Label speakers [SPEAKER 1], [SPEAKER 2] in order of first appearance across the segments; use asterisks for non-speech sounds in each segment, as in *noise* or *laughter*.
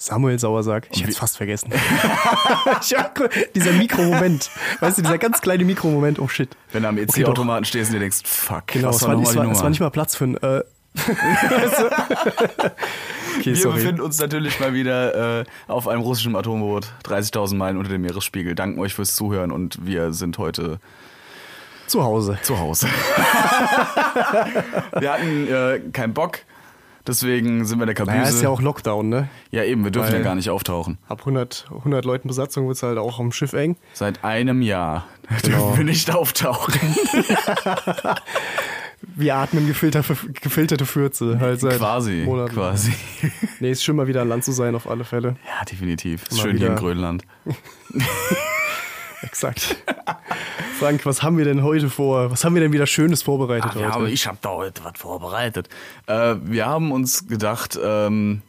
[SPEAKER 1] Samuel Sauersack. Ich hätte es fast vergessen. ich hab, dieser Mikromoment. Weißt du, dieser ganz kleine Mikromoment. Oh shit.
[SPEAKER 2] Wenn du am E
[SPEAKER 1] Okay, doch.
[SPEAKER 2] EC-Automaten stehst und dir denkst, fuck,
[SPEAKER 1] Genau,
[SPEAKER 2] was
[SPEAKER 1] es
[SPEAKER 2] war
[SPEAKER 1] war,
[SPEAKER 2] nochmal
[SPEAKER 1] es,
[SPEAKER 2] die
[SPEAKER 1] war, es war
[SPEAKER 2] Nummer?
[SPEAKER 1] nicht mal Platz für ein. Äh, weißt du? okay,
[SPEAKER 2] Wir
[SPEAKER 1] sorry.
[SPEAKER 2] befinden uns natürlich mal wieder äh, auf einem russischen Atomboot, 30.000 Meilen unter dem Meeresspiegel. Danken euch fürs Zuhören und wir sind heute
[SPEAKER 1] Zu Hause.
[SPEAKER 2] zu *laughs* Hause. wir hatten äh, keinen Bock, deswegen sind wir in der Kabüse.
[SPEAKER 1] Naja, ist ja auch Lockdown, ne?
[SPEAKER 2] Ja, eben, wir dürfen
[SPEAKER 1] Weil-
[SPEAKER 2] ja gar nicht auftauchen.
[SPEAKER 1] Ab 100, 100 Leuten Besatzung wird es halt auch am Schiff eng.
[SPEAKER 2] Seit einem Jahr dürfen
[SPEAKER 1] Genau.
[SPEAKER 2] wir nicht *laughs* auftauchen.
[SPEAKER 1] *laughs* Wir atmen gefilterte, gefilterte Fürze. Halt seit
[SPEAKER 2] quasi,
[SPEAKER 1] Monaten.
[SPEAKER 2] quasi.
[SPEAKER 1] Nee, ist schön mal wieder an Land zu sein, auf alle Fälle.
[SPEAKER 2] Ja, definitiv. Ist
[SPEAKER 1] Mal
[SPEAKER 2] schön hier in
[SPEAKER 1] wieder-
[SPEAKER 2] Grönland.
[SPEAKER 1] Exakt. Frank, was haben wir denn heute vor? Was haben wir denn wieder Schönes vorbereitet
[SPEAKER 2] Ja, aber
[SPEAKER 1] heute?
[SPEAKER 2] ich habe da heute was vorbereitet. Äh, wir haben uns gedacht, ähm,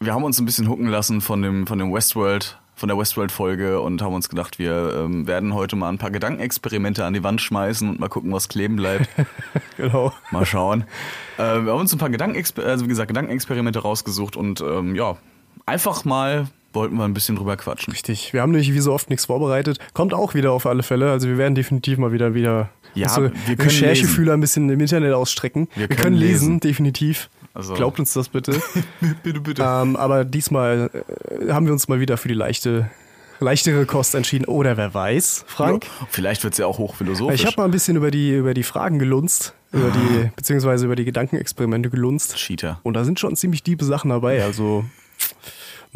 [SPEAKER 2] wir haben uns ein bisschen hucken lassen von dem, von dem Westworld, von der Westworld-Folge und haben uns gedacht, wir ähm, werden heute mal ein paar Gedankenexperimente an die Wand schmeißen und mal gucken, was kleben *laughs* bleibt.
[SPEAKER 1] Genau.
[SPEAKER 2] Mal schauen. äh, wir haben uns ein paar Gedankenexper also wie gesagt, Gedankenexperimente rausgesucht und ähm, ja, einfach mal wollten wir ein bisschen drüber quatschen.
[SPEAKER 1] Richtig. Wir haben nämlich wie so oft nichts vorbereitet. Kommt auch wieder auf alle Fälle. Also wir werden definitiv mal wieder wieder
[SPEAKER 2] Ja,
[SPEAKER 1] unsere
[SPEAKER 2] wir können
[SPEAKER 1] Recherchefühler ein bisschen im Internet ausstrecken.
[SPEAKER 2] Wir
[SPEAKER 1] können,
[SPEAKER 2] können
[SPEAKER 1] lesen,
[SPEAKER 2] lesen.
[SPEAKER 1] definitiv.
[SPEAKER 2] Also-
[SPEAKER 1] Glaubt uns das
[SPEAKER 2] *laughs*
[SPEAKER 1] bitte.
[SPEAKER 2] Bitte, bitte.
[SPEAKER 1] ähm, aber diesmal äh, haben wir uns mal wieder für die leichte, leichtere Kost entschieden. Oder wer weiß, Frank?
[SPEAKER 2] Vielleicht wird es ja auch hochphilosophisch.
[SPEAKER 1] Ich habe mal ein bisschen über die, über die Fragen gelunzt, über die,
[SPEAKER 2] Ah.
[SPEAKER 1] beziehungsweise über die Gedankenexperimente gelunzt.
[SPEAKER 2] Cheater.
[SPEAKER 1] Und da sind schon ziemlich diebe Sachen dabei, also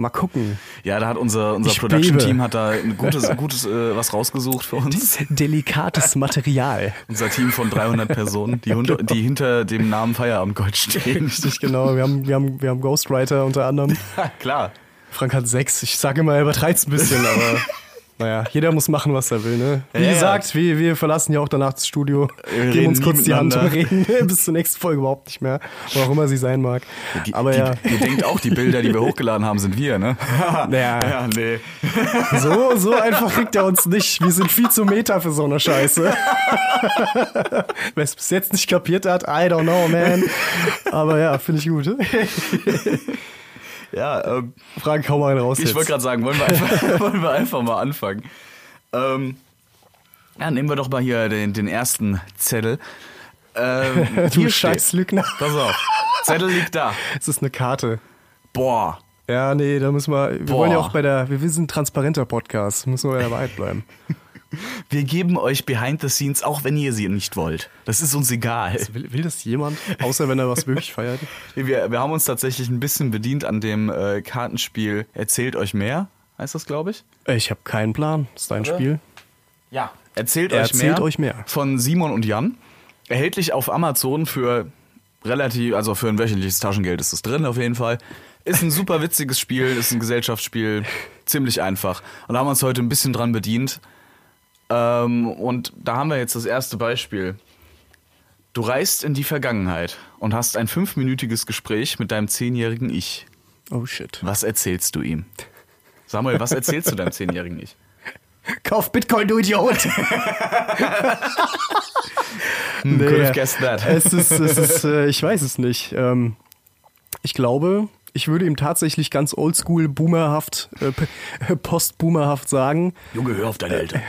[SPEAKER 1] mal gucken.
[SPEAKER 2] Ja, da hat unser, unser
[SPEAKER 1] Ich
[SPEAKER 2] Production-Team
[SPEAKER 1] bebe.
[SPEAKER 2] hat da ein gutes, *laughs* gutes äh, was rausgesucht für uns.
[SPEAKER 1] Delikates Material.
[SPEAKER 2] Unser Team von
[SPEAKER 1] *laughs*
[SPEAKER 2] 300 Personen, die, hunter, die hinter dem Namen Feierabendgold stehen.
[SPEAKER 1] Genau. Richtig,
[SPEAKER 2] *laughs*
[SPEAKER 1] genau. Wir haben, wir haben, wir haben Ghostwriter unter anderem.
[SPEAKER 2] Klar.
[SPEAKER 1] Frank hat sechs. Ich sage immer, er übertreibt ein bisschen, aber naja, jeder muss machen, was er will. Ne? Wie
[SPEAKER 2] Ja, ja.
[SPEAKER 1] gesagt, Wir, wir verlassen ja auch danach das Studio,
[SPEAKER 2] Wir
[SPEAKER 1] geben uns
[SPEAKER 2] reden
[SPEAKER 1] kurz
[SPEAKER 2] nie
[SPEAKER 1] die Hand und
[SPEAKER 2] miteinander.
[SPEAKER 1] reden *laughs* bis zur nächsten Folge überhaupt nicht mehr, wo auch immer sie sein mag.
[SPEAKER 2] Die,
[SPEAKER 1] aber
[SPEAKER 2] die,
[SPEAKER 1] ja,
[SPEAKER 2] Ihr denkt auch,
[SPEAKER 1] *laughs*
[SPEAKER 2] die Bilder, die wir hochgeladen haben, sind wir, ne? *laughs*
[SPEAKER 1] naja,
[SPEAKER 2] nee.
[SPEAKER 1] so, so einfach kriegt er uns nicht. Wir sind viel zu meta für so eine *laughs* Scheiße. Wer es bis jetzt nicht kapiert hat, I don't know, man. Aber ja, finde ich gut.
[SPEAKER 2] Ja, ähm,
[SPEAKER 1] Frank, hau mal einen raus
[SPEAKER 2] ich
[SPEAKER 1] jetzt.
[SPEAKER 2] wollte gerade sagen, wollen wir, einfach, *laughs* wollen wir einfach mal anfangen. Ähm, ja, nehmen wir doch mal hier den, den ersten Zettel. Ähm,
[SPEAKER 1] *laughs* Du
[SPEAKER 2] hier steht-
[SPEAKER 1] Scheißlügner.
[SPEAKER 2] Pass auf. Zettel liegt da.
[SPEAKER 1] Es ist eine Karte.
[SPEAKER 2] Boah.
[SPEAKER 1] Ja, nee, da müssen wir. Wir
[SPEAKER 2] Boah.
[SPEAKER 1] wollen ja auch bei der. Wir wir sind ein transparenter Podcast. Müssen wir bei der Wahrheit bleiben.
[SPEAKER 2] Wir geben euch Behind the Scenes, auch wenn ihr sie nicht wollt. Das ist uns egal.
[SPEAKER 1] Äh, Will, will das jemand? Außer wenn er was wirklich feiert.
[SPEAKER 2] Wir, wir haben uns tatsächlich ein bisschen bedient an dem äh, Kartenspiel Erzählt euch mehr, heißt das, glaube ich.
[SPEAKER 1] Ich habe keinen Plan. Ist dein Spiel.
[SPEAKER 2] Ja. Erzählt, euch,
[SPEAKER 1] Erzählt
[SPEAKER 2] mehr
[SPEAKER 1] euch mehr.
[SPEAKER 2] Von Simon und Jan. Erhältlich auf Amazon für relativ, also für ein wöchentliches Taschengeld ist es drin auf jeden Fall. Ist ein super witziges Spiel, ist ein Gesellschaftsspiel, ziemlich einfach. Und da haben wir uns heute ein bisschen dran bedient. Ähm, und da haben wir jetzt das erste Beispiel. Du reist in die Vergangenheit und hast ein fünfminütiges Gespräch mit deinem zehnjährigen Ich.
[SPEAKER 1] Oh shit.
[SPEAKER 2] Was erzählst du ihm? Samuel, was erzählst du deinem zehnjährigen Ich?
[SPEAKER 1] Kauf Bitcoin, du Idiot!
[SPEAKER 2] Hm, could have guessed that.
[SPEAKER 1] *laughs* Es ist, es ist, äh, ich weiß es nicht. Ähm, ich glaube, ich würde ihm tatsächlich ganz oldschool, boomerhaft, äh, p- äh, post-boomerhaft sagen:
[SPEAKER 2] Junge, hör auf deine Eltern.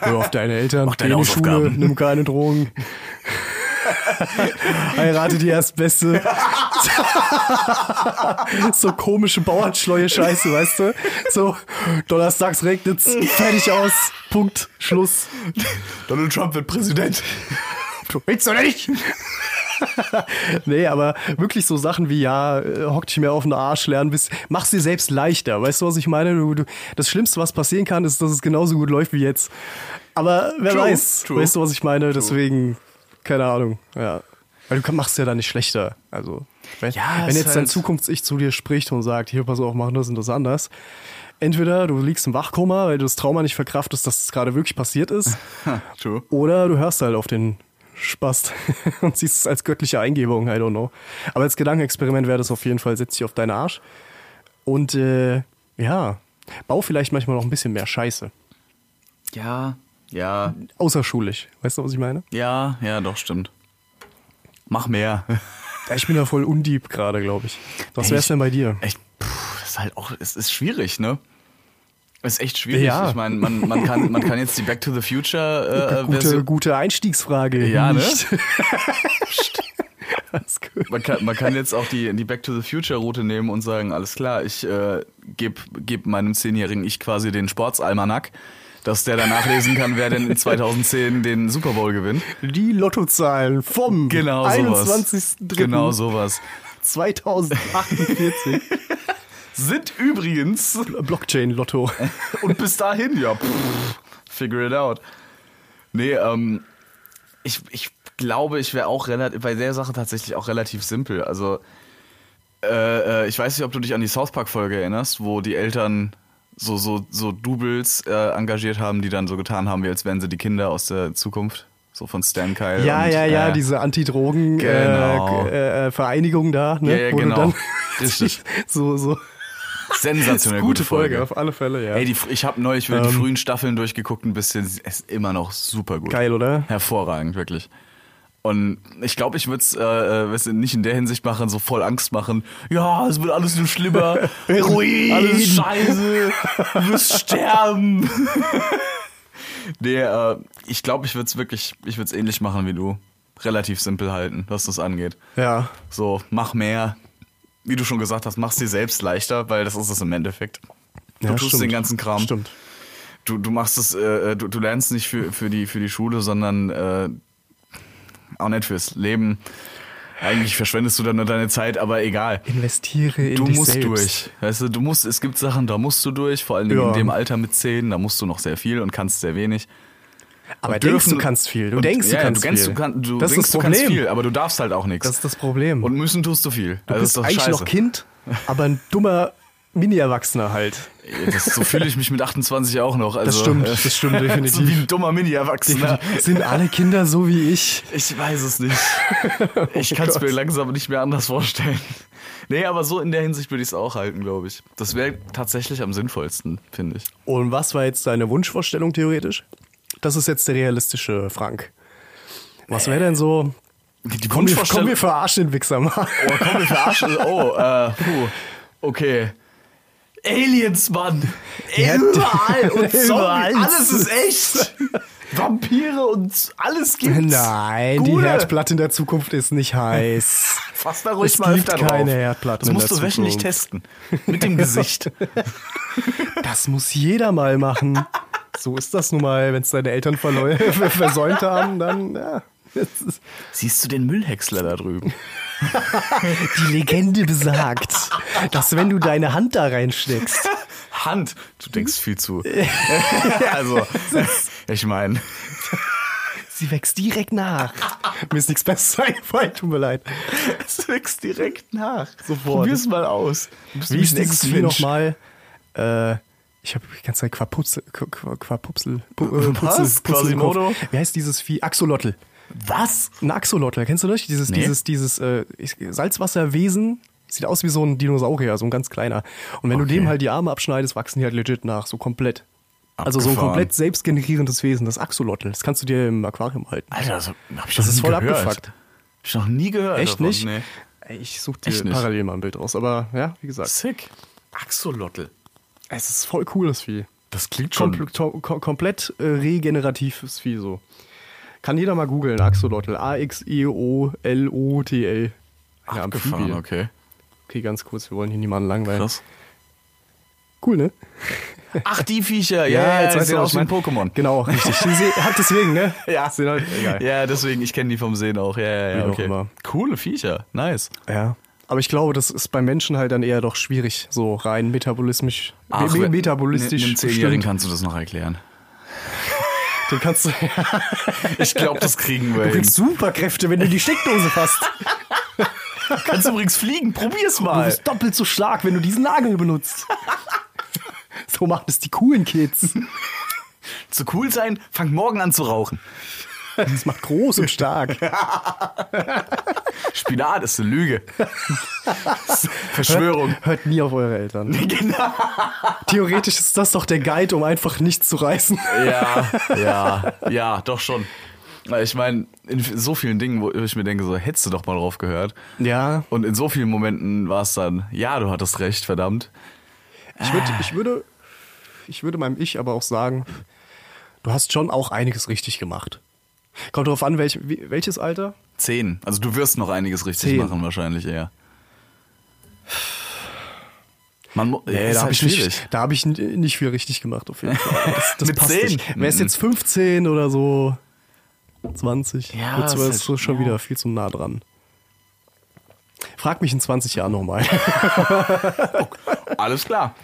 [SPEAKER 1] Hör auf deine Eltern,
[SPEAKER 2] Mach deine
[SPEAKER 1] geh in die Schule,
[SPEAKER 2] Hausaufgaben.
[SPEAKER 1] nimm keine
[SPEAKER 2] *laughs*
[SPEAKER 1] Drogen. Heirate die Erstbeste. *laughs* so komische Bauernschleue-Scheiße, weißt du? So, donnerstags regnet's, fertig aus, Punkt, Schluss.
[SPEAKER 2] Donald Trump wird Präsident.
[SPEAKER 1] *laughs* Du willst oder nicht? *laughs* nee, aber wirklich so Sachen wie, ja, äh, hock dich mehr auf den Arsch, lern bis, mach's dir selbst leichter. Weißt du, was ich meine? Du, du, das Schlimmste, was passieren kann, ist, dass es genauso gut läuft wie jetzt. Aber wer
[SPEAKER 2] True,
[SPEAKER 1] weiß,
[SPEAKER 2] true.
[SPEAKER 1] weißt du, was ich meine? Deswegen, keine Ahnung, ja. Weil du kann- machst ja da nicht schlechter, also. Wenn,
[SPEAKER 2] Ja,
[SPEAKER 1] wenn
[SPEAKER 2] ist
[SPEAKER 1] jetzt dein
[SPEAKER 2] halt-
[SPEAKER 1] Zukunfts-Ich zu dir spricht und sagt, hier, pass auf, mach das und das anders. Entweder du liegst im Wachkoma, weil du das Trauma nicht verkraftest, dass es gerade wirklich passiert ist. *laughs*
[SPEAKER 2] True.
[SPEAKER 1] Oder du hörst halt auf den Spaß *laughs* und siehst es als göttliche Eingebung, I don't know. Aber als Gedankenexperiment wäre das auf jeden Fall, setz dich auf deinen Arsch. Und äh, ja, bau vielleicht manchmal noch ein bisschen mehr Scheiße.
[SPEAKER 2] Ja, ja,
[SPEAKER 1] Außerschulisch. Weißt du, was ich meine?
[SPEAKER 2] ja, ja, doch, stimmt. Mach mehr. *laughs*
[SPEAKER 1] Ja, ich bin da voll undieb gerade, glaube ich. Was wär's
[SPEAKER 2] Ich-
[SPEAKER 1] denn bei dir?
[SPEAKER 2] Echt, pff, das ist halt auch, es ist schwierig, ne? Ist echt schwierig.
[SPEAKER 1] Ja.
[SPEAKER 2] Ich meine, man, man, kann, man kann jetzt die Back to the Future
[SPEAKER 1] *laughs*
[SPEAKER 2] äh,
[SPEAKER 1] Gute,
[SPEAKER 2] Version.
[SPEAKER 1] gute Einstiegsfrage.
[SPEAKER 2] Ja, ne?
[SPEAKER 1] Nicht. *laughs* Alles gut.
[SPEAKER 2] Man kann, man kann jetzt auch die, die Back to the Future Route nehmen und sagen, alles klar, ich äh, gebe geb meinem zehnjährigen Ich quasi den Sportsalmanack, dass der danach lesen kann, wer denn
[SPEAKER 1] *laughs*
[SPEAKER 2] in 2010 den Super Bowl gewinnt.
[SPEAKER 1] Die Lottozahlen vom
[SPEAKER 2] Genau sowas.
[SPEAKER 1] 21.03.2048.
[SPEAKER 2] Genau sowas.
[SPEAKER 1] 2048.
[SPEAKER 2] *laughs* Sind
[SPEAKER 1] *laughs*
[SPEAKER 2] übrigens
[SPEAKER 1] Blockchain-Lotto.
[SPEAKER 2] Und bis dahin, ja, pff, figure it out. Nee, ähm, ich, ich glaube, ich wäre auch relativ, bei der Sache tatsächlich auch relativ simpel. Also, äh, äh, ich weiß nicht, ob du dich an die South Park-Folge erinnerst, wo die Eltern so, so, so Doubles äh, engagiert haben, die dann so getan haben, wie als wären sie die Kinder aus der Zukunft. So von Stan Kyle.
[SPEAKER 1] Ja,
[SPEAKER 2] und,
[SPEAKER 1] ja, ja,
[SPEAKER 2] äh,
[SPEAKER 1] diese Anti-Drogen-Vereinigung
[SPEAKER 2] Genau.
[SPEAKER 1] äh, Vereinigung da, ne?
[SPEAKER 2] Ja, ja,
[SPEAKER 1] Wo du
[SPEAKER 2] genau. *laughs*
[SPEAKER 1] dann *laughs*
[SPEAKER 2] Richtig.
[SPEAKER 1] so, so. *laughs*
[SPEAKER 2] sensationell gute, Folge.
[SPEAKER 1] auf alle Fälle, ja.
[SPEAKER 2] Ey, die, fr- ich habe neulich wieder die
[SPEAKER 1] Ähm.
[SPEAKER 2] frühen Staffeln durchgeguckt, ein bisschen. Es ist immer noch super gut.
[SPEAKER 1] Geil, oder?
[SPEAKER 2] Hervorragend, wirklich. Und ich glaube, ich würde es äh, äh, weißt du, nicht in der Hinsicht machen, so voll Angst machen. Ja, es wird alles nur schlimmer.
[SPEAKER 1] *laughs* Heroin.
[SPEAKER 2] Alles ist scheiße. Du wirst sterben. *laughs* nee, äh, ich glaube, ich würde es wirklich, ich würde es ähnlich machen wie du. Relativ simpel halten, was das angeht.
[SPEAKER 1] Ja.
[SPEAKER 2] So, mach mehr. Wie du schon gesagt hast, mach's dir selbst leichter, weil das ist es im Endeffekt. Du
[SPEAKER 1] ja,
[SPEAKER 2] tust den ganzen Kram.
[SPEAKER 1] Stimmt.
[SPEAKER 2] Du, du machst es, äh, du, du lernst nicht für, für, die, für die Schule, sondern äh, auch nicht fürs Leben. Eigentlich verschwendest du dann nur deine Zeit, aber egal.
[SPEAKER 1] Investiere in
[SPEAKER 2] Du
[SPEAKER 1] dich
[SPEAKER 2] musst
[SPEAKER 1] selbst.
[SPEAKER 2] durch. Weißt du, du musst, es gibt Sachen, da musst du durch, vor allen Dingen
[SPEAKER 1] Ja.
[SPEAKER 2] in dem Alter mit 10, da musst du noch sehr viel und kannst sehr wenig.
[SPEAKER 1] Aber
[SPEAKER 2] Und
[SPEAKER 1] denkst du
[SPEAKER 2] dürfen-
[SPEAKER 1] kannst viel. Du
[SPEAKER 2] und-
[SPEAKER 1] denkst, du
[SPEAKER 2] ja, ja,
[SPEAKER 1] kannst
[SPEAKER 2] du kannst,
[SPEAKER 1] viel.
[SPEAKER 2] Du, kann, du
[SPEAKER 1] das
[SPEAKER 2] denkst,
[SPEAKER 1] ist
[SPEAKER 2] du
[SPEAKER 1] das
[SPEAKER 2] kannst
[SPEAKER 1] Problem.
[SPEAKER 2] viel, aber du darfst halt auch nichts.
[SPEAKER 1] Das ist das Problem.
[SPEAKER 2] Und müssen tust du viel.
[SPEAKER 1] du
[SPEAKER 2] also
[SPEAKER 1] bist
[SPEAKER 2] ist doch
[SPEAKER 1] eigentlich
[SPEAKER 2] scheiße.
[SPEAKER 1] noch Kind, aber ein dummer Mini-Erwachsener halt.
[SPEAKER 2] Ja, Das, so fühle ich mich mit 28 auch noch. Also,
[SPEAKER 1] Das stimmt,
[SPEAKER 2] äh,
[SPEAKER 1] das stimmt
[SPEAKER 2] *laughs* so wie
[SPEAKER 1] definitiv.
[SPEAKER 2] ein dummer Mini-Erwachsener.
[SPEAKER 1] Sind alle Kinder so wie ich?
[SPEAKER 2] Ich weiß es nicht. Ich
[SPEAKER 1] *laughs* Oh
[SPEAKER 2] kann es
[SPEAKER 1] Gott.
[SPEAKER 2] mir langsam nicht mehr anders vorstellen. Nee, aber so in der Hinsicht würde ich es auch halten, glaube ich. Das wäre tatsächlich am sinnvollsten, finde ich.
[SPEAKER 1] Und was war jetzt deine Wunschvorstellung theoretisch? Das ist jetzt der realistische Frank. Was wäre denn
[SPEAKER 2] Äh,
[SPEAKER 1] so?
[SPEAKER 2] Die, die
[SPEAKER 1] Komm, wir, komm, wir verarschen den Wichser mal.
[SPEAKER 2] Oh, komm,
[SPEAKER 1] *laughs*
[SPEAKER 2] wir verarschen. Oh, äh, puh. Okay. Aliens, Mann.
[SPEAKER 1] Ja,
[SPEAKER 2] überall
[SPEAKER 1] *laughs*
[SPEAKER 2] und
[SPEAKER 1] überall.
[SPEAKER 2] Zombie. Alles ist
[SPEAKER 1] *laughs*
[SPEAKER 2] echt. Vampire und alles gibt's.
[SPEAKER 1] Nein, die
[SPEAKER 2] Gute.
[SPEAKER 1] Herdplatte in der Zukunft ist nicht
[SPEAKER 2] *laughs*
[SPEAKER 1] heiß.
[SPEAKER 2] Fass da ruhig
[SPEAKER 1] Es
[SPEAKER 2] mal
[SPEAKER 1] gibt
[SPEAKER 2] öfter drauf.
[SPEAKER 1] keine Herdplatten
[SPEAKER 2] Das
[SPEAKER 1] in
[SPEAKER 2] musst
[SPEAKER 1] der
[SPEAKER 2] du wöchentlich testen.
[SPEAKER 1] *laughs*
[SPEAKER 2] Mit dem Gesicht.
[SPEAKER 1] Das muss jeder mal machen. So ist das nun mal, wenn es deine Eltern verleu- versäumt haben, dann ja. Das ist-
[SPEAKER 2] Siehst du den Müllhäcksler da drüben?
[SPEAKER 1] Die Legende besagt, dass wenn du deine Hand da reinsteckst,
[SPEAKER 2] Hand. Du denkst viel zu. *laughs* also, *laughs* ich meine.
[SPEAKER 1] sie wächst direkt nach. Mir ist nichts Besseres *laughs* eingefallen, tut mir leid.
[SPEAKER 2] Es wächst direkt nach.
[SPEAKER 1] Sofort.
[SPEAKER 2] Probier's mal aus. Du bist
[SPEAKER 1] Wie
[SPEAKER 2] ein
[SPEAKER 1] ist dieses Vieh
[SPEAKER 2] Ex-Mensch.
[SPEAKER 1] nochmal? Äh, ich habe die ganze Zeit Quaputzel, Qu- Qu- Quapupsel, Pu- äh,
[SPEAKER 2] Was?
[SPEAKER 1] Putzel, Putzel im Kopf.
[SPEAKER 2] Quasimodo?
[SPEAKER 1] Wie heißt dieses Vieh? Axolotl.
[SPEAKER 2] Was?
[SPEAKER 1] Ein Axolotl, kennst du das? Dieses,
[SPEAKER 2] Nee.
[SPEAKER 1] dieses, dieses äh, ich- Salzwasserwesen. Sieht aus wie so ein Dinosaurier, so ein ganz kleiner. Und wenn du
[SPEAKER 2] Okay.
[SPEAKER 1] dem halt die Arme abschneidest, wachsen die halt legit nach, so komplett. Also so ein
[SPEAKER 2] Abgefahren.
[SPEAKER 1] komplett selbstgenerierendes Wesen, das Axolotl. Das kannst du dir im Aquarium halten.
[SPEAKER 2] Alter, das hab ich
[SPEAKER 1] Das
[SPEAKER 2] noch
[SPEAKER 1] ist
[SPEAKER 2] nie
[SPEAKER 1] voll
[SPEAKER 2] gehört.
[SPEAKER 1] abgefuckt.
[SPEAKER 2] Hab ich noch nie gehört.
[SPEAKER 1] Echt
[SPEAKER 2] davon.
[SPEAKER 1] nicht?
[SPEAKER 2] Nee.
[SPEAKER 1] Ey, Ich such dir
[SPEAKER 2] Echt nicht.
[SPEAKER 1] parallel mal ein Bild raus, aber ja, wie gesagt.
[SPEAKER 2] Sick. Axolotl.
[SPEAKER 1] Es ist voll cool, das Vieh.
[SPEAKER 2] Das klingt schon.
[SPEAKER 1] Kompl to- ko komplett äh, regeneratives Vieh so. Kann jeder mal googeln, Axolotl. E A-X-E-O-L-O-T-L. Eine
[SPEAKER 2] abgefahren,
[SPEAKER 1] Amphibie.
[SPEAKER 2] okay.
[SPEAKER 1] Okay, ganz kurz, wir wollen hier niemanden langweilen.
[SPEAKER 2] Krass.
[SPEAKER 1] Cool, ne?
[SPEAKER 2] Ach, die Viecher. Ja, jetzt
[SPEAKER 1] weißt
[SPEAKER 2] sieht
[SPEAKER 1] du, was
[SPEAKER 2] aus wie ein
[SPEAKER 1] ich mein.
[SPEAKER 2] Pokémon.
[SPEAKER 1] Genau,
[SPEAKER 2] *laughs*
[SPEAKER 1] richtig. Die se- Hat deswegen, ne?
[SPEAKER 2] Ja.
[SPEAKER 1] Sind halt, egal.
[SPEAKER 2] *laughs* Ja, deswegen, ich kenne die vom Sehen auch. Ja, ja, ja.
[SPEAKER 1] Wie auch
[SPEAKER 2] Okay.
[SPEAKER 1] immer.
[SPEAKER 2] Coole Viecher. Nice.
[SPEAKER 1] Ja. Aber ich glaube, das ist beim Menschen halt dann eher doch schwierig, so rein metabolismisch,
[SPEAKER 2] Ach,
[SPEAKER 1] me
[SPEAKER 2] wenn- ne-
[SPEAKER 1] metabolistisch
[SPEAKER 2] Einem Zehnjährigen
[SPEAKER 1] bestimmt.
[SPEAKER 2] kannst du das noch erklären.
[SPEAKER 1] Den kannst *laughs* du,
[SPEAKER 2] Ich glaube, das kriegen
[SPEAKER 1] du
[SPEAKER 2] wir hin.
[SPEAKER 1] kriegst Superkräfte, wenn du die Steckdose fasst.
[SPEAKER 2] Kannst übrigens fliegen, probier's
[SPEAKER 1] Du
[SPEAKER 2] mal.
[SPEAKER 1] bist doppelt so stark, wenn du diesen Nagel benutzt. *laughs* so machen es die coolen Kids.
[SPEAKER 2] Zu cool sein, fang morgen an zu rauchen.
[SPEAKER 1] Das macht groß und stark.
[SPEAKER 2] Spinat ist eine Lüge. *laughs* Verschwörung.
[SPEAKER 1] Hört nie auf eure *laughs* Eltern.
[SPEAKER 2] Genau.
[SPEAKER 1] Theoretisch ist das doch der Guide, um einfach nichts zu reißen.
[SPEAKER 2] Ja, ja, ja, doch schon. Ich meine, in so vielen Dingen, wo ich mir denke, so hättest du doch mal drauf gehört.
[SPEAKER 1] Ja.
[SPEAKER 2] Und in so vielen Momenten war es dann, ja, du hattest recht, verdammt.
[SPEAKER 1] Ich, würd, ich, würde, ich würde meinem Ich aber auch sagen, du hast schon auch einiges richtig gemacht. Kommt darauf an, welch, wie- welches Alter?
[SPEAKER 2] Zehn. Also du wirst noch einiges richtig
[SPEAKER 1] Zehn.
[SPEAKER 2] machen wahrscheinlich eher. Man mu- ja,
[SPEAKER 1] da
[SPEAKER 2] ist
[SPEAKER 1] habe
[SPEAKER 2] halt
[SPEAKER 1] ich,
[SPEAKER 2] schwierig.
[SPEAKER 1] nicht- da hab ich n- nicht viel richtig gemacht, auf jeden Fall.
[SPEAKER 2] *laughs*
[SPEAKER 1] Das, das
[SPEAKER 2] Mit
[SPEAKER 1] passt
[SPEAKER 2] zehn? Hm.
[SPEAKER 1] nicht. Wer ist jetzt 15 oder so? 20?
[SPEAKER 2] Ja,
[SPEAKER 1] Jetzt
[SPEAKER 2] ist
[SPEAKER 1] war
[SPEAKER 2] halt-
[SPEAKER 1] es so schon
[SPEAKER 2] ja.
[SPEAKER 1] wieder viel zu nah dran. Frag mich in 20 Jahren nochmal.
[SPEAKER 2] Alles klar.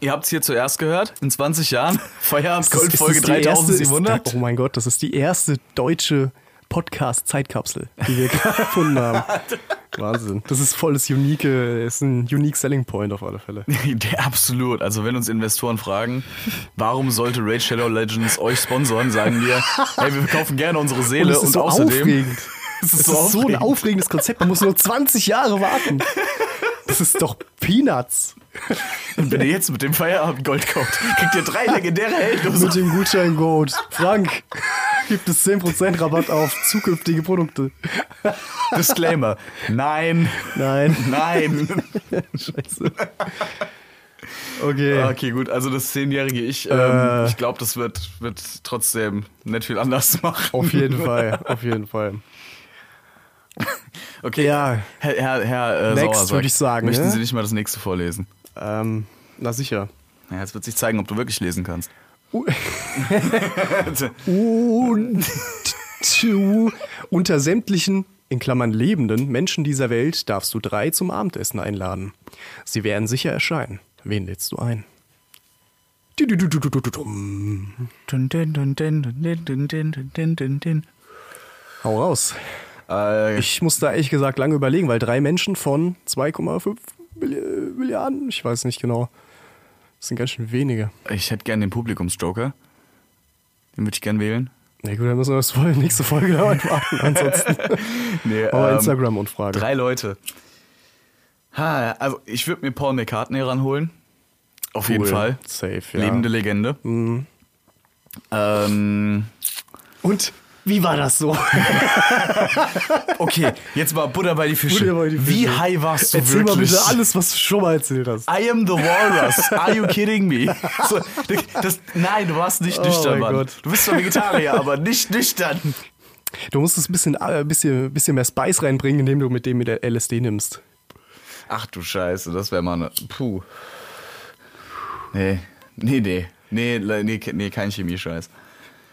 [SPEAKER 2] Ihr habt es hier zuerst gehört. In
[SPEAKER 1] *laughs*
[SPEAKER 2] 20 Jahren Feierabend
[SPEAKER 1] *laughs* Das
[SPEAKER 2] Gold
[SPEAKER 1] ist-
[SPEAKER 2] Folge
[SPEAKER 1] das ist die erste- ist-
[SPEAKER 2] 3700.
[SPEAKER 1] Oh mein Gott, das ist die erste deutsche Podcast-Zeitkapsel, die wir *laughs* gerade gefunden
[SPEAKER 2] *laughs*
[SPEAKER 1] haben. Wahnsinn. Das ist voll das unique, ist ein unique Selling Point auf alle Fälle.
[SPEAKER 2] *laughs* Der absolut. Also wenn uns Investoren fragen, warum sollte Raid Shadow Legends euch sponsoren, sagen wir, hey, wir verkaufen gerne unsere
[SPEAKER 1] Und
[SPEAKER 2] Seele
[SPEAKER 1] es
[SPEAKER 2] und,
[SPEAKER 1] ist so
[SPEAKER 2] außerdem.
[SPEAKER 1] aufregend.
[SPEAKER 2] Es
[SPEAKER 1] Das ist so ein aufregendes Konzept. Man muss nur 20 Jahre warten. Das ist doch Peanuts.
[SPEAKER 2] Und wenn ihr jetzt mit dem Feierabend Gold kauft, kriegt ihr drei legendäre Helden.
[SPEAKER 1] Mit dem Gutscheincode Frank gibt es 10% Rabatt auf zukünftige Produkte.
[SPEAKER 2] Disclaimer. Nein.
[SPEAKER 1] Nein.
[SPEAKER 2] Nein.
[SPEAKER 1] Scheiße. Okay. Äh.
[SPEAKER 2] Okay, gut. Also das zehnjährige Ich, ähm, ich glaube, das wird, wird trotzdem nicht viel anders machen.
[SPEAKER 1] Auf jeden Fall. Auf jeden Fall.
[SPEAKER 2] Okay.
[SPEAKER 1] Ja.
[SPEAKER 2] Herr, Herr, Herr äh,
[SPEAKER 1] Next,
[SPEAKER 2] Sauersack,
[SPEAKER 1] würde ich sagen,
[SPEAKER 2] Möchten
[SPEAKER 1] ne?
[SPEAKER 2] Sie nicht mal das nächste vorlesen?
[SPEAKER 1] Ähm, na sicher.
[SPEAKER 2] Ja, jetzt wird sich zeigen, ob du wirklich lesen kannst.
[SPEAKER 1] Und zu *laughs* unter sämtlichen, in Klammern lebenden Menschen dieser Welt darfst du drei zum Abendessen einladen. Sie werden sicher erscheinen. Wen lädst du ein? Dü-dü-dü-dü-dü-dü-dum.
[SPEAKER 2] Dun, dun, dun, dun, dun, dun, dun, dun, dun, dun, dun.
[SPEAKER 1] Hau raus.
[SPEAKER 2] Äh,
[SPEAKER 1] Ich muss da ehrlich gesagt lange überlegen, weil drei Menschen von 2,5 Milli- Milliarden, ich weiß nicht genau, das sind ganz schön wenige.
[SPEAKER 2] ich hätte gern den Publikumsjoker. Den würde ich gern wählen.
[SPEAKER 1] Na gut, dann müssen wir das voll nächste Folge *laughs* damit warten. Ansonsten
[SPEAKER 2] Nee,
[SPEAKER 1] aber
[SPEAKER 2] ähm,
[SPEAKER 1] Instagram-Umfrage.
[SPEAKER 2] Drei Leute. Ha, also ich würde mir Paul McCartney ranholen. Auf jeden
[SPEAKER 1] Cool.
[SPEAKER 2] Fall.
[SPEAKER 1] Safe, ja. Mhm.
[SPEAKER 2] Lebende Legende. Ähm,
[SPEAKER 1] Und wie war das so?
[SPEAKER 2] okay, jetzt mal Butter bei die Fische.
[SPEAKER 1] Butter bei die Fische.
[SPEAKER 2] Wie high warst du
[SPEAKER 1] Erzähl mal
[SPEAKER 2] wirklich?
[SPEAKER 1] bitte alles, was du schon mal erzählt hast.
[SPEAKER 2] I am the Walrus. Are you kidding me? So, das, nein, du warst nicht
[SPEAKER 1] Oh
[SPEAKER 2] nüchtern,
[SPEAKER 1] mein
[SPEAKER 2] Mann.
[SPEAKER 1] Gott.
[SPEAKER 2] Du bist zwar Vegetarier, aber nicht nüchtern.
[SPEAKER 1] Du musst es ein bisschen, äh, bisschen, bisschen mehr Spice reinbringen, indem du mit dem mit der LSD nimmst.
[SPEAKER 2] Ach du Scheiße, das wäre mal eine. Puh. Nee, nee, nee. Nee, le- nee, ke- nee kein *laughs* Chemiescheiß.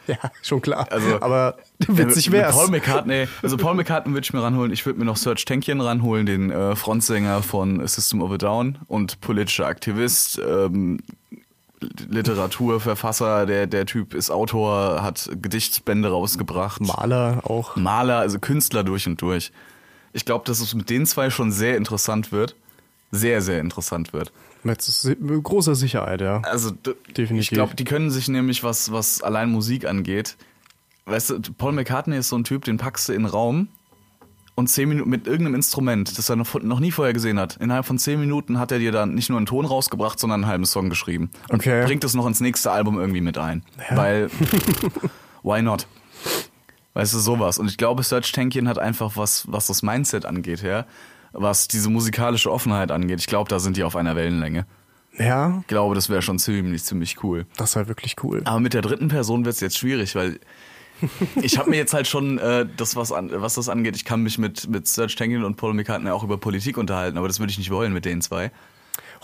[SPEAKER 1] Ja, schon klar.
[SPEAKER 2] Also-
[SPEAKER 1] Aber witzig
[SPEAKER 2] Mit- mit
[SPEAKER 1] wär's.
[SPEAKER 2] Paul McCartney, also Paul McCartney würde ich mir ranholen. Ich würde mir noch Serge Tankian ranholen, den äh, Frontsänger von System of a Down und politischer Aktivist, ähm, Literaturverfasser. Der, der Typ ist Autor, hat Gedichtbände rausgebracht.
[SPEAKER 1] Maler auch.
[SPEAKER 2] Maler, also Künstler durch und durch. Ich glaube, dass es mit den zwei schon sehr interessant wird. Sehr, sehr interessant wird.
[SPEAKER 1] Mit si- mit großer Sicherheit, ja.
[SPEAKER 2] Also d-
[SPEAKER 1] Definitiv.
[SPEAKER 2] Ich glaube, die können sich nämlich was was allein Musik angeht. Weißt du, Paul McCartney ist so ein Typ, den packst du in den Raum und zehn Minuten mit irgendeinem Instrument, das er noch, noch nie vorher gesehen hat. Innerhalb von zehn Minuten hat er dir dann nicht nur einen Ton rausgebracht, sondern einen halben Song geschrieben und
[SPEAKER 1] Okay.
[SPEAKER 2] bringt es noch ins nächste Album irgendwie mit ein,
[SPEAKER 1] *laughs*
[SPEAKER 2] weil why not? Weißt du, sowas. Und ich glaube, Serge Tankian hat einfach was, was das Mindset angeht, ja, was diese musikalische Offenheit angeht. Ich glaube, da sind die auf einer Wellenlänge
[SPEAKER 1] Ja,
[SPEAKER 2] glaube, das wäre schon ziemlich, ziemlich cool.
[SPEAKER 1] das war wirklich cool.
[SPEAKER 2] Aber mit der dritten Person wird es jetzt schwierig, *laughs* weil ich habe mir jetzt halt schon äh, das, was, an, was das angeht, ich kann mich mit, mit Serge Tankian und Paul McCartney auch über Politik unterhalten, aber das würde ich nicht wollen mit den zwei.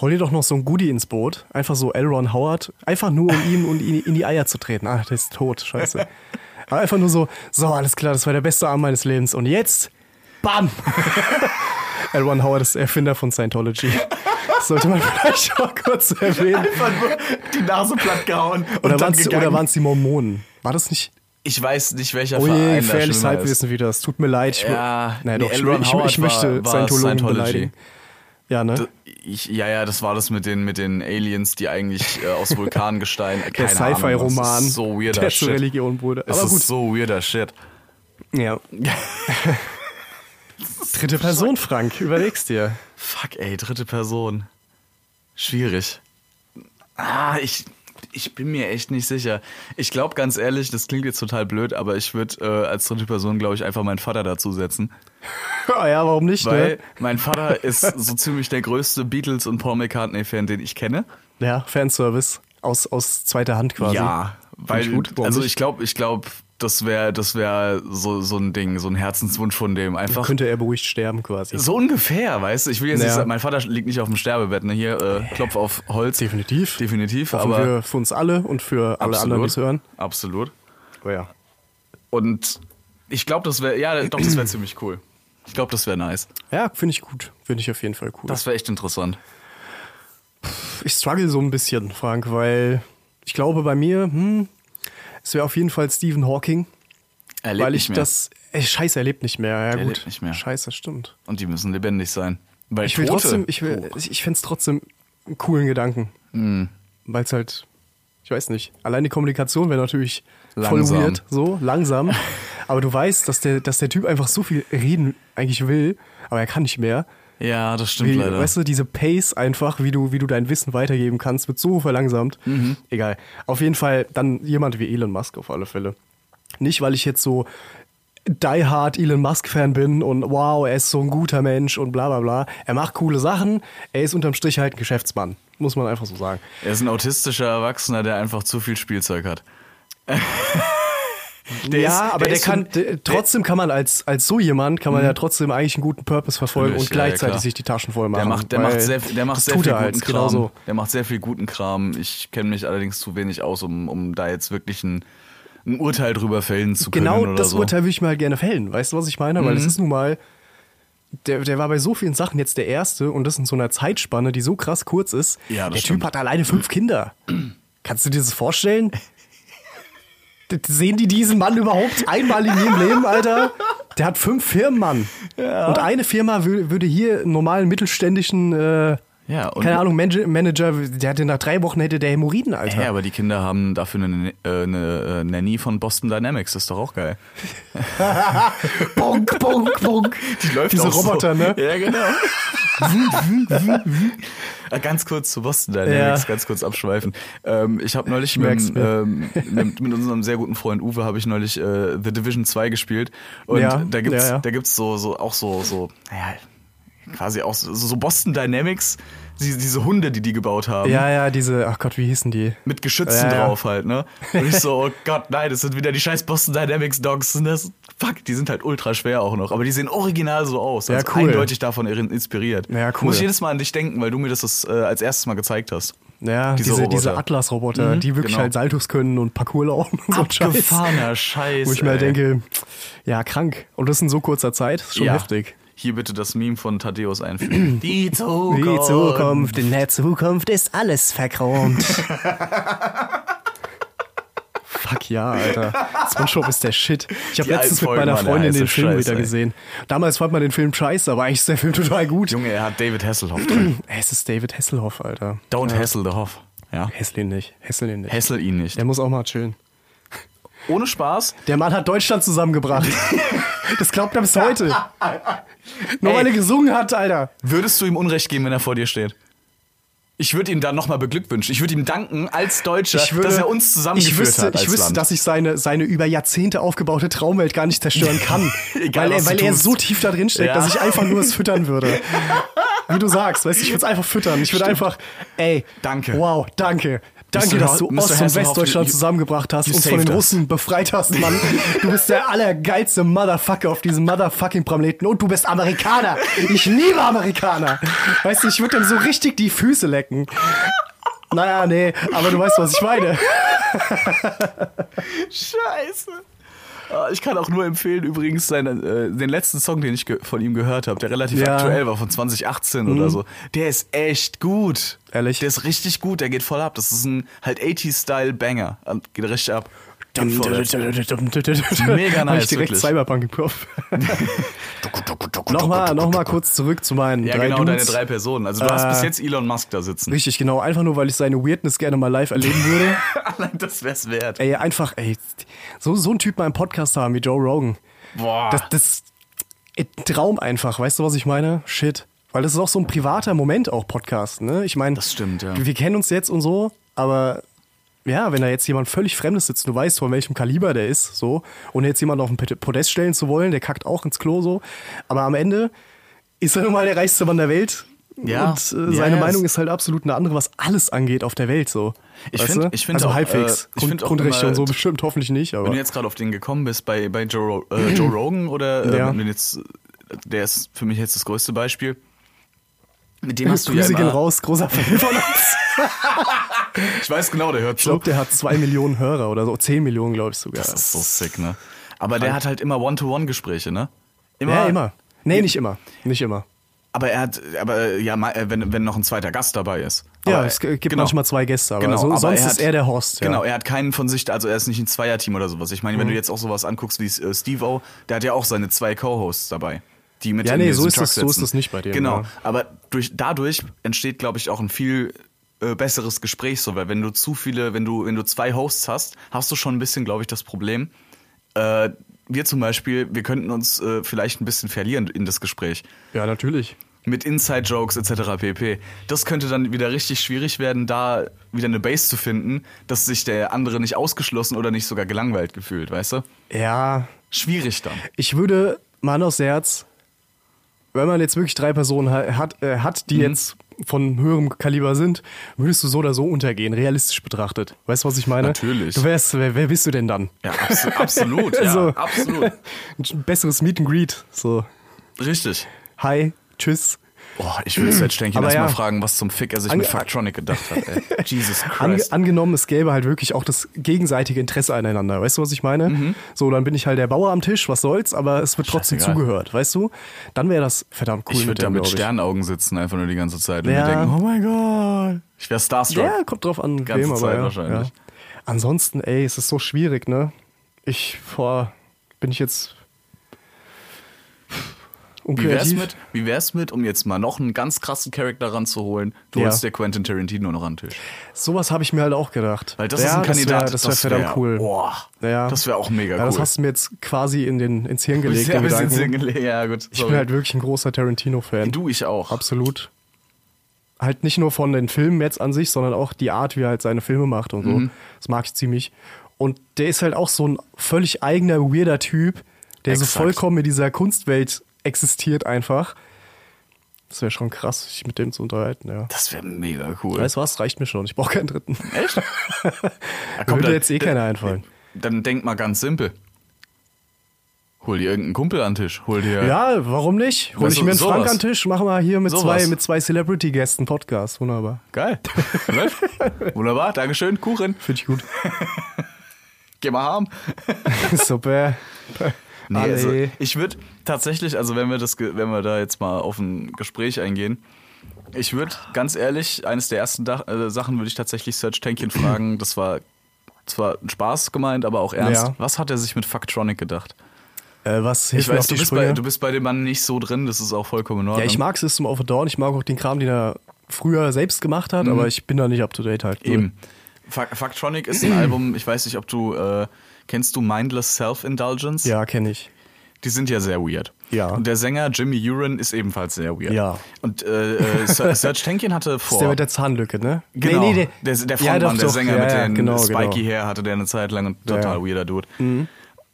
[SPEAKER 1] Hol dir doch noch so ein Goodie ins Boot. Einfach so L. Ron Howard. Einfach nur, um ihm und in, in die Eier zu treten. Ah, der ist tot. Scheiße. Aber einfach nur so, so, alles klar, das war der beste Arm meines Lebens. Und jetzt, bam! *laughs* L. Ron Howard ist Erfinder von Scientology. Das sollte man vielleicht auch kurz erwähnen.
[SPEAKER 2] Die Nase platt gehauen und
[SPEAKER 1] Oder waren es die Mormonen? War das nicht?
[SPEAKER 2] Ich weiß nicht, welcher
[SPEAKER 1] Oh je,
[SPEAKER 2] Verein da
[SPEAKER 1] gefährliches
[SPEAKER 2] schlimmer ist.
[SPEAKER 1] Halbwissen wieder. Es tut mir leid. Ich,
[SPEAKER 2] Ja,
[SPEAKER 1] nein,
[SPEAKER 2] nee,
[SPEAKER 1] doch,
[SPEAKER 2] L.
[SPEAKER 1] ich,
[SPEAKER 2] Ron
[SPEAKER 1] ich,
[SPEAKER 2] Howard
[SPEAKER 1] ich möchte
[SPEAKER 2] war- war
[SPEAKER 1] Scientologen
[SPEAKER 2] Scientology.
[SPEAKER 1] beleidigen. Ja, ne?
[SPEAKER 2] Ich, ja, ja, das war das mit den, mit den Aliens, die eigentlich äh, aus Vulkangestein.
[SPEAKER 1] *laughs* Der
[SPEAKER 2] keine Ahnung, das
[SPEAKER 1] Sci-Fi-Roman,
[SPEAKER 2] ist So weirder
[SPEAKER 1] der
[SPEAKER 2] Shit.
[SPEAKER 1] zur Religion wurde.
[SPEAKER 2] Es
[SPEAKER 1] Aber
[SPEAKER 2] ist
[SPEAKER 1] gut.
[SPEAKER 2] so weirder Shit.
[SPEAKER 1] Ja. *laughs* Dritte Person, Frank. Überlegst
[SPEAKER 2] *laughs*
[SPEAKER 1] dir.
[SPEAKER 2] Fuck, ey, dritte Person. Schwierig. Ah, ich, ich bin mir echt nicht sicher. Ich glaube ganz ehrlich, das klingt jetzt total blöd, aber ich würde äh, als dritte Person, glaube ich, einfach meinen Vater dazusetzen.
[SPEAKER 1] Ah ja, warum nicht,
[SPEAKER 2] Weil
[SPEAKER 1] ne?
[SPEAKER 2] mein Vater ist so ziemlich der größte Beatles- und Paul McCartney-Fan, den ich kenne.
[SPEAKER 1] Ja, Fanservice. Aus, aus zweiter Hand quasi.
[SPEAKER 2] Ja,
[SPEAKER 1] Find
[SPEAKER 2] weil
[SPEAKER 1] ich gut. Warum
[SPEAKER 2] also
[SPEAKER 1] nicht?
[SPEAKER 2] ich glaube, ich glaube, das wäre das wäre so so ein Ding, so ein Herzenswunsch von dem einfach.
[SPEAKER 1] Könnte er beruhigt sterben quasi.
[SPEAKER 2] so ungefähr, weißt du? Ich will jetzt nicht
[SPEAKER 1] Ja.
[SPEAKER 2] sagen, mein Vater liegt nicht auf dem Sterbebett, ne? Hier äh, Klopf auf Holz.
[SPEAKER 1] Definitiv.
[SPEAKER 2] Definitiv,
[SPEAKER 1] Hoffen
[SPEAKER 2] aber
[SPEAKER 1] wir für uns alle und für alle anderen, die es
[SPEAKER 2] absolut.
[SPEAKER 1] hören.
[SPEAKER 2] Absolut.
[SPEAKER 1] Oh ja.
[SPEAKER 2] Und ich glaube, das wäre ja, doch
[SPEAKER 1] *clears throat*
[SPEAKER 2] das wäre ziemlich cool. Ich glaube, das wäre nice.
[SPEAKER 1] Ja, finde ich gut. Finde ich auf jeden Fall cool.
[SPEAKER 2] Das wäre echt interessant.
[SPEAKER 1] ich struggle so ein bisschen, Frank, weil ich glaube bei mir, hm, es wäre auf jeden Fall Stephen Hawking,
[SPEAKER 2] Er lebt
[SPEAKER 1] weil
[SPEAKER 2] nicht
[SPEAKER 1] ich
[SPEAKER 2] mehr.
[SPEAKER 1] das ey, Scheiße, er lebt nicht mehr. Ja, gut.
[SPEAKER 2] lebt nicht mehr.
[SPEAKER 1] Scheiße, stimmt.
[SPEAKER 2] Und die müssen lebendig sein. Weil
[SPEAKER 1] Ich will
[SPEAKER 2] Tote, Hm.
[SPEAKER 1] trotzdem, ich will, ich find's trotzdem einen coolen Gedanken, weil es halt, ich weiß nicht, allein die Kommunikation wäre natürlich
[SPEAKER 2] Langsam.
[SPEAKER 1] voll weird, so
[SPEAKER 2] *laughs*
[SPEAKER 1] langsam. aber du weißt, dass der, dass der Typ einfach so viel reden eigentlich will, aber er kann nicht mehr.
[SPEAKER 2] ja, das stimmt
[SPEAKER 1] Wie,
[SPEAKER 2] leider.
[SPEAKER 1] weißt du, diese Pace einfach, wie du, wie du dein Wissen weitergeben kannst, wird so verlangsamt.
[SPEAKER 2] Mhm.
[SPEAKER 1] Egal. Auf jeden Fall dann jemand wie Elon Musk auf alle Fälle. Nicht, weil ich jetzt so die hard Elon Musk-Fan bin und wow, er ist so ein guter Mensch und bla bla bla. Er macht coole Sachen, er ist unterm Strich halt ein Geschäftsmann. Muss man einfach so sagen.
[SPEAKER 2] Er ist ein autistischer Erwachsener, der einfach zu viel Spielzeug hat. *laughs* Der
[SPEAKER 1] ja,
[SPEAKER 2] ist-
[SPEAKER 1] aber der,
[SPEAKER 2] ist
[SPEAKER 1] kann,
[SPEAKER 2] so-
[SPEAKER 1] der, trotzdem kann man als, als so jemand, kann man ja trotzdem eigentlich einen guten Purpose verfolgen
[SPEAKER 2] Natürlich,
[SPEAKER 1] und
[SPEAKER 2] ja, ja,
[SPEAKER 1] gleichzeitig
[SPEAKER 2] klar.
[SPEAKER 1] sich die Taschen voll machen.
[SPEAKER 2] der macht, der
[SPEAKER 1] weil
[SPEAKER 2] macht sehr, der macht
[SPEAKER 1] das
[SPEAKER 2] sehr
[SPEAKER 1] tut
[SPEAKER 2] viel
[SPEAKER 1] er halt,
[SPEAKER 2] guten Kram.
[SPEAKER 1] genau so.
[SPEAKER 2] Der macht sehr viel guten Kram. Ich kenne mich allerdings zu wenig aus, um, um da jetzt wirklich ein, ein Urteil drüber fällen zu können
[SPEAKER 1] genau
[SPEAKER 2] oder
[SPEAKER 1] das
[SPEAKER 2] so. Mhm.
[SPEAKER 1] Urteil würde ich mir halt gerne fällen. Weißt du, was ich meine? Weil es ist nun mal, der, der war bei so vielen Sachen jetzt der Erste und das in so einer Zeitspanne, die so krass kurz ist.
[SPEAKER 2] Ja, das
[SPEAKER 1] der
[SPEAKER 2] stimmt.
[SPEAKER 1] Typ hat alleine fünf
[SPEAKER 2] *clears throat*
[SPEAKER 1] Kinder. Kannst du dir das vorstellen? D- Sehen die diesen Mann überhaupt einmal in ihrem Leben, Alter? Der hat fünf Firmen, Mann. Und eine Firma wü- würde hier einen normalen mittelständischen, äh,
[SPEAKER 2] Ja, und-
[SPEAKER 1] keine Ahnung, Manager, Manager, der hätte nach drei Wochen hätte der Hämorrhoiden, Alter.
[SPEAKER 2] Hä, aber die Kinder haben dafür eine, äh, eine äh, Nanny von Boston Dynamics, das ist doch auch geil.
[SPEAKER 1] *laughs* bonk, bonk, bonk.
[SPEAKER 2] *laughs* Die läuft
[SPEAKER 1] Diese
[SPEAKER 2] auch so.
[SPEAKER 1] Roboter, ne? *laughs*
[SPEAKER 2] Ja, genau. Ah, ganz kurz zu Boston Dynamics,
[SPEAKER 1] Ja.
[SPEAKER 2] ganz kurz abschweifen. Ähm, ich habe neulich
[SPEAKER 1] merk's *laughs*
[SPEAKER 2] mit, ähm, mit, mit unserem sehr guten Freund Uwe habe ich neulich äh, The Division 2 gespielt und
[SPEAKER 1] Ja,
[SPEAKER 2] da gibt's
[SPEAKER 1] ja, ja.
[SPEAKER 2] da gibt's so so auch so so naja, quasi auch so, so Boston Dynamics die, diese Hunde, die die gebaut haben.
[SPEAKER 1] Ja, ja, diese, ach Gott, wie hießen die?
[SPEAKER 2] Hm? Mit Geschützen
[SPEAKER 1] Ja, ja.
[SPEAKER 2] drauf halt, ne? Und ich
[SPEAKER 1] *laughs*
[SPEAKER 2] so, oh Gott, nein, das sind wieder die scheiß Boston Dynamics Dogs. Und das, fuck, die sind halt ultra schwer auch noch. Aber die sehen original so aus.
[SPEAKER 1] Ja,
[SPEAKER 2] also
[SPEAKER 1] cool.
[SPEAKER 2] eindeutig davon ir- inspiriert.
[SPEAKER 1] Ja, cool.
[SPEAKER 2] Muss ich jedes Mal an dich denken, weil du mir das, das äh, als erstes Mal gezeigt hast.
[SPEAKER 1] Ja,
[SPEAKER 2] Diese
[SPEAKER 1] diese, diese,
[SPEAKER 2] Roboter.
[SPEAKER 1] Atlas-Roboter, die wirklich
[SPEAKER 2] genau.
[SPEAKER 1] halt Saltos können und Parkour laufen und so ein
[SPEAKER 2] Abgefahrener Scheiß.
[SPEAKER 1] *laughs* Wo ich mir
[SPEAKER 2] ey.
[SPEAKER 1] halt denke, ja, krank. Und das in so kurzer Zeit, ist schon
[SPEAKER 2] Ja.
[SPEAKER 1] heftig.
[SPEAKER 2] Hier bitte das Meme von
[SPEAKER 1] *clears throat*
[SPEAKER 2] Thaddeus einfügen. Die Zukunft.
[SPEAKER 1] in der Zukunft ist alles
[SPEAKER 2] *laughs*
[SPEAKER 1] verchromt. Fuck ja, Alter. SpongeBob ist der Shit. Ich habe
[SPEAKER 2] Die alten
[SPEAKER 1] letztens mit
[SPEAKER 2] Folgen
[SPEAKER 1] meiner
[SPEAKER 2] waren der
[SPEAKER 1] Freundin den
[SPEAKER 2] heiße
[SPEAKER 1] Film
[SPEAKER 2] Scheiß,
[SPEAKER 1] wieder
[SPEAKER 2] ey.
[SPEAKER 1] gesehen. Damals fand man den Film scheiße, aber eigentlich ist der Film total gut.
[SPEAKER 2] Junge, er hat David Hasselhoff drin.
[SPEAKER 1] *clears throat* Ey, es ist David Hasselhoff, Alter.
[SPEAKER 2] Don't hassle the Hoff. Ja.
[SPEAKER 1] Hassel ihn nicht. Hassel ihn nicht.
[SPEAKER 2] Hassle ihn nicht.
[SPEAKER 1] Der muss auch mal chillen.
[SPEAKER 2] Ohne Spaß.
[SPEAKER 1] Der Mann hat Deutschland zusammengebracht.
[SPEAKER 2] *laughs*
[SPEAKER 1] Das glaubt er bis heute. Nur
[SPEAKER 2] Ey.
[SPEAKER 1] weil er gesungen hat, Alter.
[SPEAKER 2] Würdest du ihm Unrecht geben, wenn er vor dir steht? Ich würde ihm dann nochmal beglückwünschen. Ich würde ihm danken als Deutscher,
[SPEAKER 1] Ich würde,
[SPEAKER 2] dass er uns zusammengeführt
[SPEAKER 1] ich wüsste,
[SPEAKER 2] hat als
[SPEAKER 1] ich wüsste,
[SPEAKER 2] Land.
[SPEAKER 1] dass ich seine, seine über Jahrzehnte aufgebaute Traumwelt gar nicht zerstören kann.
[SPEAKER 2] *laughs* Egal,
[SPEAKER 1] weil
[SPEAKER 2] was
[SPEAKER 1] er,
[SPEAKER 2] du
[SPEAKER 1] weil er
[SPEAKER 2] tust.
[SPEAKER 1] so tief da drin steckt,
[SPEAKER 2] Ja.
[SPEAKER 1] dass ich einfach nur es füttern
[SPEAKER 2] *laughs*
[SPEAKER 1] würde. Wie du sagst, weißt du, ich würde es einfach füttern. Ich würde einfach, ey,
[SPEAKER 2] Danke.
[SPEAKER 1] Wow, danke. Danke,
[SPEAKER 2] Mr.
[SPEAKER 1] dass du Ost-
[SPEAKER 2] Mr.
[SPEAKER 1] und
[SPEAKER 2] Hasselhoff,
[SPEAKER 1] Westdeutschland
[SPEAKER 2] you-
[SPEAKER 1] zusammengebracht hast
[SPEAKER 2] you
[SPEAKER 1] und von den
[SPEAKER 2] saved us.
[SPEAKER 1] Russen befreit hast, Mann. Du bist der allergeilste Motherfucker auf diesem motherfucking Planeten und du bist Amerikaner. Ich liebe Amerikaner. Weißt du, ich würde dem so richtig die Füße lecken. Naja, nee, aber du weißt, was ich meine.
[SPEAKER 2] Scheiße. Äh, Ich kann auch nur empfehlen, übrigens, seinen, äh, den letzten Song, den ich ge- von ihm gehört habe, der relativ
[SPEAKER 1] Ja. Mhm.
[SPEAKER 2] aktuell war, von 2018 oder so. Der ist echt gut.
[SPEAKER 1] Ehrlich?
[SPEAKER 2] Der ist richtig gut, der Ähm, geht voll ab. Das ist ein halt 80-Style-Banger. Geht richtig ab. gibt vorletzte. Mega
[SPEAKER 1] Hab ich
[SPEAKER 2] nice,
[SPEAKER 1] direkt
[SPEAKER 2] wirklich.
[SPEAKER 1] Cyberpunk gekauft. nochmal, nochmal kurz zurück zu meinen
[SPEAKER 2] Ja,
[SPEAKER 1] drei
[SPEAKER 2] genau,
[SPEAKER 1] Dudes.
[SPEAKER 2] deine drei Personen. Also du hast
[SPEAKER 1] Ah.
[SPEAKER 2] bis jetzt Elon Musk da sitzen.
[SPEAKER 1] Richtig, genau. Einfach nur, weil ich seine Weirdness gerne mal live erleben würde.
[SPEAKER 2] *laughs* Allein das wär's wert.
[SPEAKER 1] ey, einfach, ey, so, so einen Typ mal im Podcast haben wie Joe Rogan.
[SPEAKER 2] Boah.
[SPEAKER 1] Das, das ey, Traum einfach, weißt du, was ich meine? Shit. Weil das ist auch so ein privater Moment, auch Podcast, ne? Ich meine,
[SPEAKER 2] Das stimmt, ja.
[SPEAKER 1] wir, wir kennen uns jetzt und so, aber ja, wenn da jetzt jemand völlig Fremdes sitzt, du weißt, von welchem Kaliber der ist, so, und jetzt jemanden auf den Podest stellen zu wollen, der kackt auch ins Klo, so, aber am Ende ist er nun mal der reichste Mann der Welt.
[SPEAKER 2] Ja.
[SPEAKER 1] Und äh,
[SPEAKER 2] Ja,
[SPEAKER 1] seine
[SPEAKER 2] ja,
[SPEAKER 1] Meinung
[SPEAKER 2] es-
[SPEAKER 1] ist halt absolut eine andere, was alles angeht auf der Welt, so.
[SPEAKER 2] Ich
[SPEAKER 1] Weißt
[SPEAKER 2] find-
[SPEAKER 1] du?
[SPEAKER 2] ich find
[SPEAKER 1] Also
[SPEAKER 2] auch,
[SPEAKER 1] halbwegs.
[SPEAKER 2] äh, ich
[SPEAKER 1] Grund-
[SPEAKER 2] find auch
[SPEAKER 1] Grundrechte
[SPEAKER 2] immer-
[SPEAKER 1] und so bestimmt, hoffentlich nicht, aber.
[SPEAKER 2] Wenn
[SPEAKER 1] *laughs*
[SPEAKER 2] du jetzt gerade auf den gekommen bist, bei, bei Joe, Ro-
[SPEAKER 1] *clears throat*
[SPEAKER 2] äh, Joe Rogan oder äh,
[SPEAKER 1] Ja.
[SPEAKER 2] wenn jetzt, äh, der ist für mich jetzt das größte Beispiel. Mit
[SPEAKER 1] *laughs*
[SPEAKER 2] dem hast du ja
[SPEAKER 1] Grüße gehen
[SPEAKER 2] immer,
[SPEAKER 1] raus, großer Fan von uns. *laughs*
[SPEAKER 2] Ich weiß genau, der hört
[SPEAKER 1] Ich glaube, der hat zwei Millionen Hörer oder so, zehn Millionen, glaube ich sogar.
[SPEAKER 2] Das ist so sick, ne? Aber der hat halt immer One-to-One-Gespräche, ne? Immer,
[SPEAKER 1] ja, immer. Nee, nicht immer. Nicht immer.
[SPEAKER 2] Aber er hat, aber ja, ma- äh, wenn, wenn noch ein zweiter Gast dabei ist.
[SPEAKER 1] Ja,
[SPEAKER 2] aber,
[SPEAKER 1] es g- gibt
[SPEAKER 2] genau.
[SPEAKER 1] manchmal zwei Gäste, aber,
[SPEAKER 2] Genau,
[SPEAKER 1] so,
[SPEAKER 2] aber
[SPEAKER 1] sonst
[SPEAKER 2] er hat-
[SPEAKER 1] ist er der Host. Ja. Mhm.
[SPEAKER 2] Genau, er hat keinen von sich, also er ist nicht ein Zweierteam oder sowas. Ich meine, wenn du jetzt auch sowas anguckst wie äh, Steve-O, der hat ja auch seine zwei Co-Hosts dabei. Die mit
[SPEAKER 1] Ja,
[SPEAKER 2] in
[SPEAKER 1] nee,
[SPEAKER 2] diesen
[SPEAKER 1] so ist
[SPEAKER 2] Truck
[SPEAKER 1] das- so ist
[SPEAKER 2] sitzen.
[SPEAKER 1] das nicht bei dem,
[SPEAKER 2] Genau,
[SPEAKER 1] ja.
[SPEAKER 2] aber durch, dadurch entsteht, glaube ich, auch ein viel äh, besseres Gespräch so, weil wenn du zu viele, wenn du, wenn du zwei Hosts hast, hast du schon ein bisschen, glaube ich, das Problem, äh, wir zum Beispiel, wir könnten uns äh, vielleicht ein bisschen verlieren in das Gespräch
[SPEAKER 1] ja, natürlich.
[SPEAKER 2] mit Inside-Jokes etc. pp. Das könnte dann wieder richtig schwierig werden, da wieder eine Base zu finden, dass sich der andere nicht ausgeschlossen oder nicht sogar gelangweilt gefühlt, weißt du?
[SPEAKER 1] Ja,
[SPEAKER 2] Schwierig dann.
[SPEAKER 1] ich würde, Mann aufs Herz, wenn man jetzt wirklich drei Personen ha- hat, äh, hat die jetzt von höherem Kaliber sind, würdest du so oder so untergehen, realistisch betrachtet. Weißt du, was ich meine?
[SPEAKER 2] Natürlich.
[SPEAKER 1] Du wärst, wer, wer bist du denn dann?
[SPEAKER 2] Ja, *laughs* abso absolut,
[SPEAKER 1] *laughs*
[SPEAKER 2] ja,
[SPEAKER 1] So.
[SPEAKER 2] absolut.
[SPEAKER 1] Ein besseres Meet and Greet. So,
[SPEAKER 2] Richtig.
[SPEAKER 1] hi, tschüss.
[SPEAKER 2] Boah, ich will Seth Stenkin
[SPEAKER 1] Aber
[SPEAKER 2] erstmal
[SPEAKER 1] ja.
[SPEAKER 2] fragen, was zum Fick er sich
[SPEAKER 1] Ange-
[SPEAKER 2] mit Factronic gedacht hat,
[SPEAKER 1] *laughs*
[SPEAKER 2] ey. Jesus
[SPEAKER 1] Ange
[SPEAKER 2] Christ.
[SPEAKER 1] angenommen, es gäbe halt wirklich auch das gegenseitige Interesse aneinander. Weißt du, was ich meine?
[SPEAKER 2] Mhm.
[SPEAKER 1] So, dann bin ich halt der Bauer am Tisch, was soll's, aber es wird trotzdem
[SPEAKER 2] Scheißegal.
[SPEAKER 1] zugehört, weißt du? Dann wäre das verdammt cool
[SPEAKER 2] ich
[SPEAKER 1] mit
[SPEAKER 2] würde da
[SPEAKER 1] dem,
[SPEAKER 2] mit
[SPEAKER 1] glaub ich.
[SPEAKER 2] Sternaugen sitzen, einfach nur die ganze Zeit und mir
[SPEAKER 1] Ja.
[SPEAKER 2] denken, oh mein Gott. Ich wäre Starstruck.
[SPEAKER 1] Ja, kommt drauf an,
[SPEAKER 2] Ganze
[SPEAKER 1] wem, aber
[SPEAKER 2] Zeit
[SPEAKER 1] ja,
[SPEAKER 2] wahrscheinlich.
[SPEAKER 1] Ja. Ansonsten, ey, es ist so schwierig, ne? Ich, boah, bin ich jetzt
[SPEAKER 2] Wie wär's,
[SPEAKER 1] unkreativ?
[SPEAKER 2] mit, wie wär's mit, um jetzt mal noch einen ganz krassen Charakter ranzuholen, du
[SPEAKER 1] Ja.
[SPEAKER 2] holst dir Quentin Tarantino noch an den Tisch.
[SPEAKER 1] Sowas habe ich mir halt auch gedacht.
[SPEAKER 2] Weil das
[SPEAKER 1] ja,
[SPEAKER 2] ist ein Kandidat,
[SPEAKER 1] Das wäre wär verdammt cool.
[SPEAKER 2] Boah,
[SPEAKER 1] Ja.
[SPEAKER 2] Das wäre auch mega
[SPEAKER 1] ja, das
[SPEAKER 2] cool.
[SPEAKER 1] hast du mir jetzt quasi in den, ins
[SPEAKER 2] *laughs*
[SPEAKER 1] Hirn gelegt.
[SPEAKER 2] ja,
[SPEAKER 1] den
[SPEAKER 2] wir sind
[SPEAKER 1] Gedanken.
[SPEAKER 2] Single, ja gut.
[SPEAKER 1] Ich bin halt wirklich ein großer Tarantino-Fan.
[SPEAKER 2] du, ich auch.
[SPEAKER 1] Absolut. Halt nicht nur von den Filmen jetzt an sich, sondern auch die Art, wie er halt seine Filme macht und so.
[SPEAKER 2] Mhm.
[SPEAKER 1] Das mag ich ziemlich. Und der ist halt auch so ein völlig eigener, weirder Typ, der so
[SPEAKER 2] Exakt.
[SPEAKER 1] vollkommen in dieser Kunstwelt existiert einfach. Das wäre schon krass, sich mit dem zu unterhalten, ja.
[SPEAKER 2] Das wäre mega cool.
[SPEAKER 1] Weißt du was, reicht mir schon. Ich brauche keinen dritten. *laughs*
[SPEAKER 2] Echt? Ja, komm,
[SPEAKER 1] Würde
[SPEAKER 2] dann-
[SPEAKER 1] jetzt eh keiner einfallen.
[SPEAKER 2] Dann denk mal ganz simpel. Hol dir irgendeinen Kumpel an den Tisch. Hol dir.
[SPEAKER 1] Ja, warum nicht? Hol
[SPEAKER 2] Weißt
[SPEAKER 1] ich
[SPEAKER 2] du,
[SPEAKER 1] mir einen
[SPEAKER 2] Also sowas.
[SPEAKER 1] Frank an den Tisch, machen wir hier mit
[SPEAKER 2] Sowas.
[SPEAKER 1] zwei, mit zwei Celebrity-Gästen Podcast. Wunderbar. *laughs*
[SPEAKER 2] Geil. Läuft. Wunderbar, Dankeschön. Kuchen.
[SPEAKER 1] Finde ich
[SPEAKER 2] *laughs*
[SPEAKER 1] gut.
[SPEAKER 2] Geh mal haben.
[SPEAKER 1] Super.
[SPEAKER 2] Nee, also
[SPEAKER 1] Alle. äh,
[SPEAKER 2] ich würde tatsächlich, also wenn wir das, ge- wenn wir da jetzt mal auf ein Gespräch eingehen, ich würde ganz ehrlich, eines der ersten Dach, äh, Sachen würde ich tatsächlich Serge Tankchen fragen.
[SPEAKER 1] *clears throat*
[SPEAKER 2] Das war zwar ein Spaß gemeint, aber auch ernst.
[SPEAKER 1] Ja.
[SPEAKER 2] Was hat er sich mit Fucktronic gedacht?
[SPEAKER 1] Äh, was hilft
[SPEAKER 2] Ich
[SPEAKER 1] mir auf
[SPEAKER 2] weiß,
[SPEAKER 1] die
[SPEAKER 2] du bist,
[SPEAKER 1] Sprünge?
[SPEAKER 2] bei, du bist bei dem Mann nicht so drin, das ist auch vollkommen in Ordnung.
[SPEAKER 1] Ja, ich mag System of a Dawn, ich mag auch den Kram, den er früher selbst gemacht hat, aber ich bin da nicht up to date halt.
[SPEAKER 2] Mhm. Eben. Fuck- Fucktronic ist ein Album, ich weiß nicht, ob du, äh, kennst du Mindless Self-Indulgence?
[SPEAKER 1] Ja, kenne ich.
[SPEAKER 2] Die sind ja sehr weird.
[SPEAKER 1] Ja.
[SPEAKER 2] Und der Sänger Jimmy Urin ist ebenfalls sehr weird.
[SPEAKER 1] Ja.
[SPEAKER 2] Und äh,
[SPEAKER 1] *laughs*
[SPEAKER 2] äh, Ser- Serge Tankian hatte
[SPEAKER 1] Das ist der
[SPEAKER 2] vor.
[SPEAKER 1] mit der Zahnlücke, ne?
[SPEAKER 2] genau,
[SPEAKER 1] Nee, nee,
[SPEAKER 2] der,
[SPEAKER 1] Ja,
[SPEAKER 2] der Frontmann,
[SPEAKER 1] doch,
[SPEAKER 2] der
[SPEAKER 1] doch,
[SPEAKER 2] Sänger
[SPEAKER 1] ja,
[SPEAKER 2] mit
[SPEAKER 1] ja,
[SPEAKER 2] den
[SPEAKER 1] genau,
[SPEAKER 2] spiky
[SPEAKER 1] genau.
[SPEAKER 2] Hair hatte der eine Zeit lang und total
[SPEAKER 1] Ja. Mhm.
[SPEAKER 2] weirder Dude.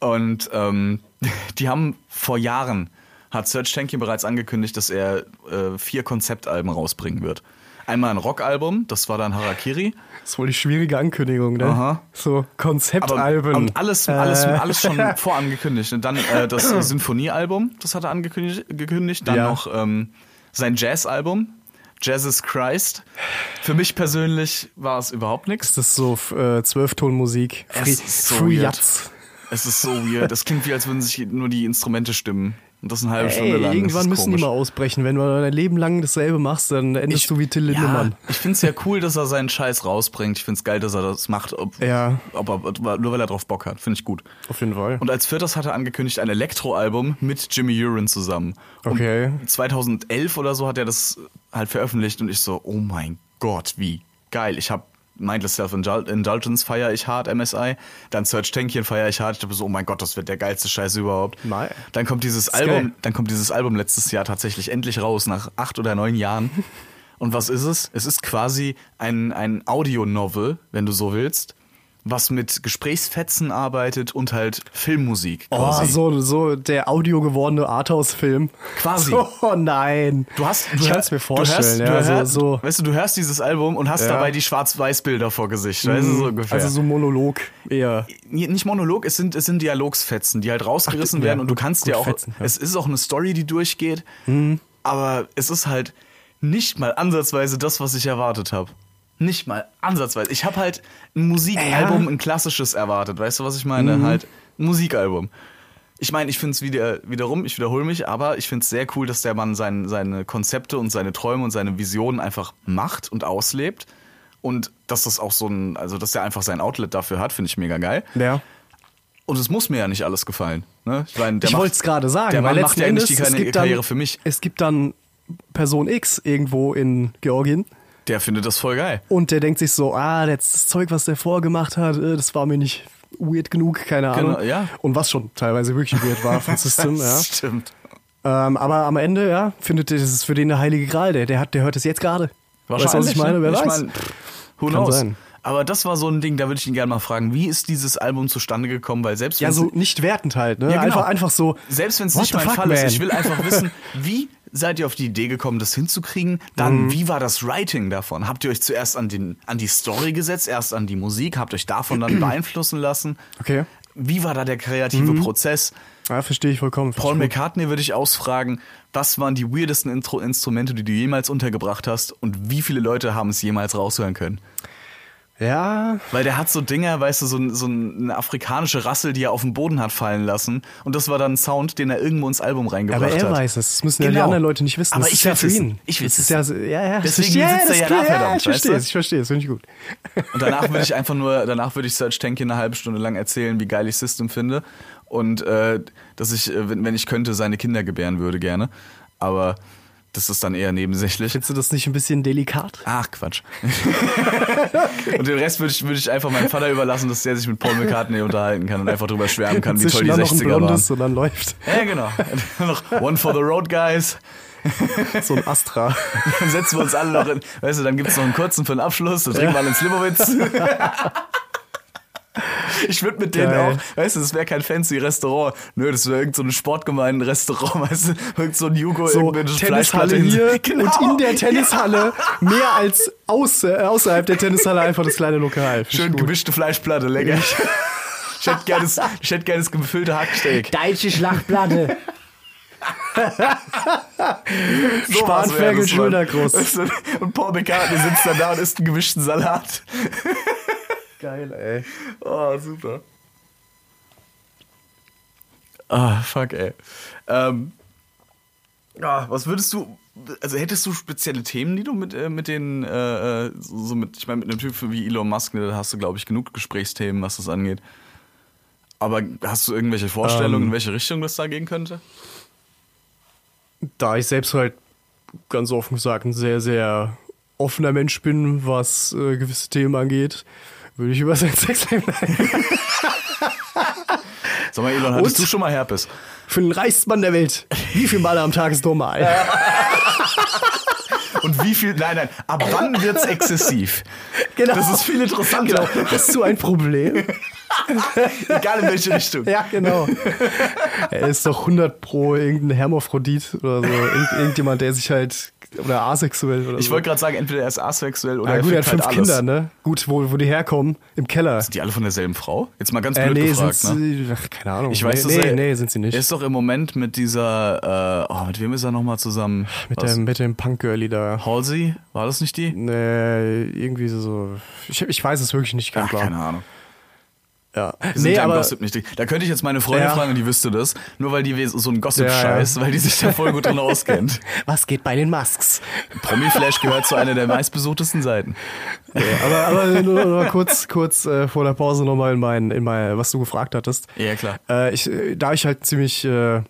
[SPEAKER 2] Und ähm, *laughs* die haben vor Jahren hat Serge Tankian bereits angekündigt, dass er äh, vier Konzeptalben rausbringen wird. Einmal ein Rockalbum, das war dann Harakiri.
[SPEAKER 1] Das ist wohl die schwierige Ankündigung, ne?
[SPEAKER 2] Aha.
[SPEAKER 1] So
[SPEAKER 2] Aber
[SPEAKER 1] Konzeptalben.
[SPEAKER 2] Und alles, alles,
[SPEAKER 1] Äh,
[SPEAKER 2] alles
[SPEAKER 1] *laughs*
[SPEAKER 2] schon vorangekündigt. Und dann
[SPEAKER 1] *clears throat*
[SPEAKER 2] äh, das Sinfoniealbum, das hat er angekündigt. Gekündigt. Dann
[SPEAKER 1] Ja.
[SPEAKER 2] noch ähm, sein Jazzalbum, Jesus Christ. Für mich persönlich war es überhaupt nichts.
[SPEAKER 1] Das ist so f- äh, Zwölftonmusik.
[SPEAKER 2] Es
[SPEAKER 1] Free,
[SPEAKER 2] ist so
[SPEAKER 1] Free
[SPEAKER 2] weird.
[SPEAKER 1] Jazz.
[SPEAKER 2] Es ist so weird. Das klingt wie, als würden sich nur die Instrumente stimmen. Und das eine halbe
[SPEAKER 1] Ey,
[SPEAKER 2] Stunde lang. Das
[SPEAKER 1] irgendwann
[SPEAKER 2] ist
[SPEAKER 1] müssen
[SPEAKER 2] komisch.
[SPEAKER 1] die mal ausbrechen. Wenn du dein Leben lang dasselbe machst, dann endest du wie Till Lindemann.
[SPEAKER 2] Ja, ich find's ja cool, dass er seinen Scheiß rausbringt. Ich find's geil, dass er das macht, ob,
[SPEAKER 1] Ja.
[SPEAKER 2] ob, er- nur weil er drauf Bock hat. Finde ich gut.
[SPEAKER 1] Auf jeden Fall.
[SPEAKER 2] Und als viertes hat er angekündigt ein Elektroalbum mit Jimmy Urine zusammen. Und
[SPEAKER 1] Okay.
[SPEAKER 2] 2011 oder so hat er das halt veröffentlicht und ich so, oh mein Gott, wie geil. Ich habe Mindless Self-Indulgence feiere ich hart, MSI. Dann Search Tankchen feiere ich hart. Ich dachte so, oh mein Gott, das wird der geilste Scheiß überhaupt.
[SPEAKER 1] Nein.
[SPEAKER 2] Dann kommt dieses
[SPEAKER 1] geil.
[SPEAKER 2] Album, dann kommt dieses Album letztes Jahr tatsächlich endlich raus, nach acht oder
[SPEAKER 1] *laughs*
[SPEAKER 2] neun Jahren. Und was ist es? Es ist quasi ein, ein Audio-Novel, wenn du so willst, was mit Gesprächsfetzen arbeitet und halt Filmmusik.
[SPEAKER 1] Oh,
[SPEAKER 2] quasi.
[SPEAKER 1] so, so der audio gewordene Arthouse-Film.
[SPEAKER 2] Quasi.
[SPEAKER 1] So, *laughs* Oh nein.
[SPEAKER 2] Du hast, du
[SPEAKER 1] ich kann es
[SPEAKER 2] hör-
[SPEAKER 1] mir vorstellen.
[SPEAKER 2] du
[SPEAKER 1] ja,
[SPEAKER 2] hörst, du hörst,
[SPEAKER 1] so, so,
[SPEAKER 2] Weißt du, du hörst dieses Album und hast
[SPEAKER 1] Ja.
[SPEAKER 2] dabei die Schwarz-Weiß-Bilder vor Gesicht. Weißt du, so ungefähr.
[SPEAKER 1] also so Monolog eher.
[SPEAKER 2] Nee, nicht Monolog, es sind, es sind Dialogsfetzen, die halt rausgerissen
[SPEAKER 1] Ach,
[SPEAKER 2] werden
[SPEAKER 1] ja,
[SPEAKER 2] und du
[SPEAKER 1] gut,
[SPEAKER 2] kannst
[SPEAKER 1] gut,
[SPEAKER 2] dir auch,
[SPEAKER 1] Fetzen, ja. Mhm.
[SPEAKER 2] es ist auch eine Story, die durchgeht, aber es ist halt nicht mal ansatzweise das, was ich erwartet habe. Nicht mal ansatzweise. Ich habe halt ein Musikalbum,
[SPEAKER 1] Ja. Mhm.
[SPEAKER 2] ein klassisches erwartet, weißt du, was ich meine? Halt ein Musikalbum. Ich meine, ich finde es wieder, wiederum, ich wiederhole mich, aber ich finde es sehr cool, dass der Mann sein, seine Konzepte und seine Träume und seine Visionen einfach macht und auslebt. Und dass das auch so ein, also dass er einfach sein Outlet dafür hat, finde ich mega geil.
[SPEAKER 1] Ja.
[SPEAKER 2] Und es muss mir ja nicht alles gefallen. Ne? Ich, mein, der
[SPEAKER 1] ich
[SPEAKER 2] macht-
[SPEAKER 1] wollte es gerade sagen,
[SPEAKER 2] Der
[SPEAKER 1] weil
[SPEAKER 2] Mann macht
[SPEAKER 1] letzten
[SPEAKER 2] ja
[SPEAKER 1] Endes,
[SPEAKER 2] nicht die
[SPEAKER 1] es
[SPEAKER 2] Karri-
[SPEAKER 1] gibt dann,
[SPEAKER 2] Karriere für mich.
[SPEAKER 1] Es gibt dann Person X irgendwo in Georgien
[SPEAKER 2] Der findet das voll geil.
[SPEAKER 1] und der denkt sich so, ah, das Zeug, was der vorgemacht hat, äh, das war mir nicht weird genug, keine Ahnung.
[SPEAKER 2] Genau, ja.
[SPEAKER 1] Und was schon teilweise wirklich weird war von
[SPEAKER 2] *laughs*
[SPEAKER 1] System, ja.
[SPEAKER 2] Das stimmt.
[SPEAKER 1] Ähm, aber am Ende, ja, findet ihr, das ist für den der heilige Gral, der, der, hat, der hört es jetzt gerade. Weißt du, was ich meine? Wer
[SPEAKER 2] ne? ich
[SPEAKER 1] weiß.
[SPEAKER 2] mein, pff, who
[SPEAKER 1] Kann
[SPEAKER 2] knows?
[SPEAKER 1] sein.
[SPEAKER 2] Aber das war so ein Ding, da würde ich ihn gerne mal fragen, wie ist dieses Album zustande gekommen? Weil selbst
[SPEAKER 1] ja,
[SPEAKER 2] wenn's-
[SPEAKER 1] so nicht wertend halt, ne?
[SPEAKER 2] Ja, genau.
[SPEAKER 1] einfach, einfach so.
[SPEAKER 2] Selbst wenn es
[SPEAKER 1] what
[SPEAKER 2] nicht
[SPEAKER 1] the
[SPEAKER 2] mein
[SPEAKER 1] fuck,
[SPEAKER 2] Fall
[SPEAKER 1] man?
[SPEAKER 2] ist, ich will
[SPEAKER 1] *laughs*
[SPEAKER 2] einfach wissen, wie seid ihr auf die Idee gekommen, das hinzukriegen?
[SPEAKER 1] Mhm.
[SPEAKER 2] Dann, wie war das Writing davon? Habt ihr euch zuerst an, den, an die Story gesetzt, erst an die Musik, habt euch
[SPEAKER 1] *clears throat*
[SPEAKER 2] davon dann beeinflussen lassen?
[SPEAKER 1] Okay.
[SPEAKER 2] Wie war da der kreative Prozess?
[SPEAKER 1] Ja, verstehe ich vollkommen.
[SPEAKER 2] Paul McCartney würde ich ausfragen, was waren die weirdesten Intro Instrumente, die du jemals untergebracht hast und wie viele Leute haben es jemals raushören können?
[SPEAKER 1] Ja,
[SPEAKER 2] Weil der hat so Dinger, weißt du, so, ein- so ein- eine afrikanische Rassel, die er auf den Boden hat fallen lassen. Und das war dann ein Sound, den er irgendwo ins Album reingebracht
[SPEAKER 1] aber
[SPEAKER 2] hat.
[SPEAKER 1] er weiß es. Das müssen ja die
[SPEAKER 2] Genau.
[SPEAKER 1] anderen Leute nicht wissen.
[SPEAKER 2] Aber
[SPEAKER 1] das
[SPEAKER 2] ich
[SPEAKER 1] ist ja
[SPEAKER 2] will's
[SPEAKER 1] für
[SPEAKER 2] wissen.
[SPEAKER 1] ihn.
[SPEAKER 2] Ich will's
[SPEAKER 1] das ist ja, so- ja, ja.
[SPEAKER 2] Deswegen
[SPEAKER 1] ja,
[SPEAKER 2] sitzt
[SPEAKER 1] das
[SPEAKER 2] er ja
[SPEAKER 1] ist klar.
[SPEAKER 2] da verdammt,
[SPEAKER 1] ich verstehe
[SPEAKER 2] weißt
[SPEAKER 1] es,
[SPEAKER 2] du?
[SPEAKER 1] ich verstehe es, finde ich gut.
[SPEAKER 2] Und danach
[SPEAKER 1] *laughs*
[SPEAKER 2] würde ich einfach nur, danach würde ich Search Tanky eine halbe Stunde lang erzählen, wie geil ich System finde. Und äh, dass ich, äh, wenn, wenn ich könnte, seine Kinder gebären würde gerne. Aber das ist dann eher nebensächlich.
[SPEAKER 1] Findest du das nicht ein bisschen delikat? *laughs*
[SPEAKER 2] Ach, Quatsch. Und den Rest würde ich, würde ich einfach meinem Vater überlassen, dass der sich mit Paul McCartney unterhalten kann und einfach drüber schwärmen kann, wie toll
[SPEAKER 1] *laughs* Zwischen
[SPEAKER 2] die
[SPEAKER 1] dann noch ein blondes
[SPEAKER 2] 60er waren.
[SPEAKER 1] und dann
[SPEAKER 2] *laughs*
[SPEAKER 1] läuft
[SPEAKER 2] Ja, genau. Noch One for the Road, guys.
[SPEAKER 1] so ein Astra.
[SPEAKER 2] Dann setzen wir uns alle noch in. Weißt du, dann gibt es noch einen kurzen für den Abschluss. Dann trinken wir alle
[SPEAKER 1] *laughs*
[SPEAKER 2] einen Slivovitz. Ich würde mit denen
[SPEAKER 1] Geil.
[SPEAKER 2] auch, weißt du, das wäre kein fancy Restaurant. Nö, das wäre irgendein so ein Sportgemeinden-Restaurant, *laughs* weißt du, irgend so ein Jugo,
[SPEAKER 1] So
[SPEAKER 2] irgendeine
[SPEAKER 1] Tennishalle
[SPEAKER 2] Fleischplatte hin- *laughs*
[SPEAKER 1] hier
[SPEAKER 2] Genau.
[SPEAKER 1] und in der Tennishalle mehr als außer, äh, außerhalb der Tennishalle einfach das kleine Lokal. Finde ich
[SPEAKER 2] Schön
[SPEAKER 1] gut.
[SPEAKER 2] gemischte Fleischplatte, lecker. *laughs* Ich hätte gerne das, ich hätt gern das gefüllte Hacksteak.
[SPEAKER 3] Deutsche Schlachtplatte.
[SPEAKER 1] *laughs*
[SPEAKER 2] Sowas
[SPEAKER 1] Spanferkel
[SPEAKER 2] wär das, Mann.
[SPEAKER 1] schöner groß.
[SPEAKER 2] Weißt du, Und Paul McCartney sitzt dann da und isst einen gemischten Salat.
[SPEAKER 1] Geil, ey.
[SPEAKER 2] Oh, super. Ah, fuck, ey. Ähm, ah, was würdest du, also hättest du spezielle Themen, die du mit, äh, mit den, äh, äh, so so mit, ich meine, mit einem Typen wie Elon Musk, ne, da hast du, glaube ich, genug Gesprächsthemen, was das angeht. Aber hast du irgendwelche Vorstellungen,
[SPEAKER 1] Ähm.
[SPEAKER 2] in welche Richtung das da gehen könnte?
[SPEAKER 1] da ich selbst halt ganz offen gesagt ein sehr, sehr offener Mensch bin, was äh, gewisse Themen angeht, würde ich über sein *laughs* Sexleben
[SPEAKER 2] Sag mal, Elon, hattest
[SPEAKER 1] Und?
[SPEAKER 2] du schon mal Herpes?
[SPEAKER 1] Für den reichsten Mann der Welt. Wie viel Mal am Tag ist normal?
[SPEAKER 2] Und wie viel, nein, nein, ab wann wird's exzessiv?
[SPEAKER 1] Genau.
[SPEAKER 2] Das ist viel interessanter.
[SPEAKER 1] Genau. Hast du ein
[SPEAKER 2] *laughs*
[SPEAKER 1] Problem?
[SPEAKER 2] Egal in welche Richtung.
[SPEAKER 1] *laughs* Ja, genau. er ist doch 100 pro irgendein Hermaphrodit oder so. Irgend, irgendjemand, der sich halt, oder asexuell oder
[SPEAKER 2] Ich
[SPEAKER 1] so.
[SPEAKER 2] wollte gerade sagen, entweder er ist asexuell oder
[SPEAKER 1] ja,
[SPEAKER 2] er
[SPEAKER 1] gut, er hat
[SPEAKER 2] fickt
[SPEAKER 1] fünf
[SPEAKER 2] halt alles.
[SPEAKER 1] Kinder, ne? Gut, wo, wo die herkommen, im Keller.
[SPEAKER 2] Sind die alle von derselben Frau? Jetzt mal ganz
[SPEAKER 1] Äh,
[SPEAKER 2] blöd
[SPEAKER 1] nee,
[SPEAKER 2] gefragt,
[SPEAKER 1] sind
[SPEAKER 2] ne?
[SPEAKER 1] sie, ach, keine Ahnung.
[SPEAKER 2] Ich weiß,
[SPEAKER 1] nee,
[SPEAKER 2] dass
[SPEAKER 1] nee,
[SPEAKER 2] er,
[SPEAKER 1] nee, sind sie nicht.
[SPEAKER 2] Er ist doch im Moment mit dieser, äh, oh, mit wem ist er nochmal zusammen?
[SPEAKER 1] Mit
[SPEAKER 2] Was?
[SPEAKER 1] dem, mit dem Punk-Girlie da.
[SPEAKER 2] Halsey? War das nicht die?
[SPEAKER 1] Nee, irgendwie so. Ich, ich weiß es wirklich nicht, kein
[SPEAKER 2] Ach,
[SPEAKER 1] Plan.
[SPEAKER 2] keine Ahnung.
[SPEAKER 1] Ja.
[SPEAKER 2] Wir sind
[SPEAKER 1] Nee,
[SPEAKER 2] ja im
[SPEAKER 1] aber
[SPEAKER 2] Gossip nicht. dick. Da könnte ich jetzt meine Freundin
[SPEAKER 1] Ja.
[SPEAKER 2] fragen und die wüsste das. Nur weil die so ein Gossip-Scheiß,
[SPEAKER 1] Gossip-Scheiß,
[SPEAKER 2] weil die sich da voll gut
[SPEAKER 1] *laughs*
[SPEAKER 2] drin auskennt.
[SPEAKER 1] was geht bei den Masks?
[SPEAKER 2] Promi-Flash gehört zu einer der meistbesuchtesten Seiten.
[SPEAKER 1] *laughs* aber, aber nur, nur kurz, kurz äh, vor der Pause nochmal in mein, in mein, was du gefragt hattest.
[SPEAKER 2] Ja, klar.
[SPEAKER 1] Äh, ich, äh, da ich halt ziemlich äh,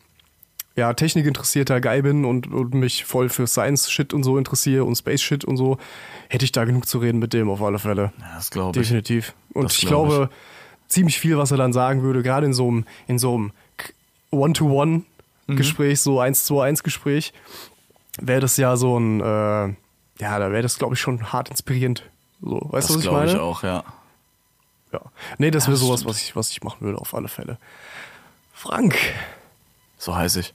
[SPEAKER 1] ja, technikinteressierter Guy bin und, und mich voll für Science-Shit und so interessiere und Space-Shit und so, hätte ich da genug zu reden mit dem auf alle Fälle.
[SPEAKER 2] das glaube ich.
[SPEAKER 1] Definitiv. Und
[SPEAKER 2] Das
[SPEAKER 1] ich
[SPEAKER 2] glaub ich.
[SPEAKER 1] glaube, ziemlich viel, was er dann sagen würde, gerade in so einem, in so einem K-
[SPEAKER 2] Mhm.
[SPEAKER 1] One-to-One-Gespräch, so 1-2-1-Gespräch, wäre das ja so ein, äh, ja, da wäre das, glaube ich, schon hart inspirierend. So, weißt
[SPEAKER 2] Das
[SPEAKER 1] du, was ich
[SPEAKER 2] glaube
[SPEAKER 1] meine?
[SPEAKER 2] ich auch, ja.
[SPEAKER 1] Ja. Nee, das wäre sowas, was ich, was ich machen würde, auf alle Fälle. Frank,
[SPEAKER 2] So heiß ich.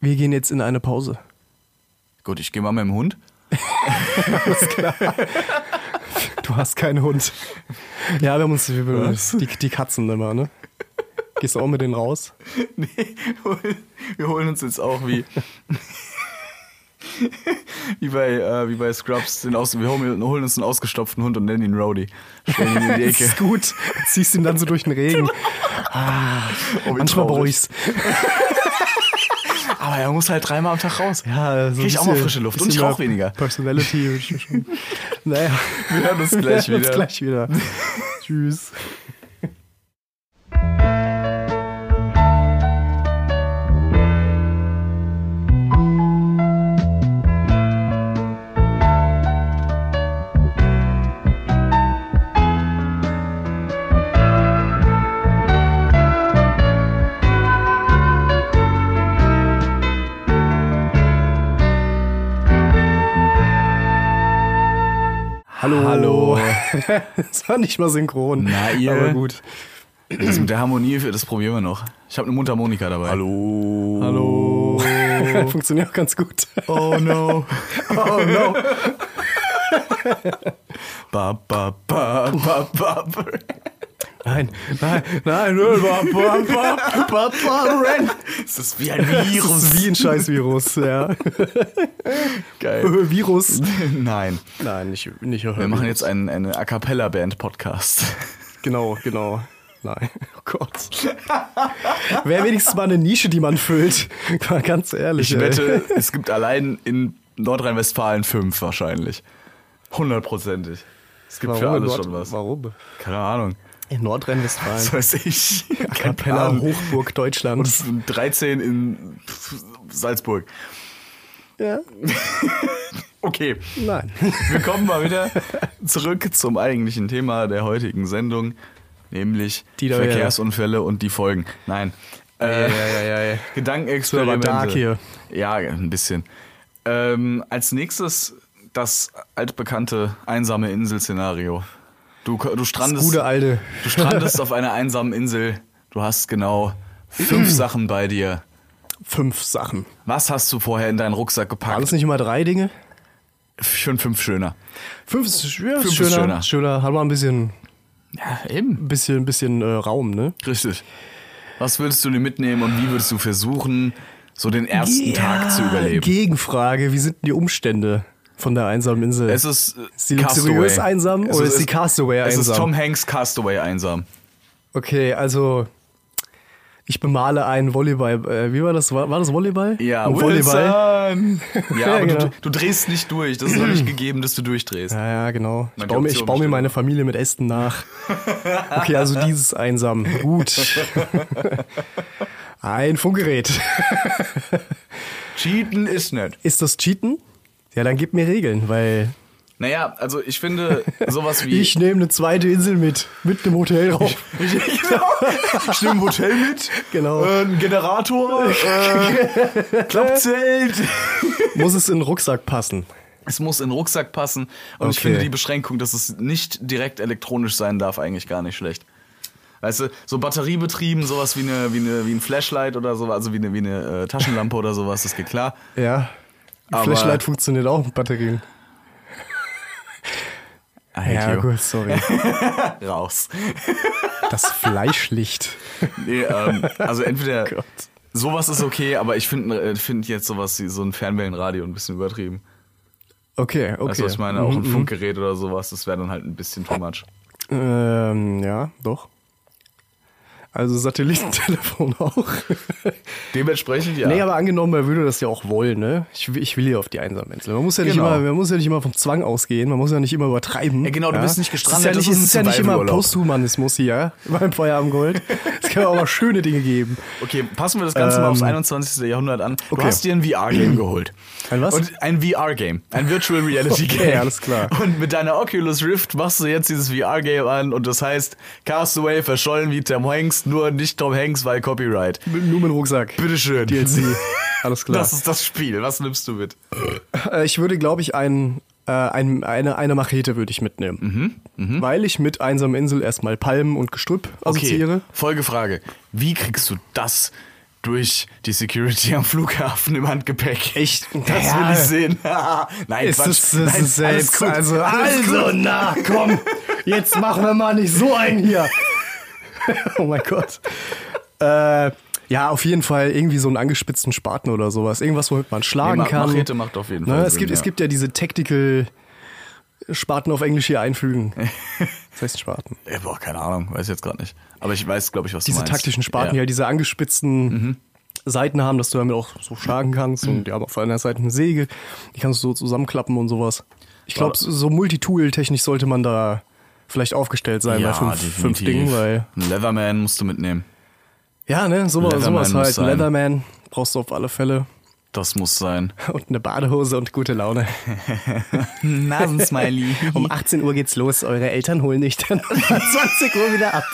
[SPEAKER 1] wir gehen jetzt in eine Pause. *laughs*
[SPEAKER 2] Gut, ich gehe mal mit dem Hund.
[SPEAKER 1] Du hast keinen
[SPEAKER 2] *laughs*
[SPEAKER 1] Hund. Ja, wir haben uns wir, die, die Katzen immer, ne? Gehst du auch mit denen raus?
[SPEAKER 2] *laughs* Nee, wir holen uns jetzt auch wie. *laughs* Wie bei, äh, wie bei Scrubs, den aus, wir holen, holen uns einen ausgestopften Hund und nennen ihn Rowdy.
[SPEAKER 1] *laughs*
[SPEAKER 2] Stellen ihn in die
[SPEAKER 1] Das
[SPEAKER 2] Ecke. Oh,
[SPEAKER 1] ist gut. Ziehst ihn dann so durch den
[SPEAKER 2] *laughs*
[SPEAKER 1] Regen. Ah,
[SPEAKER 2] wie
[SPEAKER 1] manchmal brauche
[SPEAKER 2] traurig.
[SPEAKER 1] ich's.
[SPEAKER 2] Aber er muss halt dreimal am Tag raus.
[SPEAKER 1] Ja, so
[SPEAKER 2] Krieg ich auch mal frische Luft und ich rauch weniger.
[SPEAKER 1] Personality. würde ich schon-
[SPEAKER 2] *laughs*
[SPEAKER 1] naja,
[SPEAKER 2] Wir hören uns gleich
[SPEAKER 1] wir hören uns
[SPEAKER 2] wieder.
[SPEAKER 1] gleich
[SPEAKER 2] *laughs*
[SPEAKER 1] wieder. Tschüss. Hallo. *laughs*
[SPEAKER 2] Hallo.
[SPEAKER 1] das war nicht mal synchron.
[SPEAKER 2] Na, ihr.
[SPEAKER 1] Aber gut. Mhm.
[SPEAKER 2] Das mit der Harmonie, das probieren wir noch. Ich habe eine Mundharmonika dabei. Hallo.
[SPEAKER 1] Hallo. *laughs* Funktioniert auch ganz gut.
[SPEAKER 2] Oh *laughs* no.
[SPEAKER 1] Oh no. *laughs*
[SPEAKER 2] Ba, ba, ba, ba, ba.
[SPEAKER 1] Nein, nein, nein. Bap, bap, bap, bap, bap,
[SPEAKER 2] *laughs*
[SPEAKER 1] renn.
[SPEAKER 2] Es ist wie ein
[SPEAKER 1] *laughs* Das ist wie ein scheiß Virus, ja.
[SPEAKER 2] *laughs* Geil.
[SPEAKER 1] Virus.
[SPEAKER 2] *laughs* Nein.
[SPEAKER 1] Nein, nicht, nicht
[SPEAKER 2] Wir machen jetzt einen, eine A Cappella Band Podcast.
[SPEAKER 1] *laughs* Genau, genau. Nein. *laughs* Oh Gott. Wäre wenigstens mal eine Nische, die man füllt. Mal ganz ehrlich.
[SPEAKER 2] Ich
[SPEAKER 1] ey.
[SPEAKER 2] wette, es gibt allein in Nordrhein-Westfalen fünf wahrscheinlich. Hundertprozentig. Es gibt
[SPEAKER 1] Warum
[SPEAKER 2] für
[SPEAKER 1] in
[SPEAKER 2] alles
[SPEAKER 1] Nord-
[SPEAKER 2] schon was.
[SPEAKER 1] Warum?
[SPEAKER 2] Keine Ahnung.
[SPEAKER 1] In
[SPEAKER 2] Was
[SPEAKER 1] Nordrhein-Westfalen.
[SPEAKER 2] weiß ich. Keine
[SPEAKER 1] Kapella
[SPEAKER 2] Ahnung.
[SPEAKER 1] Hochburg Deutschlands.
[SPEAKER 2] Und 13 in Salzburg.
[SPEAKER 1] Ja.
[SPEAKER 2] Okay.
[SPEAKER 1] Nein.
[SPEAKER 2] Wir kommen mal wieder *laughs* zurück zum eigentlichen Thema der heutigen Sendung, nämlich
[SPEAKER 1] Die da-
[SPEAKER 2] Verkehrsunfälle und die Folgen. Nein. Äh,
[SPEAKER 1] Ist aber dark hier.
[SPEAKER 2] Gedankenexperimente. Ja, ein bisschen. Ähm, als nächstes das altbekannte einsame Insel-Szenario. Du, ko- du, strandest,
[SPEAKER 1] Gute alte.
[SPEAKER 2] du strandest auf einer einsamen Insel. Du hast genau *clears throat* fünf Sachen bei dir.
[SPEAKER 1] Fünf Sachen.
[SPEAKER 2] Was hast du vorher in deinen Rucksack
[SPEAKER 1] Waren das
[SPEAKER 2] gepackt?
[SPEAKER 1] nicht immer drei Dinge?
[SPEAKER 2] Schon fünf schöner.
[SPEAKER 1] Fünf ist, ja,
[SPEAKER 2] Fünf ist
[SPEAKER 1] schöner,
[SPEAKER 2] schöner.
[SPEAKER 1] schöner. Hat man ein bisschen,
[SPEAKER 2] Ja, eben.
[SPEAKER 1] bisschen, bisschen äh, Raum, ne?
[SPEAKER 2] Richtig. Was würdest du dir mitnehmen und wie würdest du versuchen, so den ersten Tag zu überleben?
[SPEAKER 1] Gegenfrage, wie sind denn die Umstände von der einsamen Insel?
[SPEAKER 2] es ist, äh,
[SPEAKER 1] Ist sie luxuriös
[SPEAKER 2] Castaway.
[SPEAKER 1] einsam
[SPEAKER 2] Es
[SPEAKER 1] oder ist sie Castaway
[SPEAKER 2] es Es ist
[SPEAKER 1] einsam?
[SPEAKER 2] Tom Hanks Castaway einsam.
[SPEAKER 1] okay, also ich bemale einen Volleyball. Äh, wie war das? War, war das Volleyball?
[SPEAKER 2] Ja,
[SPEAKER 1] Ein Volleyball.
[SPEAKER 2] Wilson. Ja,
[SPEAKER 1] *laughs* Ja,
[SPEAKER 2] aber
[SPEAKER 1] genau.
[SPEAKER 2] du, du drehst nicht durch. Das ist
[SPEAKER 1] *clears throat*
[SPEAKER 2] noch nicht gegeben, dass du durchdrehst.
[SPEAKER 1] Ja, ja, genau. Ich
[SPEAKER 2] Meine
[SPEAKER 1] baue, mir, ich
[SPEAKER 2] Option
[SPEAKER 1] baue mir
[SPEAKER 2] besteht.
[SPEAKER 1] meine Familie mit Ästen
[SPEAKER 2] *laughs*
[SPEAKER 1] nach. Okay, also dieses einsam. Gut. Ein Funkgerät.
[SPEAKER 2] Cheaten ist nicht.
[SPEAKER 1] Ist das Cheaten? Ja, dann gib mir Regeln, weil
[SPEAKER 2] Naja, also ich finde sowas wie...
[SPEAKER 1] ich nehme eine zweite Insel mit, mit einem Hotelraum.
[SPEAKER 2] *laughs* genau. Ich nehme ein Hotel mit,
[SPEAKER 1] *laughs* Genau.
[SPEAKER 2] äh, einen Generator, äh,
[SPEAKER 1] *laughs*
[SPEAKER 2] Klappzelt.
[SPEAKER 1] Muss es in den Rucksack passen?
[SPEAKER 2] Es muss in den Rucksack passen. Und ich
[SPEAKER 1] Okay.
[SPEAKER 2] finde die Beschränkung, dass es nicht direkt elektronisch sein darf, eigentlich gar nicht schlecht. Weißt du, so batteriebetrieben, sowas wie, eine, wie, eine, wie ein Flashlight oder so, also wie eine, wie eine äh, Taschenlampe oder sowas, das geht klar.
[SPEAKER 1] Ja.
[SPEAKER 2] Aber-
[SPEAKER 1] Flashlight funktioniert auch mit Batterien.
[SPEAKER 2] I hate you.
[SPEAKER 1] sorry.
[SPEAKER 2] Raus. *laughs*
[SPEAKER 1] Das Fleischlicht.
[SPEAKER 2] Nee, ähm,
[SPEAKER 1] *laughs*
[SPEAKER 2] also entweder sowas ist okay, aber ich finde äh, find jetzt sowas wie so ein Fernwellenradio ein bisschen übertrieben.
[SPEAKER 1] Okay, okay. Mhm.
[SPEAKER 2] Weißt du, was ich meine? Auch ein Funkgerät oder sowas, das wäre dann halt ein bisschen too much.
[SPEAKER 1] Ähm, ja, doch. Also Satellitentelefon *laughs* auch.
[SPEAKER 2] Dementsprechend, ja.
[SPEAKER 1] Nee, aber angenommen, er würde das ja auch wollen, ne? Ich, will- ich will hier auf die einsame Insel. Man muss ja nicht
[SPEAKER 2] Genau.
[SPEAKER 1] immer, man muss ja nicht immer vom Zwang ausgehen, man muss ja nicht immer übertreiben.
[SPEAKER 2] Ja, genau, du bist nicht gestrandet,
[SPEAKER 1] Es ist ja
[SPEAKER 2] das
[SPEAKER 1] nicht,
[SPEAKER 2] ist
[SPEAKER 1] es ist ja
[SPEAKER 2] ein
[SPEAKER 1] nicht immer
[SPEAKER 2] Survival-Urlaub.
[SPEAKER 1] Posthumanismus hier *laughs* beim Feierabend Gold. Es kann auch mal schöne Dinge geben.
[SPEAKER 2] okay, passen wir das Ganze mal aufs 21. Jahrhundert an. Du
[SPEAKER 1] Ähm. okay.
[SPEAKER 2] hast dir ein VR-Game geholt.
[SPEAKER 1] Ein was?
[SPEAKER 2] Und ein VR-Game. Ein Virtual Reality Game.
[SPEAKER 1] Okay, alles klar.
[SPEAKER 2] Und mit deiner Oculus Rift machst du jetzt dieses VR-Game an und das heißt Castaway verschollen wie Tom Hanks, nur nicht Tom Hanks, weil Copyright.
[SPEAKER 1] Mit- Nur mit dem Rucksack.
[SPEAKER 2] Bitteschön. *laughs*
[SPEAKER 1] DLC. Alles klar.
[SPEAKER 2] Das ist das Spiel. Was nimmst du mit?
[SPEAKER 1] Äh, ich würde, glaube ich, ein, äh, ein, eine, eine Machete würde ich
[SPEAKER 2] Mhm,
[SPEAKER 1] mitnehmen. Weil ich mit einsamer Insel erstmal Palmen und Gestrüpp assoziiere.
[SPEAKER 2] Folgefrage. Wie kriegst du das durch die Security am Flughafen im Handgepäck?
[SPEAKER 1] Echt?
[SPEAKER 2] *laughs* Das will ich sehen. *laughs* Nein,
[SPEAKER 1] Ist
[SPEAKER 2] Quatsch.
[SPEAKER 1] es,
[SPEAKER 2] Nein,
[SPEAKER 1] ist es
[SPEAKER 2] alles
[SPEAKER 1] selbst.
[SPEAKER 2] gut.
[SPEAKER 1] Also,
[SPEAKER 2] Alles
[SPEAKER 1] also
[SPEAKER 2] gut.
[SPEAKER 1] na komm, jetzt machen wir mal nicht so einen hier. *laughs* oh mein Gott. Äh, ja, auf jeden Fall irgendwie so einen angespitzten Spaten oder sowas. Irgendwas, womit man schlagen
[SPEAKER 2] Nee, Ma-
[SPEAKER 1] kann.
[SPEAKER 2] Machete macht auf jeden Fall
[SPEAKER 1] Ne, es,
[SPEAKER 2] Sinn,
[SPEAKER 1] gibt, es
[SPEAKER 2] ja.
[SPEAKER 1] gibt ja diese Tactical Spaten auf Englisch hier
[SPEAKER 2] *laughs*
[SPEAKER 1] einfügen. Das heißt Spaten.
[SPEAKER 2] Ey, boah, keine Ahnung. Weiß jetzt gerade nicht. Aber ich weiß, glaube ich, was
[SPEAKER 1] Diese
[SPEAKER 2] du meinst.
[SPEAKER 1] taktischen Spaten, ja,
[SPEAKER 2] ja. Mhm.
[SPEAKER 1] diese angespitzten Seiten haben, dass du damit auch so schlagen kannst. Und die haben auf einer Seite eine Säge, die kannst du so zusammenklappen und sowas. Ich glaube, so Multitool-technisch sollte man da vielleicht aufgestellt sein
[SPEAKER 2] Ja,
[SPEAKER 1] bei fünf, fünf
[SPEAKER 2] definitiv.
[SPEAKER 1] Dingen, weil.
[SPEAKER 2] Ein Leatherman musst du mitnehmen.
[SPEAKER 1] Ja, ne, sowas,
[SPEAKER 2] Leatherman
[SPEAKER 1] sowas
[SPEAKER 2] muss
[SPEAKER 1] halt. Ein
[SPEAKER 2] sein.
[SPEAKER 1] Leatherman brauchst du auf alle Fälle. *laughs*
[SPEAKER 2] Das muss sein.
[SPEAKER 1] Und eine Badehose und gute Laune.
[SPEAKER 2] Nasensmiley.
[SPEAKER 1] *laughs* Um 18 Uhr geht's los. Eure Eltern holen dich dann um *laughs* 20 Uhr wieder ab.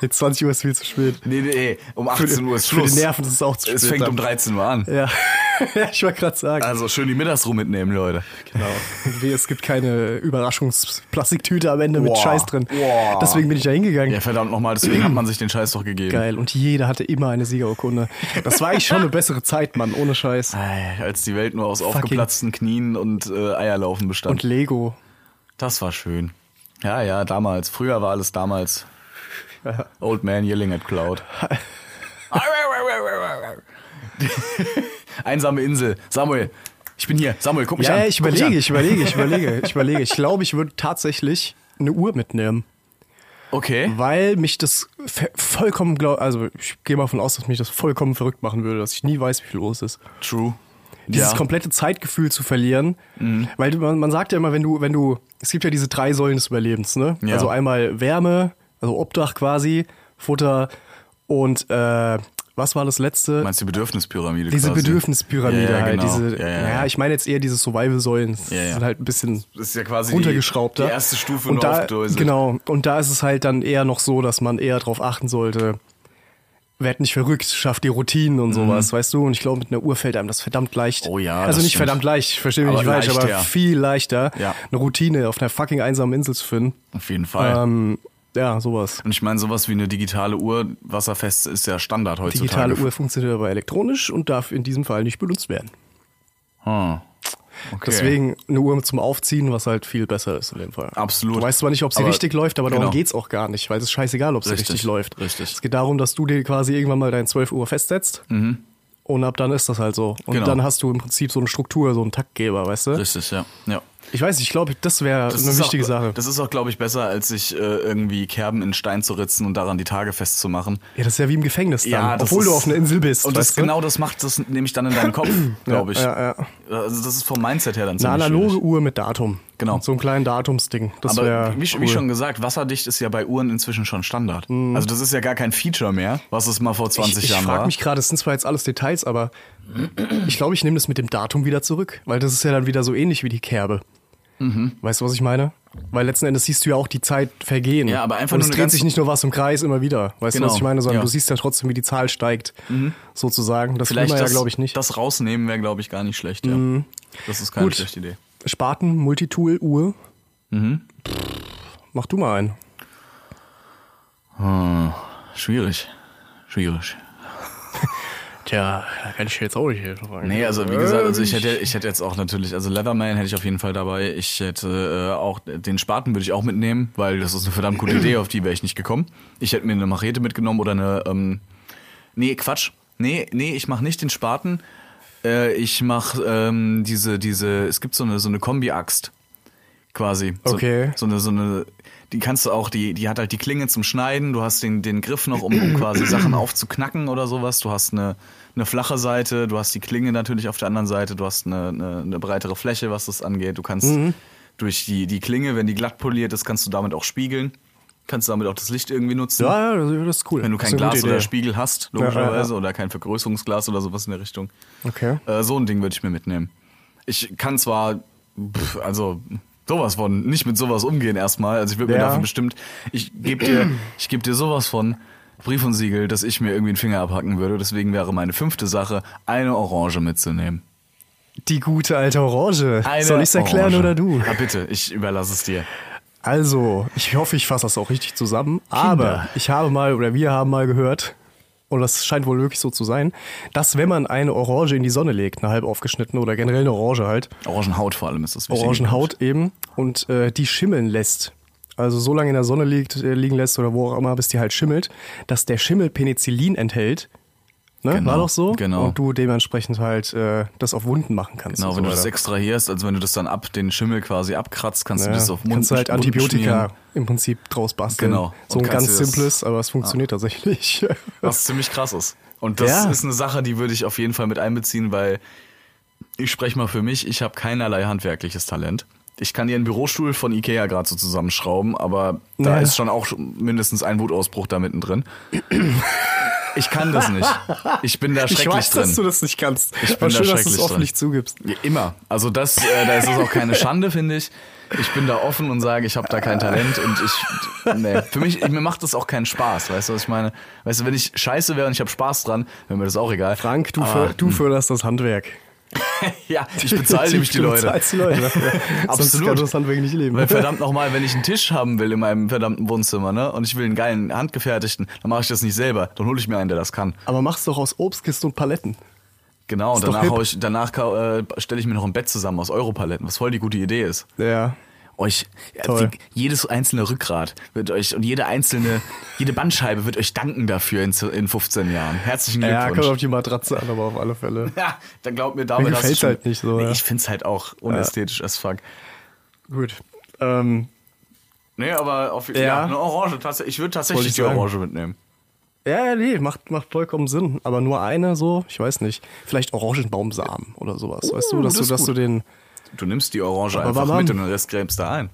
[SPEAKER 1] Jetzt 20 Uhr ist viel zu spät.
[SPEAKER 2] nee, nee, nee. Um 18 Uhr ist
[SPEAKER 1] Für
[SPEAKER 2] Schluss.
[SPEAKER 1] die Nerven ist es auch zu spät.
[SPEAKER 2] es fängt um
[SPEAKER 1] dann.
[SPEAKER 2] 13 Uhr an.
[SPEAKER 1] Ja, *laughs* ich wollte gerade sagen.
[SPEAKER 2] Also schön die Mittagsruhe mitnehmen, Leute.
[SPEAKER 1] Ah, Genau. Und wehe, es gibt keine Überraschungsplastiktüte am Ende mit
[SPEAKER 2] Wow.
[SPEAKER 1] Scheiß drin.
[SPEAKER 2] Wow.
[SPEAKER 1] Deswegen bin ich da hingegangen.
[SPEAKER 2] Ja, verdammt
[SPEAKER 1] *clears throat*
[SPEAKER 2] nochmal, deswegen hat man sich den Scheiß doch gegeben.
[SPEAKER 1] Geil. Und jeder hatte immer eine Siegerurkunde. Das war eigentlich schon eine bessere Zeit, Mann, ohne Scheiß.
[SPEAKER 2] Ei, Äh, Als die Welt nur aus
[SPEAKER 1] Fucking-
[SPEAKER 2] aufgeplatzten Knien und äh, Eierlaufen bestand.
[SPEAKER 1] Und Lego.
[SPEAKER 2] das war schön. Ja, ja, damals. Früher war
[SPEAKER 1] *laughs*
[SPEAKER 2] alles damals.
[SPEAKER 1] Ja.
[SPEAKER 2] Old Man Yelling at Cloud. Einsame Insel. Samuel, ich bin hier. Samuel, guck mich
[SPEAKER 1] Ja,
[SPEAKER 2] an.
[SPEAKER 1] ja, ich
[SPEAKER 2] Guck mich
[SPEAKER 1] überlege,
[SPEAKER 2] an.
[SPEAKER 1] ich überlege, ich überlege, ich überlege. Ich glaube, ich würde tatsächlich eine Uhr mitnehmen,
[SPEAKER 2] Okay.
[SPEAKER 1] weil mich das ver- vollkommen, glaub, also ich gehe mal davon aus, dass mich das vollkommen verrückt machen würde, dass ich nie weiß, wie viel Uhr es ist.
[SPEAKER 2] True.
[SPEAKER 1] dieses
[SPEAKER 2] ja. Mhm.
[SPEAKER 1] komplette Zeitgefühl zu verlieren. Weil du- man, man sagt ja immer, wenn du, wenn du, es gibt ja diese drei Säulen des Überlebens, ne?
[SPEAKER 2] Ja.
[SPEAKER 1] Also einmal Wärme, also Obdach quasi, Futter und äh, was war das letzte?
[SPEAKER 2] Meinst du die Bedürfnispyramide?
[SPEAKER 1] diese
[SPEAKER 2] quasi?
[SPEAKER 1] Bedürfnispyramide
[SPEAKER 2] ja, ja,
[SPEAKER 1] halt,
[SPEAKER 2] genau.
[SPEAKER 1] diese, ja,
[SPEAKER 2] ja, ja, ja.
[SPEAKER 1] ich meine jetzt eher diese Survival-Säulen,
[SPEAKER 2] Ja, ja.
[SPEAKER 1] sind halt ein bisschen
[SPEAKER 2] Das ist ja quasi die-
[SPEAKER 1] runtergeschraubter.
[SPEAKER 2] die erste Stufe
[SPEAKER 1] und
[SPEAKER 2] nur
[SPEAKER 1] da,
[SPEAKER 2] aufgedröselt.
[SPEAKER 1] Genau, und da ist es halt dann eher noch so, dass man eher darauf achten sollte, werd nicht verrückt, schaff die Routinen und sowas, weißt du? Und ich glaube, mit einer Uhr fällt einem das verdammt leicht.
[SPEAKER 2] Mhm. Oh ja,
[SPEAKER 1] Also
[SPEAKER 2] das
[SPEAKER 1] nicht
[SPEAKER 2] stimmt.
[SPEAKER 1] verdammt leicht, ich verstehe mich
[SPEAKER 2] Aber
[SPEAKER 1] nicht falsch,
[SPEAKER 2] leicht,
[SPEAKER 1] aber
[SPEAKER 2] ja.
[SPEAKER 1] viel leichter,
[SPEAKER 2] Ja.
[SPEAKER 1] eine Routine auf einer fucking einsamen Insel zu finden.
[SPEAKER 2] Auf jeden Fall.
[SPEAKER 1] Ähm, ja, sowas.
[SPEAKER 2] Und ich meine, sowas wie eine digitale Uhr, wasserfest, ist ja Standard heutzutage.
[SPEAKER 1] Digitale Uhr funktioniert aber elektronisch und darf in diesem Fall nicht benutzt werden.
[SPEAKER 2] Hm. Okay.
[SPEAKER 1] Deswegen eine Uhr zum Aufziehen, was halt viel besser ist in dem Fall.
[SPEAKER 2] Absolut.
[SPEAKER 1] Du weißt zwar nicht, ob sie
[SPEAKER 2] Aber-
[SPEAKER 1] richtig läuft, aber darum
[SPEAKER 2] genau.
[SPEAKER 1] geht's auch gar nicht, weil es ist scheißegal, ob sie
[SPEAKER 2] Richtig,
[SPEAKER 1] richtig, läuft.
[SPEAKER 2] richtig.
[SPEAKER 1] Es geht darum, dass du dir quasi irgendwann mal dein 12 Uhr festsetzt und ab dann ist das halt so. Und
[SPEAKER 2] Mhm. Genau.
[SPEAKER 1] dann hast du im Prinzip so eine Struktur, so einen Taktgeber, weißt du?
[SPEAKER 2] Richtig, ja. ja.
[SPEAKER 1] Ich weiß, nicht, ich glaube, das wäre
[SPEAKER 2] Das
[SPEAKER 1] eine
[SPEAKER 2] ist
[SPEAKER 1] wichtige
[SPEAKER 2] auch,
[SPEAKER 1] Sache.
[SPEAKER 2] Das ist auch, glaube ich, besser, als sich äh, irgendwie Kerben in Stein zu ritzen und daran die Tage festzumachen.
[SPEAKER 1] Ja, das ist ja wie im Gefängnis dann,
[SPEAKER 2] Ja, das
[SPEAKER 1] obwohl du
[SPEAKER 2] ist-
[SPEAKER 1] auf einer Insel bist.
[SPEAKER 2] Und das
[SPEAKER 1] weißt du?
[SPEAKER 2] genau das macht das nämlich dann in deinen Kopf, glaube
[SPEAKER 1] *clears throat*
[SPEAKER 2] ich.
[SPEAKER 1] ja, ja.
[SPEAKER 2] Also das ist vom Mindset her dann
[SPEAKER 1] Eine
[SPEAKER 2] ziemlich
[SPEAKER 1] analoge
[SPEAKER 2] schwierig.
[SPEAKER 1] Uhr mit Datum.
[SPEAKER 2] Genau.
[SPEAKER 1] Mit So einem kleinen Datumsding. Das wäre
[SPEAKER 2] Aber wie,
[SPEAKER 1] cool. Mhm.
[SPEAKER 2] wie schon gesagt, wasserdicht ist ja bei Uhren inzwischen schon Standard. Also das ist ja gar kein Feature mehr, was es mal vor 20
[SPEAKER 1] ich, ich
[SPEAKER 2] Jahren
[SPEAKER 1] frage
[SPEAKER 2] war.
[SPEAKER 1] mich gerade, das sind zwar jetzt alles Details, aber ich glaube, ich nehme das mit dem Datum wieder zurück, weil das ist ja dann wieder so ähnlich wie die Kerbe.
[SPEAKER 2] Mhm.
[SPEAKER 1] Weißt du, was ich meine? Weil letzten Endes siehst du ja auch die Zeit vergehen.
[SPEAKER 2] Ja, aber einfach
[SPEAKER 1] Und
[SPEAKER 2] nur
[SPEAKER 1] es
[SPEAKER 2] eine
[SPEAKER 1] dreht
[SPEAKER 2] ganz-
[SPEAKER 1] sich nicht nur was im Kreis immer wieder. Weißt du,
[SPEAKER 2] Genau,
[SPEAKER 1] was ich meine? Sondern
[SPEAKER 2] ja. Mhm.
[SPEAKER 1] du siehst ja trotzdem, wie die Zahl steigt, sozusagen. Das will
[SPEAKER 2] Vielleicht
[SPEAKER 1] man ja,
[SPEAKER 2] das,
[SPEAKER 1] glaube ich, nicht. Mhm.
[SPEAKER 2] das rausnehmen wäre, glaube ich, gar nicht schlecht. Ja. Das ist keine
[SPEAKER 1] Gut.
[SPEAKER 2] schlechte Idee.
[SPEAKER 1] Spaten, Multitool, Uhr.
[SPEAKER 2] Mhm.
[SPEAKER 1] Pff, Mach du mal einen.
[SPEAKER 2] Hm, Schwierig. Schwierig.
[SPEAKER 1] Tja, da kann ich jetzt auch nicht fragen.
[SPEAKER 2] Nee, also wie gesagt, also ich hätte, ich hätte jetzt auch natürlich, also Leatherman hätte ich auf jeden Fall dabei. Ich hätte äh, auch den Spaten würde ich auch mitnehmen, weil das ist eine verdammt gute Idee, auf die wäre ich nicht gekommen. Ich hätte mir eine Machete mitgenommen oder eine. Ähm, nee, Quatsch. Nee, nee, ich mache nicht den Spaten. Äh, ich mache ähm, diese, diese, es gibt so eine, so eine Kombi-Axt. quasi. So,
[SPEAKER 1] Okay.
[SPEAKER 2] So eine, so eine, die kannst du auch, die, die hat halt die Klinge zum Schneiden, du hast den, den Griff noch,
[SPEAKER 1] *clears throat*
[SPEAKER 2] um, um quasi Sachen aufzuknacken oder sowas. Du hast eine, eine flache Seite, du hast die Klinge natürlich auf der anderen Seite, du hast eine, eine, eine breitere Fläche, was das angeht. Du kannst
[SPEAKER 1] Mhm.
[SPEAKER 2] durch die, die Klinge, wenn die glatt poliert ist, kannst du damit auch spiegeln. Kannst du damit auch das Licht irgendwie nutzen.
[SPEAKER 1] Ja, ja, das ist cool.
[SPEAKER 2] Wenn du
[SPEAKER 1] Das
[SPEAKER 2] kein
[SPEAKER 1] ist eine
[SPEAKER 2] Glas
[SPEAKER 1] gute
[SPEAKER 2] oder
[SPEAKER 1] Idee.
[SPEAKER 2] Spiegel hast,
[SPEAKER 1] ja, ja.
[SPEAKER 2] logischerweise, oder kein Vergrößerungsglas oder sowas in der Richtung.
[SPEAKER 1] Okay.
[SPEAKER 2] Äh, so ein Ding würde ich mir mitnehmen. Ich kann zwar, pff, also sowas von, nicht mit sowas umgehen erstmal. Also ich würde mir
[SPEAKER 1] Ja.
[SPEAKER 2] dafür bestimmt, ich gebe dir, ich gebe dir sowas von Brief und Siegel, dass ich mir irgendwie einen Finger abhacken würde. Deswegen wäre meine fünfte Sache, eine Orange mitzunehmen.
[SPEAKER 1] Die gute alte Orange.
[SPEAKER 2] Eine
[SPEAKER 1] Soll ich es erklären
[SPEAKER 2] Orange.
[SPEAKER 1] oder du?
[SPEAKER 2] Ja, bitte, ich überlasse es dir.
[SPEAKER 1] Also, ich hoffe, ich fasse das auch richtig zusammen. Aber ich habe mal oder wir haben mal gehört, und das scheint wohl wirklich so zu sein, dass wenn man eine Orange in die Sonne legt, eine halb aufgeschnittene oder generell eine Orange halt,
[SPEAKER 2] Orangenhaut vor allem ist das Wichtige.
[SPEAKER 1] Orangenhaut eben, und äh, die schimmeln lässt, also so lange in der Sonne liegt, äh, liegen lässt oder wo auch immer, bis die halt schimmelt, dass der Schimmel Penicillin enthält. Ne?
[SPEAKER 2] Genau,
[SPEAKER 1] War doch so?
[SPEAKER 2] genau.
[SPEAKER 1] Und du dementsprechend halt äh, das auf Wunden machen kannst.
[SPEAKER 2] Genau,
[SPEAKER 1] und
[SPEAKER 2] wenn
[SPEAKER 1] so
[SPEAKER 2] du das
[SPEAKER 1] weiter.
[SPEAKER 2] extrahierst, also wenn du das dann ab, den Schimmel quasi abkratzt, kannst du das auf Mund
[SPEAKER 1] kannst du halt
[SPEAKER 2] Mund
[SPEAKER 1] Antibiotika
[SPEAKER 2] schmieren.
[SPEAKER 1] im Prinzip draus basteln.
[SPEAKER 2] Genau.
[SPEAKER 1] So
[SPEAKER 2] Und
[SPEAKER 1] ein ganz
[SPEAKER 2] kannst dir das- Ah.
[SPEAKER 1] simples, aber es funktioniert tatsächlich.
[SPEAKER 2] Was ziemlich krass ist. Und das
[SPEAKER 1] Ja.
[SPEAKER 2] ist eine Sache, die würde ich auf jeden Fall mit einbeziehen, weil ich spreche mal für mich, ich habe keinerlei handwerkliches Talent. Ich kann dir einen Bürostuhl von Ikea gerade so zusammenschrauben, aber da
[SPEAKER 1] Ja.
[SPEAKER 2] ist schon auch mindestens ein Wutausbruch da mittendrin. Ich kann das nicht. Ich bin da schrecklich
[SPEAKER 1] ich weiß,
[SPEAKER 2] drin.
[SPEAKER 1] dass du das nicht kannst.
[SPEAKER 2] Ich
[SPEAKER 1] aber
[SPEAKER 2] bin da
[SPEAKER 1] schön, dass du es
[SPEAKER 2] schrecklich
[SPEAKER 1] offen
[SPEAKER 2] drin.
[SPEAKER 1] nicht zugibst.
[SPEAKER 2] Ja, Immer. Also das, äh, da ist es auch keine Schande, finde ich. Ich bin da offen und sage, ich habe da kein Talent und ich, nee, für mich, mir macht das auch keinen Spaß, weißt du, was ich meine? Weißt du, wenn ich scheiße wäre und ich habe Spaß dran, wäre mir das auch egal.
[SPEAKER 1] Frank, du,
[SPEAKER 2] Aber-
[SPEAKER 1] för du förderst das Handwerk.
[SPEAKER 2] *laughs* Ja, Ah, hm. ich bezahle nämlich
[SPEAKER 1] *laughs*
[SPEAKER 2] die
[SPEAKER 1] Du
[SPEAKER 2] Leute.
[SPEAKER 1] bezahlst die Leute.
[SPEAKER 2] *laughs*
[SPEAKER 1] Sonst
[SPEAKER 2] Absolut.
[SPEAKER 1] kann das Handwerk nicht leben.
[SPEAKER 2] Weil verdammt nochmal, wenn ich einen Tisch haben will in meinem verdammten Wohnzimmer, ne, und ich will einen geilen, handgefertigten, dann mache ich das nicht selber. Dann hole ich mir einen, der das kann.
[SPEAKER 1] Aber mach's doch aus Obstkisten und Paletten.
[SPEAKER 2] Genau, und
[SPEAKER 1] doch
[SPEAKER 2] danach,
[SPEAKER 1] hip.
[SPEAKER 2] hau ich, danach äh, stelle ich mir noch ein Bett zusammen aus Europaletten, was voll die gute Idee ist.
[SPEAKER 1] Ja.
[SPEAKER 2] euch ja,
[SPEAKER 1] Toll.
[SPEAKER 2] die, jedes einzelne Rückgrat wird euch und jede einzelne jede Bandscheibe wird euch danken dafür in, zu- in 15 Jahren. Herzlichen
[SPEAKER 1] Ja, kommt auf
[SPEAKER 2] Glückwunsch.
[SPEAKER 1] die Matratze an, aber auf alle Fälle.
[SPEAKER 2] *laughs* Ja, dann glaubt mir damit
[SPEAKER 1] Mir
[SPEAKER 2] hast du
[SPEAKER 1] gefällt's
[SPEAKER 2] schon-
[SPEAKER 1] halt nicht so, ja.
[SPEAKER 2] Ich find's halt auch unästhetisch as fuck.
[SPEAKER 1] Gut. Ähm,
[SPEAKER 2] Nee, aber auf, ja. eine Orange tatsächlich. Ich würde
[SPEAKER 1] Wollte
[SPEAKER 2] tatsächlich
[SPEAKER 1] ich
[SPEAKER 2] die
[SPEAKER 1] sagen.
[SPEAKER 2] Orange mitnehmen.
[SPEAKER 1] ja, nee, macht, macht vollkommen Sinn. Aber nur eine so, ich weiß nicht. Vielleicht Orangenbaumsamen oder sowas. weißt du,
[SPEAKER 2] Oh,
[SPEAKER 1] dass du,
[SPEAKER 2] das ist
[SPEAKER 1] dass du
[SPEAKER 2] gut.
[SPEAKER 1] den
[SPEAKER 2] Du nimmst die Orange
[SPEAKER 1] Aber
[SPEAKER 2] einfach
[SPEAKER 1] warum?
[SPEAKER 2] mit und den Rest gräbst da ein.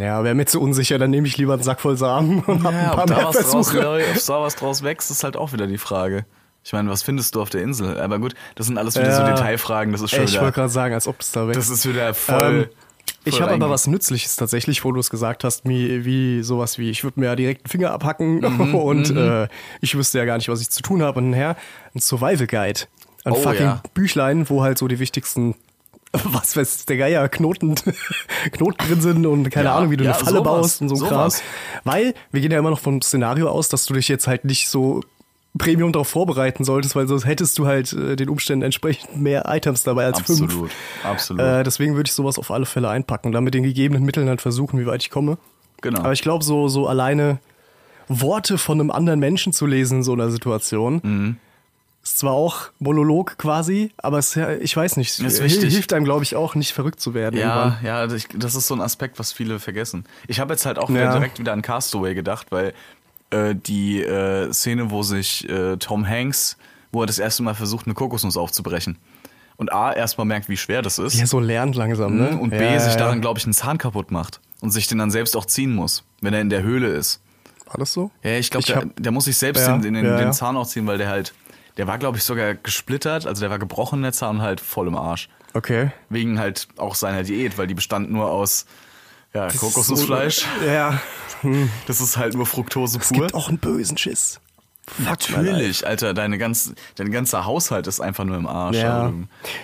[SPEAKER 1] Ja, wäre mir zu unsicher, dann nehme ich lieber einen Sack voll Samen und hab ein
[SPEAKER 2] Ja,
[SPEAKER 1] paar
[SPEAKER 2] ob da,
[SPEAKER 1] mehr
[SPEAKER 2] was draus,
[SPEAKER 1] Versuche.
[SPEAKER 2] neu- ob da was draus wächst, ist halt auch wieder die Frage. Ich meine, was findest du auf der Insel? Aber gut, das sind alles wieder so
[SPEAKER 1] Ja.
[SPEAKER 2] Detailfragen, das ist
[SPEAKER 1] Ey,
[SPEAKER 2] schon
[SPEAKER 1] ich
[SPEAKER 2] wieder.
[SPEAKER 1] wollte gerade sagen, als ob das da wächst.
[SPEAKER 2] Das ist wieder voll.
[SPEAKER 1] Ähm, ich
[SPEAKER 2] voll
[SPEAKER 1] habe aber
[SPEAKER 2] reinge-
[SPEAKER 1] was Nützliches tatsächlich, wo du es gesagt hast, wie, wie sowas wie, ich würde mir ja direkt einen Finger abhacken *laughs*
[SPEAKER 2] Mhm,
[SPEAKER 1] und äh, ich wüsste ja gar nicht, was ich zu tun habe. Und her, ein Survival Guide. Ein
[SPEAKER 2] Oh,
[SPEAKER 1] fucking
[SPEAKER 2] ja.
[SPEAKER 1] Büchlein, wo halt so die wichtigsten, *laughs* was weiß der Geier, Knoten, *laughs* Knoten drin sind und keine
[SPEAKER 2] Ja,
[SPEAKER 1] Ahnung, wie du
[SPEAKER 2] ja,
[SPEAKER 1] eine Falle
[SPEAKER 2] sowas,
[SPEAKER 1] baust und so ein Kram.
[SPEAKER 2] sowas.
[SPEAKER 1] Weil wir gehen ja immer noch vom Szenario aus, dass du dich jetzt halt nicht so Premium darauf vorbereiten solltest, weil sonst hättest du halt äh, den Umständen entsprechend mehr Items dabei als
[SPEAKER 2] Absolut,
[SPEAKER 1] fünf.
[SPEAKER 2] absolut.
[SPEAKER 1] Äh, deswegen würde ich sowas auf alle Fälle einpacken und dann mit den gegebenen Mitteln halt versuchen, wie weit ich komme.
[SPEAKER 2] Genau.
[SPEAKER 1] Aber ich glaube, so, so alleine Worte von einem anderen Menschen zu lesen in so einer Situation.
[SPEAKER 2] Mhm.
[SPEAKER 1] Ist zwar auch Monolog quasi, aber es, ja, ich weiß nicht,
[SPEAKER 2] Ist
[SPEAKER 1] hi-
[SPEAKER 2] wichtig.
[SPEAKER 1] hilft einem, glaube ich, auch nicht verrückt zu werden.
[SPEAKER 2] Ja,
[SPEAKER 1] irgendwann.
[SPEAKER 2] ja, also ich, das ist so ein Aspekt, was viele vergessen. Ich habe jetzt halt auch
[SPEAKER 1] Ja.
[SPEAKER 2] direkt wieder an Castaway gedacht, weil äh, die äh, Szene, wo sich äh, Tom Hanks, wo er das erste Mal versucht, eine Kokosnuss aufzubrechen. Und A, erstmal merkt, wie schwer das ist.
[SPEAKER 1] Ja, so lernt langsam, ne?
[SPEAKER 2] Mhm, Und B,
[SPEAKER 1] ja,
[SPEAKER 2] sich
[SPEAKER 1] ja,
[SPEAKER 2] daran, glaube ich, einen Zahn kaputt macht. Und sich den dann selbst auch ziehen muss, wenn er in der Höhle ist.
[SPEAKER 1] ja. War das so?
[SPEAKER 2] Ja, ich glaube,
[SPEAKER 1] Ich
[SPEAKER 2] der,
[SPEAKER 1] hab-
[SPEAKER 2] der muss sich selbst
[SPEAKER 1] Ja,
[SPEAKER 2] den, den,
[SPEAKER 1] ja, ja.
[SPEAKER 2] den Zahn auch ziehen, weil der halt, der war, glaube ich, sogar gesplittert, also der war gebrochen, der Zahn, und halt voll im Arsch.
[SPEAKER 1] Okay.
[SPEAKER 2] Wegen halt auch seiner Diät, weil die bestand nur aus ja, Kokosnussfleisch.
[SPEAKER 1] So, ja.
[SPEAKER 2] Das ist halt nur Fructose
[SPEAKER 1] Es
[SPEAKER 2] pur.
[SPEAKER 1] gibt auch einen bösen Schiss.
[SPEAKER 2] Natürlich, Alter, deine ganze, dein ganzer Haushalt ist einfach nur im Arsch.
[SPEAKER 1] Ja.
[SPEAKER 2] Also,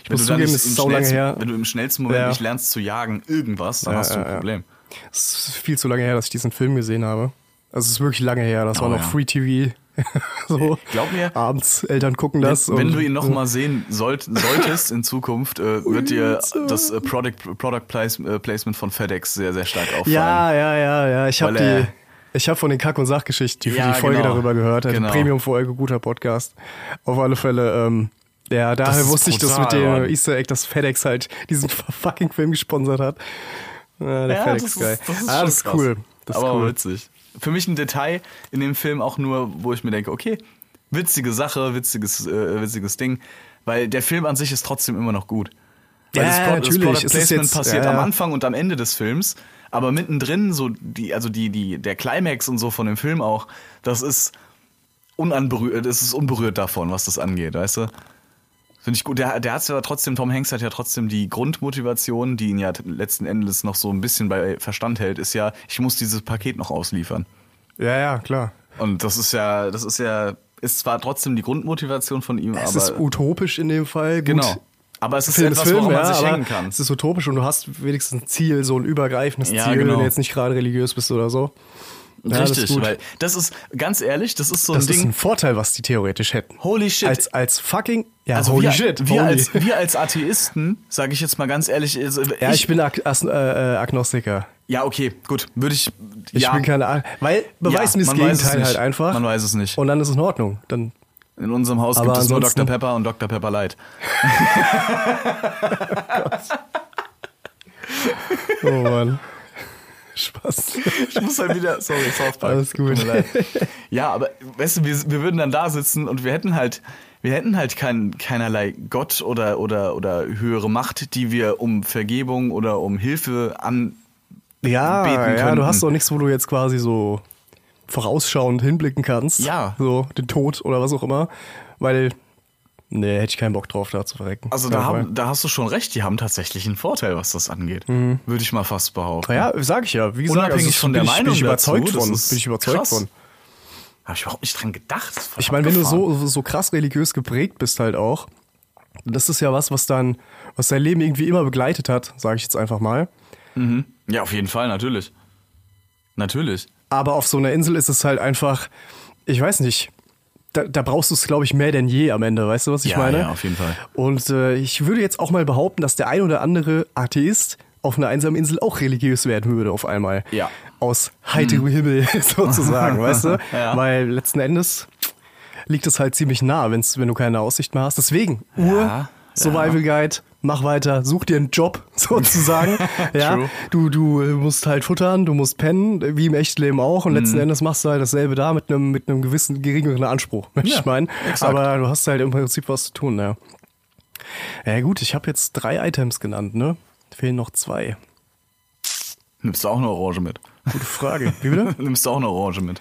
[SPEAKER 1] Ich muss zugeben, es ist
[SPEAKER 2] im
[SPEAKER 1] sau lange
[SPEAKER 2] schnellsten-
[SPEAKER 1] her.
[SPEAKER 2] Wenn du im schnellsten Moment
[SPEAKER 1] Ja.
[SPEAKER 2] nicht lernst zu jagen, irgendwas, dann hast du ein Problem.
[SPEAKER 1] Es ist viel zu lange her, dass ich diesen Film gesehen habe. Also es ist wirklich lange her. Das war
[SPEAKER 2] Oh,
[SPEAKER 1] noch
[SPEAKER 2] ja.
[SPEAKER 1] Free TV. *laughs* so.
[SPEAKER 2] Glaub mir,
[SPEAKER 1] Abends Eltern gucken das.
[SPEAKER 2] Wenn, wenn
[SPEAKER 1] und hm.
[SPEAKER 2] du ihn nochmal sehen sollt, solltest in Zukunft, äh, wird dir das äh, Product, Product Place, äh, Placement von FedEx sehr, sehr stark auffallen.
[SPEAKER 1] Ja, ja, ja, ja. Ich habe
[SPEAKER 2] Weil er-
[SPEAKER 1] die. Ich habe von den Kack- und Sachgeschichten die,
[SPEAKER 2] Ja,
[SPEAKER 1] die Folge
[SPEAKER 2] genau.
[SPEAKER 1] darüber gehört. Also
[SPEAKER 2] Genau.
[SPEAKER 1] Premium-Folge, guter Podcast. Auf alle Fälle ähm, Ja, daher
[SPEAKER 3] ist
[SPEAKER 1] wusste ich das mit
[SPEAKER 3] brutal,
[SPEAKER 1] dem
[SPEAKER 3] Mann.
[SPEAKER 1] Easter Egg, dass FedEx halt diesen *laughs* fucking Film gesponsert hat. Ja, der
[SPEAKER 2] Ja,
[SPEAKER 1] FedEx
[SPEAKER 2] das ist-
[SPEAKER 1] Guy.
[SPEAKER 2] das ist
[SPEAKER 1] ah,
[SPEAKER 2] schon
[SPEAKER 1] das ist
[SPEAKER 2] krass.
[SPEAKER 1] cool. Das ist
[SPEAKER 2] aber
[SPEAKER 1] cool.
[SPEAKER 2] witzig. Für mich ein Detail in dem Film auch nur, wo ich mir denke, okay, witzige Sache, witziges, äh, witziges Ding, weil der Film an sich ist trotzdem immer noch gut. Weil
[SPEAKER 1] Ja,
[SPEAKER 2] das Plot,
[SPEAKER 1] natürlich.
[SPEAKER 2] Das Product
[SPEAKER 1] Es ist
[SPEAKER 2] Placement
[SPEAKER 1] jetzt-
[SPEAKER 2] passiert
[SPEAKER 1] ja,
[SPEAKER 2] am
[SPEAKER 1] ja.
[SPEAKER 2] Anfang und am Ende des Films, aber mittendrin so die, also die, die, der Climax und so von dem Film auch, das ist unanberührt, das ist unberührt davon, was das angeht, weißt du? Finde ich gut. Der, der hat ja trotzdem, Tom Hanks hat ja trotzdem die Grundmotivation, die ihn ja t- letzten Endes noch so ein bisschen bei Verstand hält, ist ja, ich muss dieses Paket noch ausliefern.
[SPEAKER 1] Ja, ja, klar.
[SPEAKER 2] Und das ist ja, das ist ja, ist zwar trotzdem die Grundmotivation von ihm,
[SPEAKER 1] Es
[SPEAKER 2] aber.
[SPEAKER 1] ist utopisch in dem Fall. Gut.
[SPEAKER 2] Genau. Aber es ist
[SPEAKER 1] Film
[SPEAKER 2] etwas,
[SPEAKER 1] ist Film,
[SPEAKER 2] woran man
[SPEAKER 1] ja,
[SPEAKER 2] sich
[SPEAKER 1] aber
[SPEAKER 2] hängen kann.
[SPEAKER 1] Es ist utopisch und du hast wenigstens ein Ziel, so ein übergreifendes
[SPEAKER 2] Ja,
[SPEAKER 1] Ziel, wenn
[SPEAKER 2] genau.
[SPEAKER 1] du jetzt nicht gerade religiös bist oder so. Ja, das ist
[SPEAKER 2] Richtig,
[SPEAKER 1] gut.
[SPEAKER 2] weil das ist, ganz ehrlich, das ist so
[SPEAKER 1] Das ist
[SPEAKER 2] ein Ding.
[SPEAKER 1] ein Vorteil, was die theoretisch hätten.
[SPEAKER 2] Holy shit.
[SPEAKER 1] Als, als fucking. Ja,
[SPEAKER 2] also
[SPEAKER 1] holy
[SPEAKER 2] wir,
[SPEAKER 1] shit.
[SPEAKER 2] wir,
[SPEAKER 1] holy.
[SPEAKER 2] als, wir als Atheisten, sage ich jetzt mal ganz ehrlich, also
[SPEAKER 1] ja, ich, bin Ag As äh, äh, Agnostiker.
[SPEAKER 2] ja okay, gut, würde ich,
[SPEAKER 1] Ich
[SPEAKER 2] ja,
[SPEAKER 1] bin keine Ahnung. Weil, beweis mir das
[SPEAKER 2] man weiß es
[SPEAKER 1] Gegenteil
[SPEAKER 2] nicht.
[SPEAKER 1] halt einfach.
[SPEAKER 2] Man weiß es nicht.
[SPEAKER 1] Und dann ist es in Ordnung. Dann
[SPEAKER 2] in unserem Haus
[SPEAKER 1] Aber
[SPEAKER 2] gibt es nur
[SPEAKER 1] ansonsten-
[SPEAKER 2] Dr. Pepper und Dr.
[SPEAKER 1] *laughs*
[SPEAKER 2] Pepper Light.
[SPEAKER 1] Oh Mann. *laughs* Spaß.
[SPEAKER 2] Ich muss halt wieder, sorry, South Park.
[SPEAKER 1] Alles gut.
[SPEAKER 2] Tut mir leid.
[SPEAKER 1] *laughs*
[SPEAKER 2] Ja, aber weißt du, wir, wir würden dann da sitzen und wir hätten halt, wir hätten halt kein, keinerlei Gott oder, oder, oder höhere Macht, die wir um Vergebung oder um Hilfe an Beten
[SPEAKER 1] Ja, ja,
[SPEAKER 2] könnten.
[SPEAKER 1] du hast doch nichts, wo du jetzt quasi so vorausschauend hinblicken kannst.
[SPEAKER 2] Ja.
[SPEAKER 1] So, den Tod oder was auch immer. Weil, nee, hätte ich keinen Bock drauf, da zu verrecken.
[SPEAKER 2] Also da,
[SPEAKER 1] Ja,
[SPEAKER 2] haben, da hast du schon recht, die haben tatsächlich einen Vorteil, was das angeht. Würde ich mal fast behaupten.
[SPEAKER 1] voll. Mhm. Ja, sag ich ja. Wie gesagt,
[SPEAKER 2] Unabhängig
[SPEAKER 1] also,
[SPEAKER 2] von
[SPEAKER 1] bin
[SPEAKER 2] der
[SPEAKER 1] ich, bin
[SPEAKER 2] Meinung
[SPEAKER 1] ich überzeugt
[SPEAKER 2] dazu, das
[SPEAKER 1] von.
[SPEAKER 2] ist
[SPEAKER 1] Bin ich überzeugt
[SPEAKER 2] krass.
[SPEAKER 1] von.
[SPEAKER 2] Habe ich überhaupt nicht dran gedacht. Das ist voll
[SPEAKER 1] Ich meine, wenn du
[SPEAKER 2] abgefahren.
[SPEAKER 1] so, so krass religiös geprägt bist halt auch, das ist ja was, was dann, was dein Leben irgendwie immer begleitet hat, sage ich jetzt einfach mal.
[SPEAKER 2] Ja, auf jeden Fall, natürlich. Natürlich.
[SPEAKER 1] Aber auf so einer Insel ist es halt einfach, ich weiß nicht, da, da brauchst du es, glaube ich, mehr denn je am Ende, weißt du, was ich
[SPEAKER 2] Ja,
[SPEAKER 1] meine?
[SPEAKER 2] ja, auf jeden Fall.
[SPEAKER 1] Und äh, ich würde jetzt auch mal behaupten, dass der ein oder andere Atheist auf einer einsamen Insel auch religiös werden würde auf einmal.
[SPEAKER 2] Ja. Hm.
[SPEAKER 1] Aus heiterem Himmel *laughs* sozusagen, weißt du?
[SPEAKER 2] *laughs* Ja.
[SPEAKER 1] Weil letzten Endes liegt es halt ziemlich nah, wenn's, wenn du keine Aussicht mehr hast. Deswegen, Ur,
[SPEAKER 2] Ja,
[SPEAKER 1] Survival Guide, mach weiter, such dir einen Job *laughs*
[SPEAKER 2] *laughs*
[SPEAKER 1] sozusagen. ja,
[SPEAKER 2] True.
[SPEAKER 1] du, du äh, musst halt futtern, du musst pennen, wie im echten Leben auch.
[SPEAKER 2] Mhm.
[SPEAKER 1] Und letzten Endes machst du halt dasselbe da mit einem mit einem gewissen geringeren Anspruch, *laughs* möchte
[SPEAKER 2] Ja,
[SPEAKER 1] ich meinen.
[SPEAKER 2] exakt.
[SPEAKER 1] Aber du hast halt im Prinzip was zu tun, ja. Ja gut, ich habe jetzt drei Items genannt, ne? Fehlen noch zwei.
[SPEAKER 2] Nimmst du auch eine Orange mit? *laughs*
[SPEAKER 1] Gute Frage. Wie bitte?
[SPEAKER 2] Nimmst du auch eine Orange mit?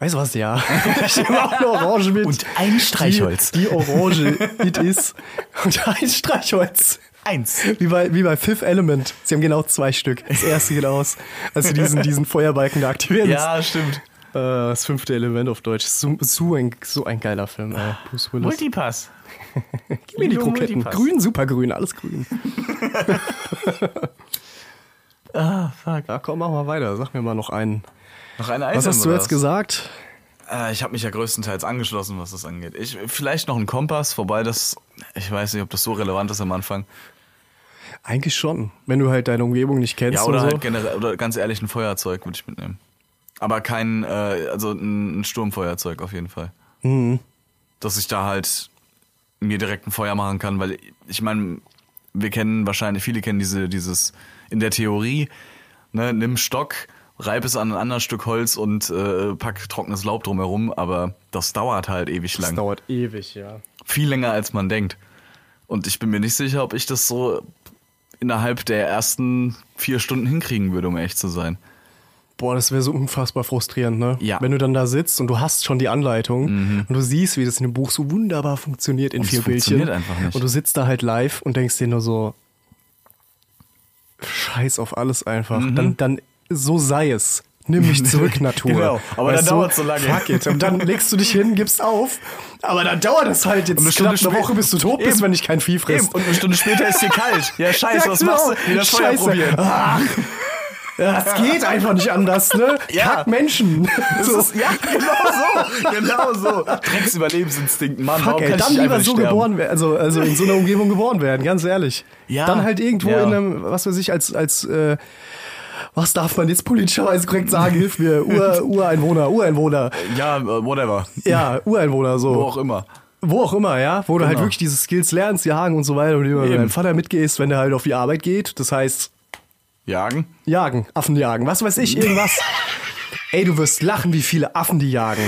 [SPEAKER 1] Weißt du was, ja. *laughs* Ich nehme auch eine Orange mit.
[SPEAKER 2] Und ein Streichholz.
[SPEAKER 1] Die, die Orange, it is. Und ein Streichholz.
[SPEAKER 2] Eins.
[SPEAKER 1] Wie bei, wie bei Fifth Element. Sie haben genau zwei Stück. Das erste geht aus, als du diesen, diesen Feuerbalken da aktivierst.
[SPEAKER 2] Ja, stimmt.
[SPEAKER 1] Äh, das fünfte Element auf Deutsch. So, so, ein, so ein geiler Film. Äh, Bruce Willis.
[SPEAKER 2] Multipass.
[SPEAKER 1] *laughs* Gib mir die
[SPEAKER 2] Lilo
[SPEAKER 1] Kroketten.
[SPEAKER 2] Multipass.
[SPEAKER 1] Grün, supergrün, alles *laughs* grün.
[SPEAKER 2] Ah, fuck.
[SPEAKER 1] Ja, komm, mach mal weiter. Sag mir mal noch einen.
[SPEAKER 2] Noch eine
[SPEAKER 1] Was hast du jetzt gesagt?
[SPEAKER 2] Äh, ich habe mich ja größtenteils angeschlossen, was das angeht. Ich, vielleicht noch einen Kompass, wobei das, ich weiß nicht, ob das so relevant ist am Anfang.
[SPEAKER 1] Eigentlich schon. Wenn du halt deine Umgebung nicht kennst
[SPEAKER 2] Ja, oder
[SPEAKER 1] so.
[SPEAKER 2] halt generell, oder ganz ehrlich, ein Feuerzeug würde ich mitnehmen. Aber kein, äh, also ein, ein Sturmfeuerzeug auf jeden Fall.
[SPEAKER 1] Mhm.
[SPEAKER 2] Dass ich da halt mir direkt ein Feuer machen kann, weil ich meine, wir kennen wahrscheinlich, viele kennen diese, dieses, in der Theorie, ne, nimm Stock, reib es an ein anderes Stück Holz und äh, pack trockenes Laub drumherum, aber das dauert halt ewig
[SPEAKER 1] das
[SPEAKER 2] lang.
[SPEAKER 1] dauert ewig, ja.
[SPEAKER 2] Viel länger als man denkt. Und ich bin mir nicht sicher, ob ich das so innerhalb der ersten vier Stunden hinkriegen würde, um echt zu sein.
[SPEAKER 1] Boah, das wäre so unfassbar frustrierend, ne?
[SPEAKER 2] Ja. Mhm.
[SPEAKER 1] Wenn du dann da sitzt und du hast schon die Anleitung und du siehst, wie das in dem Buch so wunderbar funktioniert in
[SPEAKER 2] Und es
[SPEAKER 1] vier Bildchen.
[SPEAKER 2] funktioniert einfach nicht.
[SPEAKER 1] Und du sitzt da halt live und denkst dir nur so, scheiß auf alles einfach.
[SPEAKER 2] Mhm.
[SPEAKER 1] Dann, dann, so sei es. Nimm
[SPEAKER 2] *laughs*
[SPEAKER 1] mich zurück, Natur.
[SPEAKER 2] Genau, aber dann
[SPEAKER 1] du?
[SPEAKER 2] dauert's so lange.
[SPEAKER 1] Fuck it. Und dann legst du dich hin, gibst auf. Aber dann dauert es halt jetzt
[SPEAKER 2] Und eine
[SPEAKER 1] knapp
[SPEAKER 2] Stunde
[SPEAKER 1] eine
[SPEAKER 2] spä-
[SPEAKER 1] Woche, bis du tot bist,
[SPEAKER 2] Eben.
[SPEAKER 1] wenn ich kein Vieh
[SPEAKER 2] Eben,
[SPEAKER 1] frisst.
[SPEAKER 2] und eine Stunde später ist dir kalt. *laughs* Ja, scheiße,
[SPEAKER 1] Ja,
[SPEAKER 2] was
[SPEAKER 1] genau.
[SPEAKER 2] machst du? Wieder Feuer
[SPEAKER 1] Scheiße.
[SPEAKER 2] probieren.
[SPEAKER 1] *laughs* Ach. Das geht einfach nicht anders, ne?
[SPEAKER 2] Ja.
[SPEAKER 1] Kack Menschen. So.
[SPEAKER 2] Das ist, ja, genau so. Genau so. Drecksüberlebensinstinkt, Mann.
[SPEAKER 1] Fuck,
[SPEAKER 2] warum
[SPEAKER 1] ey,
[SPEAKER 2] kann ich
[SPEAKER 1] dann
[SPEAKER 2] nicht
[SPEAKER 1] lieber
[SPEAKER 2] einfach
[SPEAKER 1] so
[SPEAKER 2] sterben?
[SPEAKER 1] geboren werden, also, also in so einer Umgebung geboren werden, ganz ehrlich.
[SPEAKER 2] Ja.
[SPEAKER 1] Dann halt irgendwo
[SPEAKER 2] Ja.
[SPEAKER 1] in einem, was weiß ich, als, als, äh, was darf man jetzt politischerweise korrekt sagen? Hilf
[SPEAKER 2] *laughs*
[SPEAKER 1] mir, Ur, Ureinwohner, Ureinwohner.
[SPEAKER 2] Ja, äh, whatever.
[SPEAKER 1] Ja, Ureinwohner, so.
[SPEAKER 2] Wo auch immer.
[SPEAKER 1] Wo auch immer, ja, wo du halt
[SPEAKER 2] Genau.
[SPEAKER 1] wirklich diese Skills lernst, jagen und so weiter und immer mit
[SPEAKER 2] Eben.
[SPEAKER 1] deinem Vater mitgehst, wenn der halt auf die Arbeit geht. Das heißt,
[SPEAKER 2] Jagen?
[SPEAKER 1] jagen, Affen jagen, was weiß *laughs* ich, irgendwas. Ey, du wirst lachen, wie viele Affen die jagen.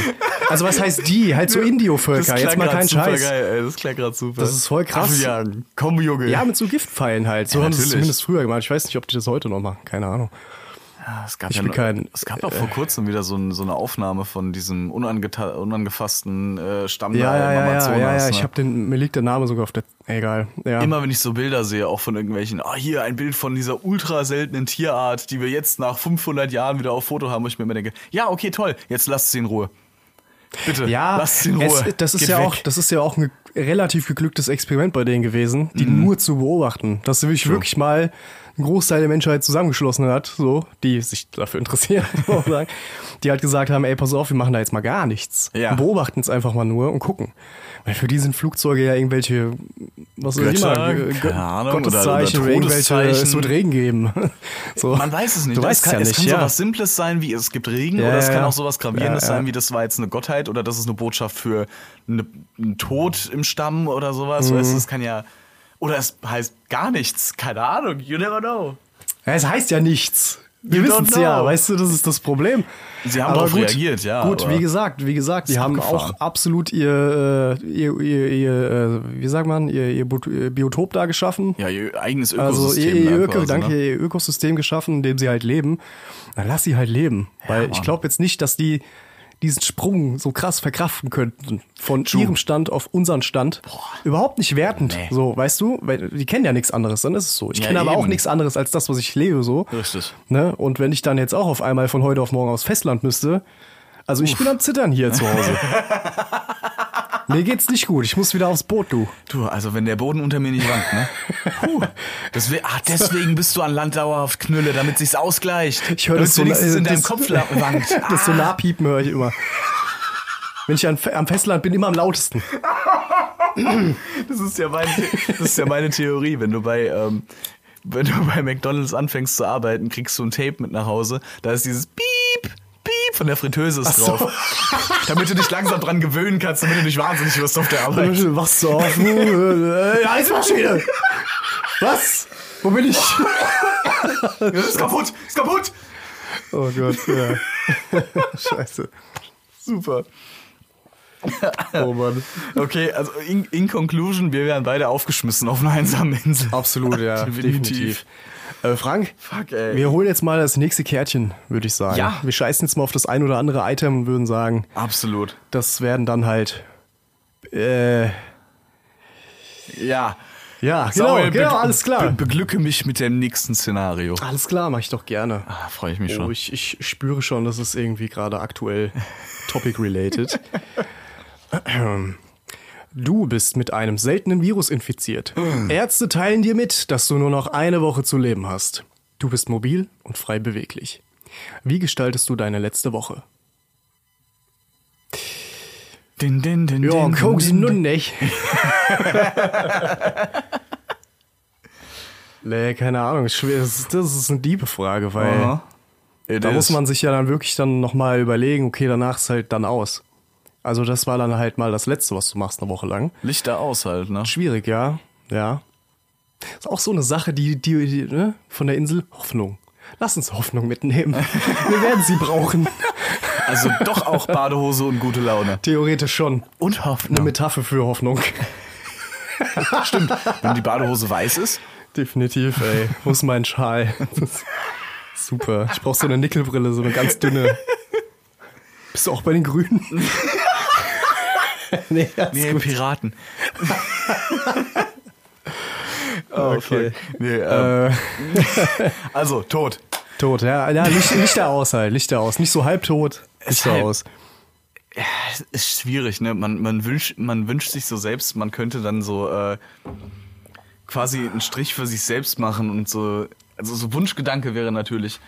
[SPEAKER 1] Also was heißt die? *laughs* Halt so Indio-Völker, jetzt mal keinen Scheiß.
[SPEAKER 2] Geil, ey. Das klingt gerade super.
[SPEAKER 1] Das ist voll krass.
[SPEAKER 2] Affen jagen. Komm, Junge.
[SPEAKER 1] Ja, mit so Giftpfeilen halt. So
[SPEAKER 2] Ja,
[SPEAKER 1] haben sie es
[SPEAKER 2] natürlich.
[SPEAKER 1] zumindest früher gemacht. Ich weiß nicht, ob die das heute noch machen. Keine Ahnung.
[SPEAKER 2] es gab
[SPEAKER 1] ich
[SPEAKER 2] ja
[SPEAKER 1] bin
[SPEAKER 2] noch,
[SPEAKER 1] kein- äh,
[SPEAKER 2] Es gab doch vor kurzem wieder so, ein, so eine Aufnahme von diesem unangeta- unangefassten äh, Stamm
[SPEAKER 1] Ja,
[SPEAKER 2] da
[SPEAKER 1] ja,
[SPEAKER 2] im
[SPEAKER 1] ja, ja,
[SPEAKER 2] Amazonas.
[SPEAKER 1] ja, ja.
[SPEAKER 2] ne?
[SPEAKER 1] Ich hab den, mir liegt der Name sogar auf der. Egal. Ja.
[SPEAKER 2] Immer wenn ich so Bilder sehe, auch von irgendwelchen, ah, hier ein Bild von dieser ultra seltenen Tierart, die wir jetzt nach 500 Jahren wieder auf Foto haben, wo ich mir immer denke, ja, okay, toll, jetzt lasst sie in Ruhe. Bitte,
[SPEAKER 1] ja,
[SPEAKER 2] lasst sie in Ruhe.
[SPEAKER 1] Es, das, ist
[SPEAKER 2] Geht
[SPEAKER 1] ja
[SPEAKER 2] weg.
[SPEAKER 1] auch, das ist ja auch ein ge- relativ geglücktes Experiment bei denen gewesen, die
[SPEAKER 2] Mhm.
[SPEAKER 1] nur zu beobachten. Dass sie wirklich, wirklich mal einen Großteil der Menschheit zusammengeschlossen hat, so, die sich dafür interessieren, *laughs* muss man sagen. die halt gesagt haben, ey, pass auf, wir machen da jetzt mal gar nichts.
[SPEAKER 2] Ja.
[SPEAKER 1] Und beobachten es einfach mal nur und gucken. Weil für die sind Flugzeuge ja irgendwelche, was auch
[SPEAKER 2] Götter,
[SPEAKER 1] immer, Gö-
[SPEAKER 2] keine Ahnung, oder-
[SPEAKER 1] Gotteszeichen,
[SPEAKER 2] oder
[SPEAKER 1] irgendwelche,
[SPEAKER 2] Todeszeichen.
[SPEAKER 1] es wird Regen geben. *laughs* so.
[SPEAKER 2] Man weiß es nicht.
[SPEAKER 1] Oh, Du
[SPEAKER 2] Das
[SPEAKER 1] weißt
[SPEAKER 2] kann,
[SPEAKER 1] ja
[SPEAKER 2] es
[SPEAKER 1] nicht,
[SPEAKER 2] kann
[SPEAKER 1] ja.
[SPEAKER 2] sowas Simples sein, wie es gibt Regen,
[SPEAKER 1] Ja,
[SPEAKER 2] oder es
[SPEAKER 1] ja,
[SPEAKER 2] kann
[SPEAKER 1] ja.
[SPEAKER 2] auch sowas Gravierendes
[SPEAKER 1] Ja, ja.
[SPEAKER 2] sein, wie das war jetzt eine Gottheit, oder das ist eine Botschaft für eine, einen Tod im Stamm oder sowas. Weißt
[SPEAKER 1] Mhm.
[SPEAKER 2] du, es kann ja. Oder es heißt gar nichts. Keine Ahnung. You never know.
[SPEAKER 1] Ja, es heißt ja nichts. Wir
[SPEAKER 2] You
[SPEAKER 1] wissen es
[SPEAKER 2] don't
[SPEAKER 1] ja,
[SPEAKER 2] know.
[SPEAKER 1] weißt du, das ist das Problem.
[SPEAKER 2] Sie haben
[SPEAKER 1] Aber
[SPEAKER 2] darauf
[SPEAKER 1] gut,
[SPEAKER 2] reagiert, ja,
[SPEAKER 1] Gut,
[SPEAKER 2] aber-
[SPEAKER 1] wie gesagt, wie gesagt, die
[SPEAKER 2] Ist
[SPEAKER 1] haben
[SPEAKER 2] abgefahren.
[SPEAKER 1] auch absolut ihr, äh, ihr, ihr, ihr äh, wie sagt man, ihr, ihr, Bot- ihr Biotop da geschaffen.
[SPEAKER 2] Ja, ihr eigenes Ökosystem.
[SPEAKER 1] Also ihr, ihr,
[SPEAKER 2] da
[SPEAKER 1] Öko,
[SPEAKER 2] quasi,
[SPEAKER 1] danke,
[SPEAKER 2] ne?
[SPEAKER 1] ihr Ökosystem geschaffen, in dem sie halt leben. Dann lass sie halt leben. weil ich
[SPEAKER 2] Mann.
[SPEAKER 1] glaube jetzt nicht, dass die diesen Sprung so krass verkraften könnten. Von ihrem Stand auf unseren Stand. Überhaupt nicht wertend.
[SPEAKER 2] Nee.
[SPEAKER 1] So, weißt du, weil die kennen ja nichts anderes, dann ist es so. Ich
[SPEAKER 2] Ja,
[SPEAKER 1] kenne aber auch
[SPEAKER 2] eben.
[SPEAKER 1] nichts anderes als das, was ich lebe, so.
[SPEAKER 2] Richtig.
[SPEAKER 1] Ne? Und wenn ich dann jetzt auch auf einmal von heute auf morgen aufs Festland müsste, also ich bin am Zittern hier zu
[SPEAKER 2] *laughs*
[SPEAKER 1] Hause. Mir geht's nicht gut, ich muss wieder aufs Boot, du.
[SPEAKER 2] Du, also wenn der Boden unter mir nicht
[SPEAKER 1] *laughs*
[SPEAKER 2] wankt, ne? Puh, das will, ah, deswegen bist du an Land dauerhaft Knülle, damit sich's ausgleicht.
[SPEAKER 1] Ich höre
[SPEAKER 2] damit
[SPEAKER 1] das so
[SPEAKER 2] wenigstens
[SPEAKER 1] äh,
[SPEAKER 2] in deinem
[SPEAKER 1] das-
[SPEAKER 2] Kopf la- wankt.
[SPEAKER 1] *laughs* Das Solarpiepen höre ich immer. Wenn ich an, am Festland bin, immer am lautesten.
[SPEAKER 2] Das ist ja meine, das ist ja meine Theorie. Wenn du bei, ähm, wenn du bei McDonalds anfängst zu arbeiten, kriegst du ein Tape mit nach Hause. Da ist dieses Piep, Piep von der Fritteuse ist
[SPEAKER 1] so.
[SPEAKER 2] drauf. Damit du dich langsam dran gewöhnen kannst, damit du nicht wahnsinnig wirst auf der Arbeit.
[SPEAKER 1] Wachst du *laughs* auf? Äh, Eismaschine! Was? Wo bin ich?
[SPEAKER 2] Ist kaputt, ist kaputt.
[SPEAKER 1] *laughs* Oh Gott, ja. *laughs* Scheiße.
[SPEAKER 2] Super.
[SPEAKER 1] Oh Mann.
[SPEAKER 2] Okay, also in, in Conclusion, wir wären beide aufgeschmissen auf einer einsamen Insel.
[SPEAKER 1] Absolut, ja. *laughs* definitiv.
[SPEAKER 2] Definitiv.
[SPEAKER 1] Äh, Frank,
[SPEAKER 2] Fuck, ey.
[SPEAKER 1] wir holen jetzt mal das nächste Kärtchen, würde ich sagen.
[SPEAKER 2] Ja.
[SPEAKER 1] Wir scheißen jetzt mal auf das ein oder andere Item und würden sagen,
[SPEAKER 2] Absolut.
[SPEAKER 1] das werden dann halt. Äh,
[SPEAKER 2] Ja.
[SPEAKER 1] ja, genau,
[SPEAKER 2] Samuel,
[SPEAKER 1] genau,
[SPEAKER 2] be-
[SPEAKER 1] alles klar.
[SPEAKER 2] Be beglücke mich mit dem nächsten Szenario.
[SPEAKER 1] Alles klar, mache ich doch gerne.
[SPEAKER 2] Ah, Freue ich mich
[SPEAKER 1] Oh,
[SPEAKER 2] schon.
[SPEAKER 1] ich, ich spüre schon, das ist irgendwie gerade aktuell topic-related. Ahem. *clears throat* Du bist mit einem seltenen Virus infiziert.
[SPEAKER 2] Hm.
[SPEAKER 1] Ärzte teilen dir mit, dass du nur noch eine Woche zu leben hast. Du bist mobil und frei beweglich. Wie gestaltest du deine letzte Woche?
[SPEAKER 2] Din, din, din,
[SPEAKER 1] Ja,
[SPEAKER 2] din,
[SPEAKER 1] guck sie
[SPEAKER 2] din,
[SPEAKER 1] nun nicht.
[SPEAKER 2] *laughs*
[SPEAKER 1] nee, keine Ahnung. ist schwer. Das ist, das ist eine diebe Frage, weil.
[SPEAKER 2] Aha. It
[SPEAKER 1] Da
[SPEAKER 2] is.
[SPEAKER 1] muss man sich ja dann wirklich dann nochmal überlegen, okay, danach ist halt dann aus. Also das war dann halt mal das Letzte, was du machst eine Woche lang.
[SPEAKER 2] Lichter aus halt, ne?
[SPEAKER 1] Schwierig, ja. Ja. Ist auch so eine Sache, die, die, die ne? von der Insel Hoffnung. Lass uns Hoffnung mitnehmen. *laughs* Wir werden sie brauchen.
[SPEAKER 2] *laughs* Also doch auch Badehose und gute Laune.
[SPEAKER 1] Theoretisch schon.
[SPEAKER 2] Und
[SPEAKER 1] Eine
[SPEAKER 2] Hoffnung.
[SPEAKER 1] Metapher für Hoffnung.
[SPEAKER 2] Stimmt. Wenn die Badehose weiß ist.
[SPEAKER 1] *laughs* Definitiv, ey. Wo ist mein Schal? Das ist *laughs* Super. Ich brauch so eine Nickelbrille, so eine ganz *laughs* dünne. Bist du auch bei den *laughs* Grünen? nee, das
[SPEAKER 2] Nee, *laughs* Piraten.
[SPEAKER 1] Okay.
[SPEAKER 2] Oh, fuck. Nee, ähm, *laughs* also, tot.
[SPEAKER 1] Tot, ja, ja Licht, Lichter aus halt, Lichter aus. Nicht so halbtot, Lichter
[SPEAKER 2] halb-
[SPEAKER 1] aus.
[SPEAKER 2] Es *laughs* ist schwierig, ne? Man, man, wünscht, man wünscht sich so selbst, man könnte dann so äh, quasi einen Strich für sich selbst machen und so. Also so Wunschgedanke wäre natürlich,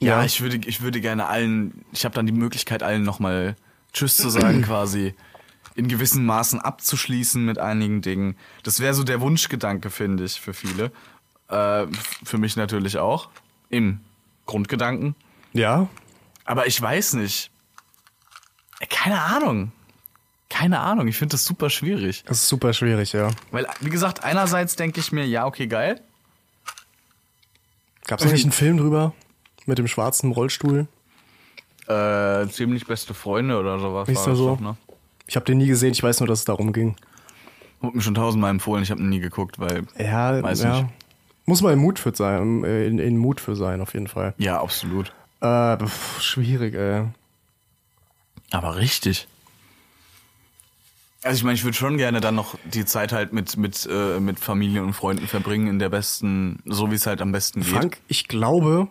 [SPEAKER 2] ja,
[SPEAKER 1] Ja.
[SPEAKER 2] ich würde, ich würde gerne allen, ich habe dann die Möglichkeit, allen nochmal Tschüss zu sagen, quasi in gewissen Maßen abzuschließen mit einigen Dingen. Das wäre so der Wunschgedanke, finde ich, für viele. Äh, f- für mich natürlich auch. Im Grundgedanken.
[SPEAKER 1] Ja,
[SPEAKER 2] Aber ich weiß nicht. Keine Ahnung. keine Ahnung, ich finde das super schwierig.
[SPEAKER 1] Das ist super schwierig, ja.
[SPEAKER 2] Weil, wie gesagt, einerseits denke ich mir, ja, okay, geil.
[SPEAKER 1] Gab es nicht einen Film drüber? Mit dem schwarzen Rollstuhl?
[SPEAKER 2] Äh, ziemlich beste Freunde oder sowas.
[SPEAKER 1] Ist
[SPEAKER 2] war
[SPEAKER 1] da
[SPEAKER 2] das
[SPEAKER 1] so?
[SPEAKER 2] doch, ne?
[SPEAKER 1] Ich habe den nie gesehen, ich weiß nur, dass es darum ging.
[SPEAKER 2] Wurde mir schon tausendmal empfohlen, ich habe nie geguckt, weil.
[SPEAKER 1] Ja,
[SPEAKER 2] Weiß
[SPEAKER 1] ja.
[SPEAKER 2] nicht.
[SPEAKER 1] Muss man im Mut für sein, äh, in, in Mut für sein, auf jeden Fall.
[SPEAKER 2] Ja, absolut.
[SPEAKER 1] Äh, pf, schwierig, ey.
[SPEAKER 2] Aber richtig. Also ich meine, ich würde schon gerne dann noch die Zeit halt mit mit äh, mit Familie und Freunden verbringen in der besten, so wie es halt am besten geht.
[SPEAKER 1] Frank, ich glaube,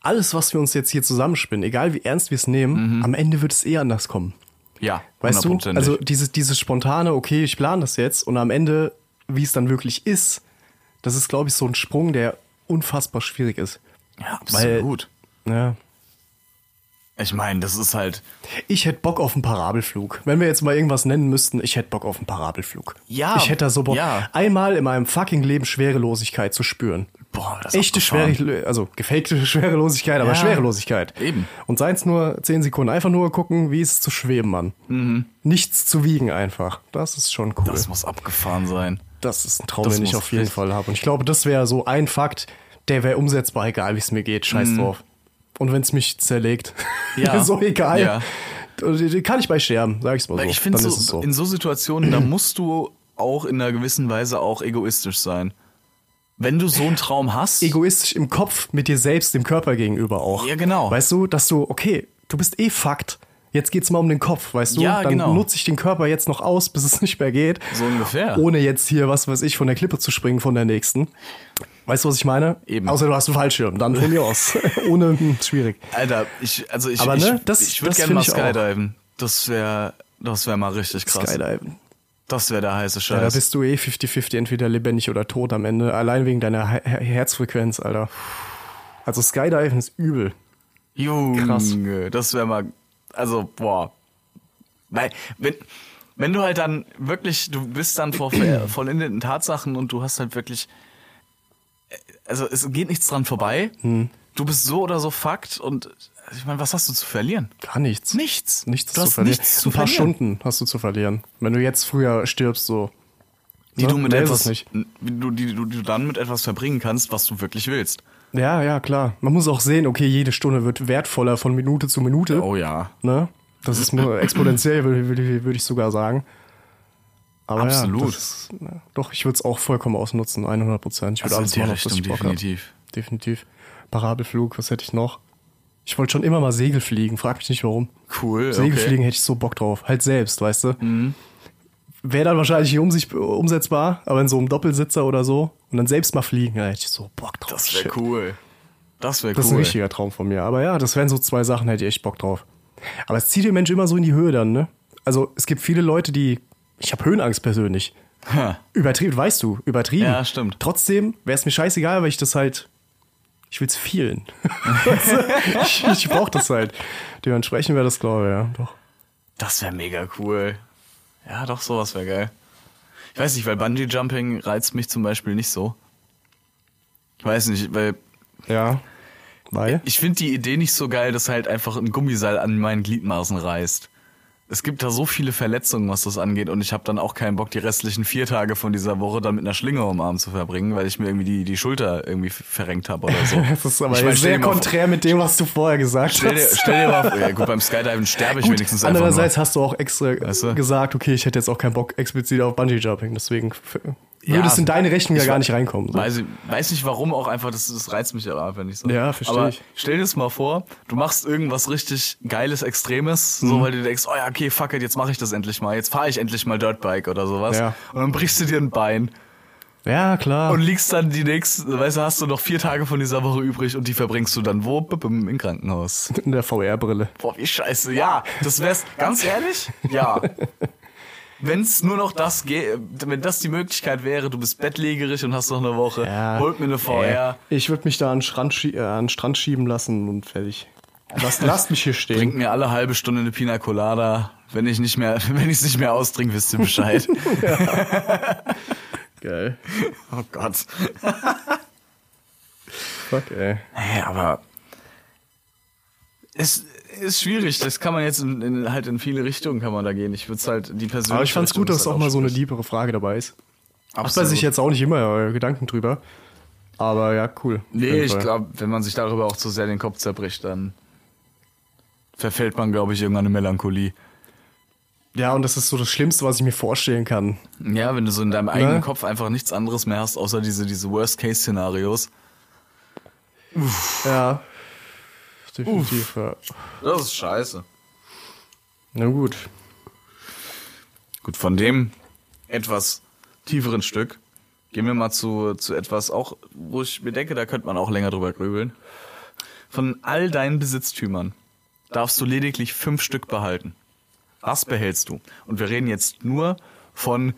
[SPEAKER 1] alles, was wir uns jetzt hier zusammenspinnen, egal wie ernst wir es nehmen,
[SPEAKER 2] Mhm.
[SPEAKER 1] am Ende wird es eh anders kommen.
[SPEAKER 2] Ja,
[SPEAKER 1] Weißt du?
[SPEAKER 2] hundertprozentig.
[SPEAKER 1] Also dieses, dieses spontane, okay, ich plane das jetzt und am Ende, wie es dann wirklich ist, das ist, glaube ich, so ein Sprung, der unfassbar schwierig ist.
[SPEAKER 2] ja,
[SPEAKER 1] weil-
[SPEAKER 2] absolut.
[SPEAKER 1] Ja.
[SPEAKER 2] Ich meine, das ist halt
[SPEAKER 1] Ich hätte Bock auf einen Parabelflug. Wenn wir jetzt mal irgendwas nennen müssten, ich hätte Bock auf einen Parabelflug.
[SPEAKER 2] Ja,
[SPEAKER 1] Ich hätte da so Bock,
[SPEAKER 2] ja.
[SPEAKER 1] einmal in meinem fucking Leben Schwerelosigkeit zu spüren.
[SPEAKER 2] boah, das ist
[SPEAKER 1] Echte
[SPEAKER 2] abgefahren.
[SPEAKER 1] Schwere, also gefakte *laughs* Schwerelosigkeit, aber
[SPEAKER 2] Ja.
[SPEAKER 1] Schwerelosigkeit.
[SPEAKER 2] Eben.
[SPEAKER 1] Und seins nur 10 Sekunden. Einfach nur gucken, wie es zu schweben, Mann. Nichts zu wiegen einfach. Das ist schon cool.
[SPEAKER 2] Mhm. Das muss abgefahren sein.
[SPEAKER 1] Das ist ein Traum,
[SPEAKER 2] Das
[SPEAKER 1] den ich
[SPEAKER 2] muss
[SPEAKER 1] auf jeden
[SPEAKER 2] richtig-
[SPEAKER 1] Fall habe. Und ich glaube, das wäre so ein Fakt, der wäre umsetzbar, egal wie es mir geht. Scheiß drauf. Und wenn es mich zerlegt, *laughs*
[SPEAKER 2] Mhm. Ja.
[SPEAKER 1] so egal. äh,
[SPEAKER 2] Ja.
[SPEAKER 1] Kann ich bei sterben, sag ich's mal so.
[SPEAKER 2] Ich finde
[SPEAKER 1] Dann
[SPEAKER 2] so,
[SPEAKER 1] ist es so.
[SPEAKER 2] in so
[SPEAKER 1] *clears throat*
[SPEAKER 2] Situationen, da musst du auch in einer gewissen Weise auch egoistisch sein. Wenn du so einen Traum hast,
[SPEAKER 1] Egoistisch im Kopf mit dir selbst, dem Körper gegenüber auch.
[SPEAKER 2] Ja, genau.
[SPEAKER 1] Weißt du, dass du, okay, du bist eh Fakt. Jetzt geht's mal um den Kopf, weißt du?
[SPEAKER 2] Ja,
[SPEAKER 1] Dann
[SPEAKER 2] genau.
[SPEAKER 1] nutze ich den Körper jetzt noch aus, *laughs* bis es nicht mehr geht.
[SPEAKER 2] So ungefähr.
[SPEAKER 1] Ohne jetzt hier, was weiß ich, von der Klippe zu springen, von der nächsten. Weißt du, was ich meine?
[SPEAKER 2] Eben.
[SPEAKER 1] Außer du hast einen Fallschirm, dann von mir
[SPEAKER 2] *laughs*
[SPEAKER 1] aus. Ohne, hm, schwierig.
[SPEAKER 2] Alter, ich also ich
[SPEAKER 1] Aber,
[SPEAKER 2] ich,
[SPEAKER 1] ne, das-
[SPEAKER 2] ich würde
[SPEAKER 1] das
[SPEAKER 2] gerne mal
[SPEAKER 1] find ich auch.
[SPEAKER 2] skydiven. Das wäre das wäre mal richtig krass.
[SPEAKER 1] Skydiven.
[SPEAKER 2] Das wäre der heiße
[SPEAKER 1] Ja, da
[SPEAKER 2] Scheiß.
[SPEAKER 1] bist du eh 50-50, entweder lebendig oder tot am Ende. Allein wegen deiner Her Her- Herzfrequenz, Alter. Also Skydiven ist übel.
[SPEAKER 2] Junge,
[SPEAKER 1] krass.
[SPEAKER 2] das wäre mal also boah. Weil wenn wenn du halt dann wirklich du bist dann vor
[SPEAKER 1] *clears throat*
[SPEAKER 2] ver- vollendeten Tatsachen und du hast halt wirklich also es geht nichts dran vorbei.
[SPEAKER 1] Hm.
[SPEAKER 2] Du bist so oder so fucked und ich meine, was hast du zu verlieren?
[SPEAKER 1] Gar nichts.
[SPEAKER 2] Nichts.
[SPEAKER 1] Nichts
[SPEAKER 2] du
[SPEAKER 1] zu
[SPEAKER 2] hast
[SPEAKER 1] verlieren.
[SPEAKER 2] nichts zu
[SPEAKER 1] Ein paar
[SPEAKER 2] verlieren.
[SPEAKER 1] Stunden hast du zu verlieren. Wenn du jetzt früher stirbst, so.
[SPEAKER 2] die du mit
[SPEAKER 1] Nee, ne? ist
[SPEAKER 2] etwas
[SPEAKER 1] es nicht.
[SPEAKER 2] Du, die, du, die du dann mit etwas verbringen kannst, was du wirklich willst.
[SPEAKER 1] Ja, ja, klar. Man muss auch sehen, okay, jede Stunde wird wertvoller von Minute zu Minute.
[SPEAKER 2] Oh ja.
[SPEAKER 1] Ne? Das ist nur exponentiell, würde würde- würde ich sogar sagen. Aber Ja,
[SPEAKER 2] Absolut.
[SPEAKER 1] das ist, ja, doch, ich würde es auch vollkommen ausnutzen, 100 Prozent. Ich würde
[SPEAKER 2] Also
[SPEAKER 1] alles
[SPEAKER 2] in der
[SPEAKER 1] machen, auf das ich
[SPEAKER 2] Richtung
[SPEAKER 1] Bock hab.
[SPEAKER 2] definitiv.
[SPEAKER 1] Definitiv. Parabelflug, was hätte ich noch? Ich wollte schon immer mal Segel fliegen, frag mich nicht warum.
[SPEAKER 2] Cool. Mhm.
[SPEAKER 1] Segelfliegen hätte ich so Bock drauf. Halt selbst, weißt du? Wäre dann wahrscheinlich nicht um sich, umsetzbar, aber in so einem Doppelsitzer oder so. Und dann selbst mal fliegen, ja, hätte ich so Bock drauf.
[SPEAKER 2] Das wäre
[SPEAKER 1] Shit.
[SPEAKER 2] cool. Das wäre cool.
[SPEAKER 1] Das ist ein richtiger Traum von mir. Aber ja, das wären so zwei Sachen, hätte ich echt Bock drauf. Aber es zieht den Mensch immer so in die Höhe dann, ne? Also es gibt viele Leute, die. Ich habe Höhenangst persönlich.
[SPEAKER 2] Ha.
[SPEAKER 1] Übertrieben, weißt du, übertrieben.
[SPEAKER 2] Ja, stimmt.
[SPEAKER 1] Trotzdem wäre es mir scheißegal, weil ich das halt. Ich will's vielen. *laughs* Weißt du? ich ich brauche das halt. Dementsprechend wäre das, glaube ich, ja. Doch.
[SPEAKER 2] Das wäre mega cool. Ja, doch, sowas wäre geil. Ich weiß nicht, weil Bungee Jumping reizt mich zum Beispiel nicht so. Ich weiß nicht, weil
[SPEAKER 1] Ja. Weil?
[SPEAKER 2] ich finde die Idee nicht so geil, dass halt einfach ein Gummiseil an meinen Gliedmaßen reißt. Es gibt da so viele Verletzungen, was das angeht, und ich habe dann auch keinen Bock, die restlichen vier Tage von dieser Woche dann mit einer Schlinge um den Arm zu verbringen, weil ich mir irgendwie die, die Schulter irgendwie verrenkt habe oder
[SPEAKER 1] *laughs*
[SPEAKER 2] so.
[SPEAKER 1] *laughs* Das ist aber
[SPEAKER 2] Ich mein,
[SPEAKER 1] sehr
[SPEAKER 2] stell dir mal vor-
[SPEAKER 1] konträr mit dem, was du vorher gesagt
[SPEAKER 2] Stell dir,
[SPEAKER 1] hast.
[SPEAKER 2] stell dir mal vor, ja gut, beim Skydiven sterbe ich
[SPEAKER 1] Gut,
[SPEAKER 2] wenigstens einfach
[SPEAKER 1] andererseits
[SPEAKER 2] nur.
[SPEAKER 1] hast du auch extra
[SPEAKER 2] Weißt du?
[SPEAKER 1] gesagt, okay, ich hätte jetzt auch keinen Bock explizit auf Bungee-Jumping, deswegen f- würde
[SPEAKER 2] Ja,
[SPEAKER 1] es in deine Rechnung ja
[SPEAKER 2] ich
[SPEAKER 1] gar
[SPEAKER 2] we-
[SPEAKER 1] nicht reinkommen. ne? So.
[SPEAKER 2] Weiß, ich- weiß nicht warum auch einfach, das, das reizt mich aber einfach nicht so.
[SPEAKER 1] Ja, versteh
[SPEAKER 2] aber
[SPEAKER 1] ich.
[SPEAKER 2] Stell dir das mal vor, du machst irgendwas richtig Geiles, Extremes,
[SPEAKER 1] Mhm.
[SPEAKER 2] so weil du denkst, oh ja, okay, fuck it, jetzt mache ich das endlich mal, jetzt fahre ich endlich mal Dirtbike oder sowas.
[SPEAKER 1] Ja.
[SPEAKER 2] Und dann brichst du dir ein Bein
[SPEAKER 1] Ja, klar.
[SPEAKER 2] und liegst dann die nächsten, weißt du, hast du noch vier Tage von dieser Woche übrig und die verbringst du dann wo? Bip, bim, Im Krankenhaus.
[SPEAKER 1] in der VR-Brille.
[SPEAKER 2] Boah, wie scheiße. Ja, das wär's. Ganz ehrlich?
[SPEAKER 1] *laughs*
[SPEAKER 2] Ja. Wenn's nur noch das gä- wenn das die Möglichkeit wäre, du bist bettlägerig und hast noch eine Woche, holt mir eine VR,
[SPEAKER 1] Ich würde mich da an den, Strand schie- äh, an den Strand schieben lassen und fertig. Lasst, lasst mich hier stehen.
[SPEAKER 2] bringt mir alle halbe Stunde eine Pina Colada. Wenn ich nicht mehr, *laughs* wenn ich's nicht mehr austrinke, wisst
[SPEAKER 1] *laughs*
[SPEAKER 2] ihr Bescheid.
[SPEAKER 1] Geil.
[SPEAKER 2] oh Gott.
[SPEAKER 1] Fuck, ey.
[SPEAKER 2] Hey, aber Es ist schwierig, das kann man jetzt in, in, halt in viele Richtungen kann man da gehen. Ich würde es halt die persönliche
[SPEAKER 1] Aber ich fand's gut,
[SPEAKER 2] Richtung
[SPEAKER 1] dass
[SPEAKER 2] ist
[SPEAKER 1] auch
[SPEAKER 2] halt
[SPEAKER 1] mal so eine
[SPEAKER 2] schwierig.
[SPEAKER 1] liebere Frage dabei ist. Macht man
[SPEAKER 2] Absolut.
[SPEAKER 1] sich jetzt auch nicht immer äh, Gedanken drüber. Aber ja, cool. Auf
[SPEAKER 2] Nee,
[SPEAKER 1] jeden
[SPEAKER 2] ich
[SPEAKER 1] Fall.
[SPEAKER 2] glaube, wenn man sich darüber auch zu sehr den Kopf zerbricht, dann verfällt man, glaube ich, irgendwann in Melancholie.
[SPEAKER 1] Ja, und das ist so das Schlimmste, was ich mir vorstellen kann.
[SPEAKER 2] Ja, wenn du so in deinem eigenen
[SPEAKER 1] Ne?
[SPEAKER 2] Kopf einfach nichts anderes mehr hast, außer diese, diese Worst-Case-Szenarios.
[SPEAKER 1] Ja. Definitiv, ja.
[SPEAKER 2] Das ist scheiße.
[SPEAKER 1] Na gut.
[SPEAKER 2] Gut, von dem etwas tieferen Stück gehen wir mal zu, zu etwas auch, wo ich mir denke, da könnte man auch länger drüber grübeln. Von all deinen Besitztümern darfst du lediglich fünf Stück behalten. Was behältst du? Und wir reden jetzt nur von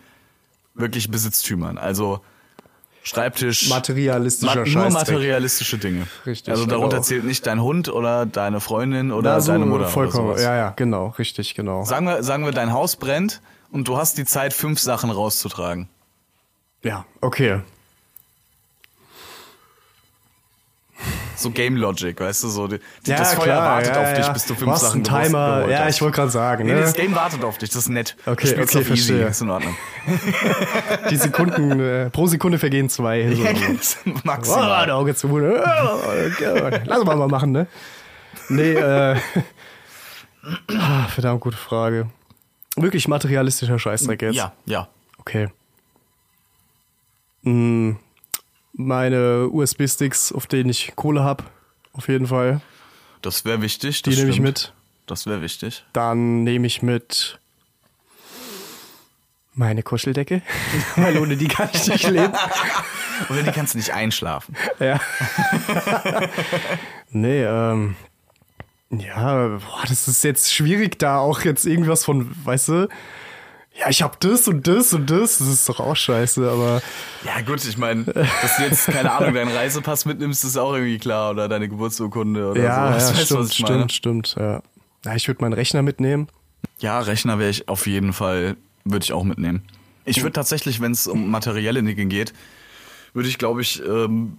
[SPEAKER 2] wirklich Besitztümern, also Schreibtisch,
[SPEAKER 1] Materialistischer
[SPEAKER 2] nur
[SPEAKER 1] Scheißdreck.
[SPEAKER 2] materialistische Dinge.
[SPEAKER 1] Richtig,
[SPEAKER 2] Also darunter
[SPEAKER 1] genau.
[SPEAKER 2] zählt nicht dein Hund oder deine Freundin oder
[SPEAKER 1] Na, so
[SPEAKER 2] deine Mutter
[SPEAKER 1] also Vollkommen.
[SPEAKER 2] oder sowas.
[SPEAKER 1] ja, ja, genau, richtig, genau.
[SPEAKER 2] Sagen wir, sagen wir, dein Haus brennt und du hast die Zeit, fünf Sachen rauszutragen.
[SPEAKER 1] ja, okay.
[SPEAKER 2] So Game Logic, weißt du, so die, die-
[SPEAKER 1] Ja,
[SPEAKER 2] das Feuer
[SPEAKER 1] klar,
[SPEAKER 2] wartet
[SPEAKER 1] ja,
[SPEAKER 2] auf dich,
[SPEAKER 1] ja.
[SPEAKER 2] bis du
[SPEAKER 1] Du
[SPEAKER 2] fünf
[SPEAKER 1] hast
[SPEAKER 2] Sachen
[SPEAKER 1] einen Timer.
[SPEAKER 2] geholt
[SPEAKER 1] Ja,
[SPEAKER 2] hast.
[SPEAKER 1] ich wollte gerade sagen,
[SPEAKER 2] Nee,
[SPEAKER 1] ne?
[SPEAKER 2] das Game wartet auf dich, das ist nett.
[SPEAKER 1] Okay,
[SPEAKER 2] du spielst
[SPEAKER 1] okay,
[SPEAKER 2] auf easy,
[SPEAKER 1] verstehe.
[SPEAKER 2] ist
[SPEAKER 1] *laughs*
[SPEAKER 2] in Ordnung.
[SPEAKER 1] Die Sekunden, äh, pro Sekunde vergehen
[SPEAKER 2] *laughs*
[SPEAKER 1] zwei. hin oder
[SPEAKER 2] genau.
[SPEAKER 1] so. Oh,
[SPEAKER 2] Maximal.
[SPEAKER 1] ein Auge zu. Oh, okay. Lass mal mal machen, ne? Nee, äh. *laughs* ah, Verdammt gute Frage. Wirklich materialistischer Scheißdreck jetzt.
[SPEAKER 2] Ja, ja.
[SPEAKER 1] Okay. Hm, meine USB-Sticks, auf denen ich Kohle hab, auf jeden Fall.
[SPEAKER 2] Das wäre wichtig.
[SPEAKER 1] Die
[SPEAKER 2] das
[SPEAKER 1] nehme ich
[SPEAKER 2] stimmt.
[SPEAKER 1] mit.
[SPEAKER 2] Das wäre wichtig.
[SPEAKER 1] Dann nehme ich mit meine Kuscheldecke, *laughs* weil ohne die kann ich nicht leben.
[SPEAKER 2] Und wenn die kannst du
[SPEAKER 1] *laughs*
[SPEAKER 2] nicht einschlafen.
[SPEAKER 1] Ja. nee, ähm. Ja, boah, das ist jetzt schwierig, da auch jetzt irgendwas von, weißt du? Ja, ich hab das und das und das. Das ist doch auch scheiße, aber.
[SPEAKER 2] Ja, gut, ich meine, dass du jetzt, keine Ahnung, deinen Reisepass mitnimmst, ist auch irgendwie klar. Oder deine Geburtsurkunde oder
[SPEAKER 1] also, ja,
[SPEAKER 2] sowas.
[SPEAKER 1] ja
[SPEAKER 2] Weißt du,
[SPEAKER 1] stimmt,
[SPEAKER 2] was ich meine?
[SPEAKER 1] stimmt, stimmt, ja. ja ich würde meinen Rechner mitnehmen.
[SPEAKER 2] Ja, Rechner wäre ich auf jeden Fall, würde ich auch mitnehmen. Ich würde tatsächlich, wenn es um materielle Dinge geht, würde ich, glaube ich, ähm,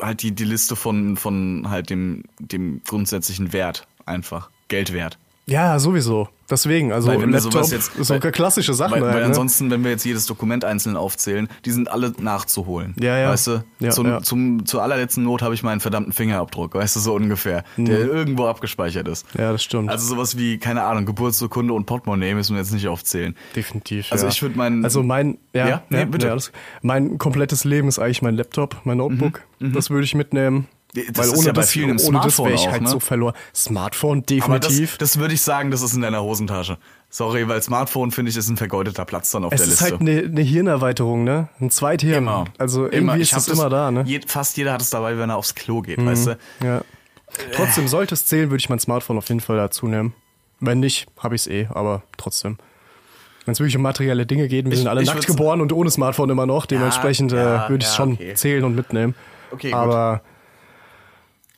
[SPEAKER 2] halt die, die Liste von, von halt dem, dem grundsätzlichen Wert einfach. Geldwert.
[SPEAKER 1] Ja, sowieso. Deswegen, also
[SPEAKER 2] Weil wenn wir
[SPEAKER 1] Laptop
[SPEAKER 2] sowas jetzt-
[SPEAKER 1] ist sogar
[SPEAKER 2] weil-
[SPEAKER 1] klassische Sachen.
[SPEAKER 2] Weil,
[SPEAKER 1] halt,
[SPEAKER 2] weil
[SPEAKER 1] ne?
[SPEAKER 2] ansonsten, wenn wir jetzt jedes Dokument einzeln aufzählen, die sind alle nachzuholen.
[SPEAKER 1] Ja, ja.
[SPEAKER 2] Weißt du?
[SPEAKER 1] Ja,
[SPEAKER 2] zum,
[SPEAKER 1] ja.
[SPEAKER 2] Zum, zur allerletzten Not habe ich meinen verdammten Fingerabdruck, weißt du, so ungefähr, der irgendwo abgespeichert ist.
[SPEAKER 1] Mhm. Ja, das stimmt.
[SPEAKER 2] Also sowas wie, keine Ahnung, Geburtsurkunde und Portemonnaie müssen wir jetzt nicht aufzählen.
[SPEAKER 1] Definitiv.
[SPEAKER 2] Also
[SPEAKER 1] ja.
[SPEAKER 2] ich würd meinen-
[SPEAKER 1] Also mein. Ja,
[SPEAKER 2] Ja? Nee, bitte.
[SPEAKER 1] alles- mein komplettes Leben ist eigentlich mein Laptop, mein Notebook. Das würde ich mitnehmen.
[SPEAKER 2] Mhm, Das ist ja bei vielen im
[SPEAKER 1] ohne das wäre ich
[SPEAKER 2] Smartphone auch,
[SPEAKER 1] halt
[SPEAKER 2] ne?
[SPEAKER 1] so verloren. Smartphone,
[SPEAKER 2] Aber das,
[SPEAKER 1] definitiv.
[SPEAKER 2] das würde ich sagen, das ist in deiner Hosentasche. Sorry, weil Smartphone, finde ich, ist ein vergeudeter Platz dann auf
[SPEAKER 1] es
[SPEAKER 2] der
[SPEAKER 1] ist
[SPEAKER 2] Liste.
[SPEAKER 1] halt eine, eine Hirnerweiterung, ne? Ein Zweithirn.
[SPEAKER 2] Immer.
[SPEAKER 1] Also irgendwie ist
[SPEAKER 2] Ich hab
[SPEAKER 1] es immer da, ne? Mhm.
[SPEAKER 2] jed- fast jeder hat es dabei, wenn er aufs Klo geht, weißt du?
[SPEAKER 1] Ja. Trotzdem,
[SPEAKER 2] Äh.
[SPEAKER 1] sollte es zählen, würde ich mein Smartphone auf jeden Fall dazu nehmen. Wenn nicht, habe ich es eh, aber trotzdem. Wenn es wirklich um materielle Dinge geht, wir sind alle
[SPEAKER 2] ich
[SPEAKER 1] nackt
[SPEAKER 2] würd's-
[SPEAKER 1] geboren und ohne Smartphone immer noch, dementsprechend
[SPEAKER 2] ja,
[SPEAKER 1] äh, würde ich es
[SPEAKER 2] ja,
[SPEAKER 1] schon
[SPEAKER 2] okay.
[SPEAKER 1] zählen und mitnehmen.
[SPEAKER 2] Okay, gut.
[SPEAKER 1] aber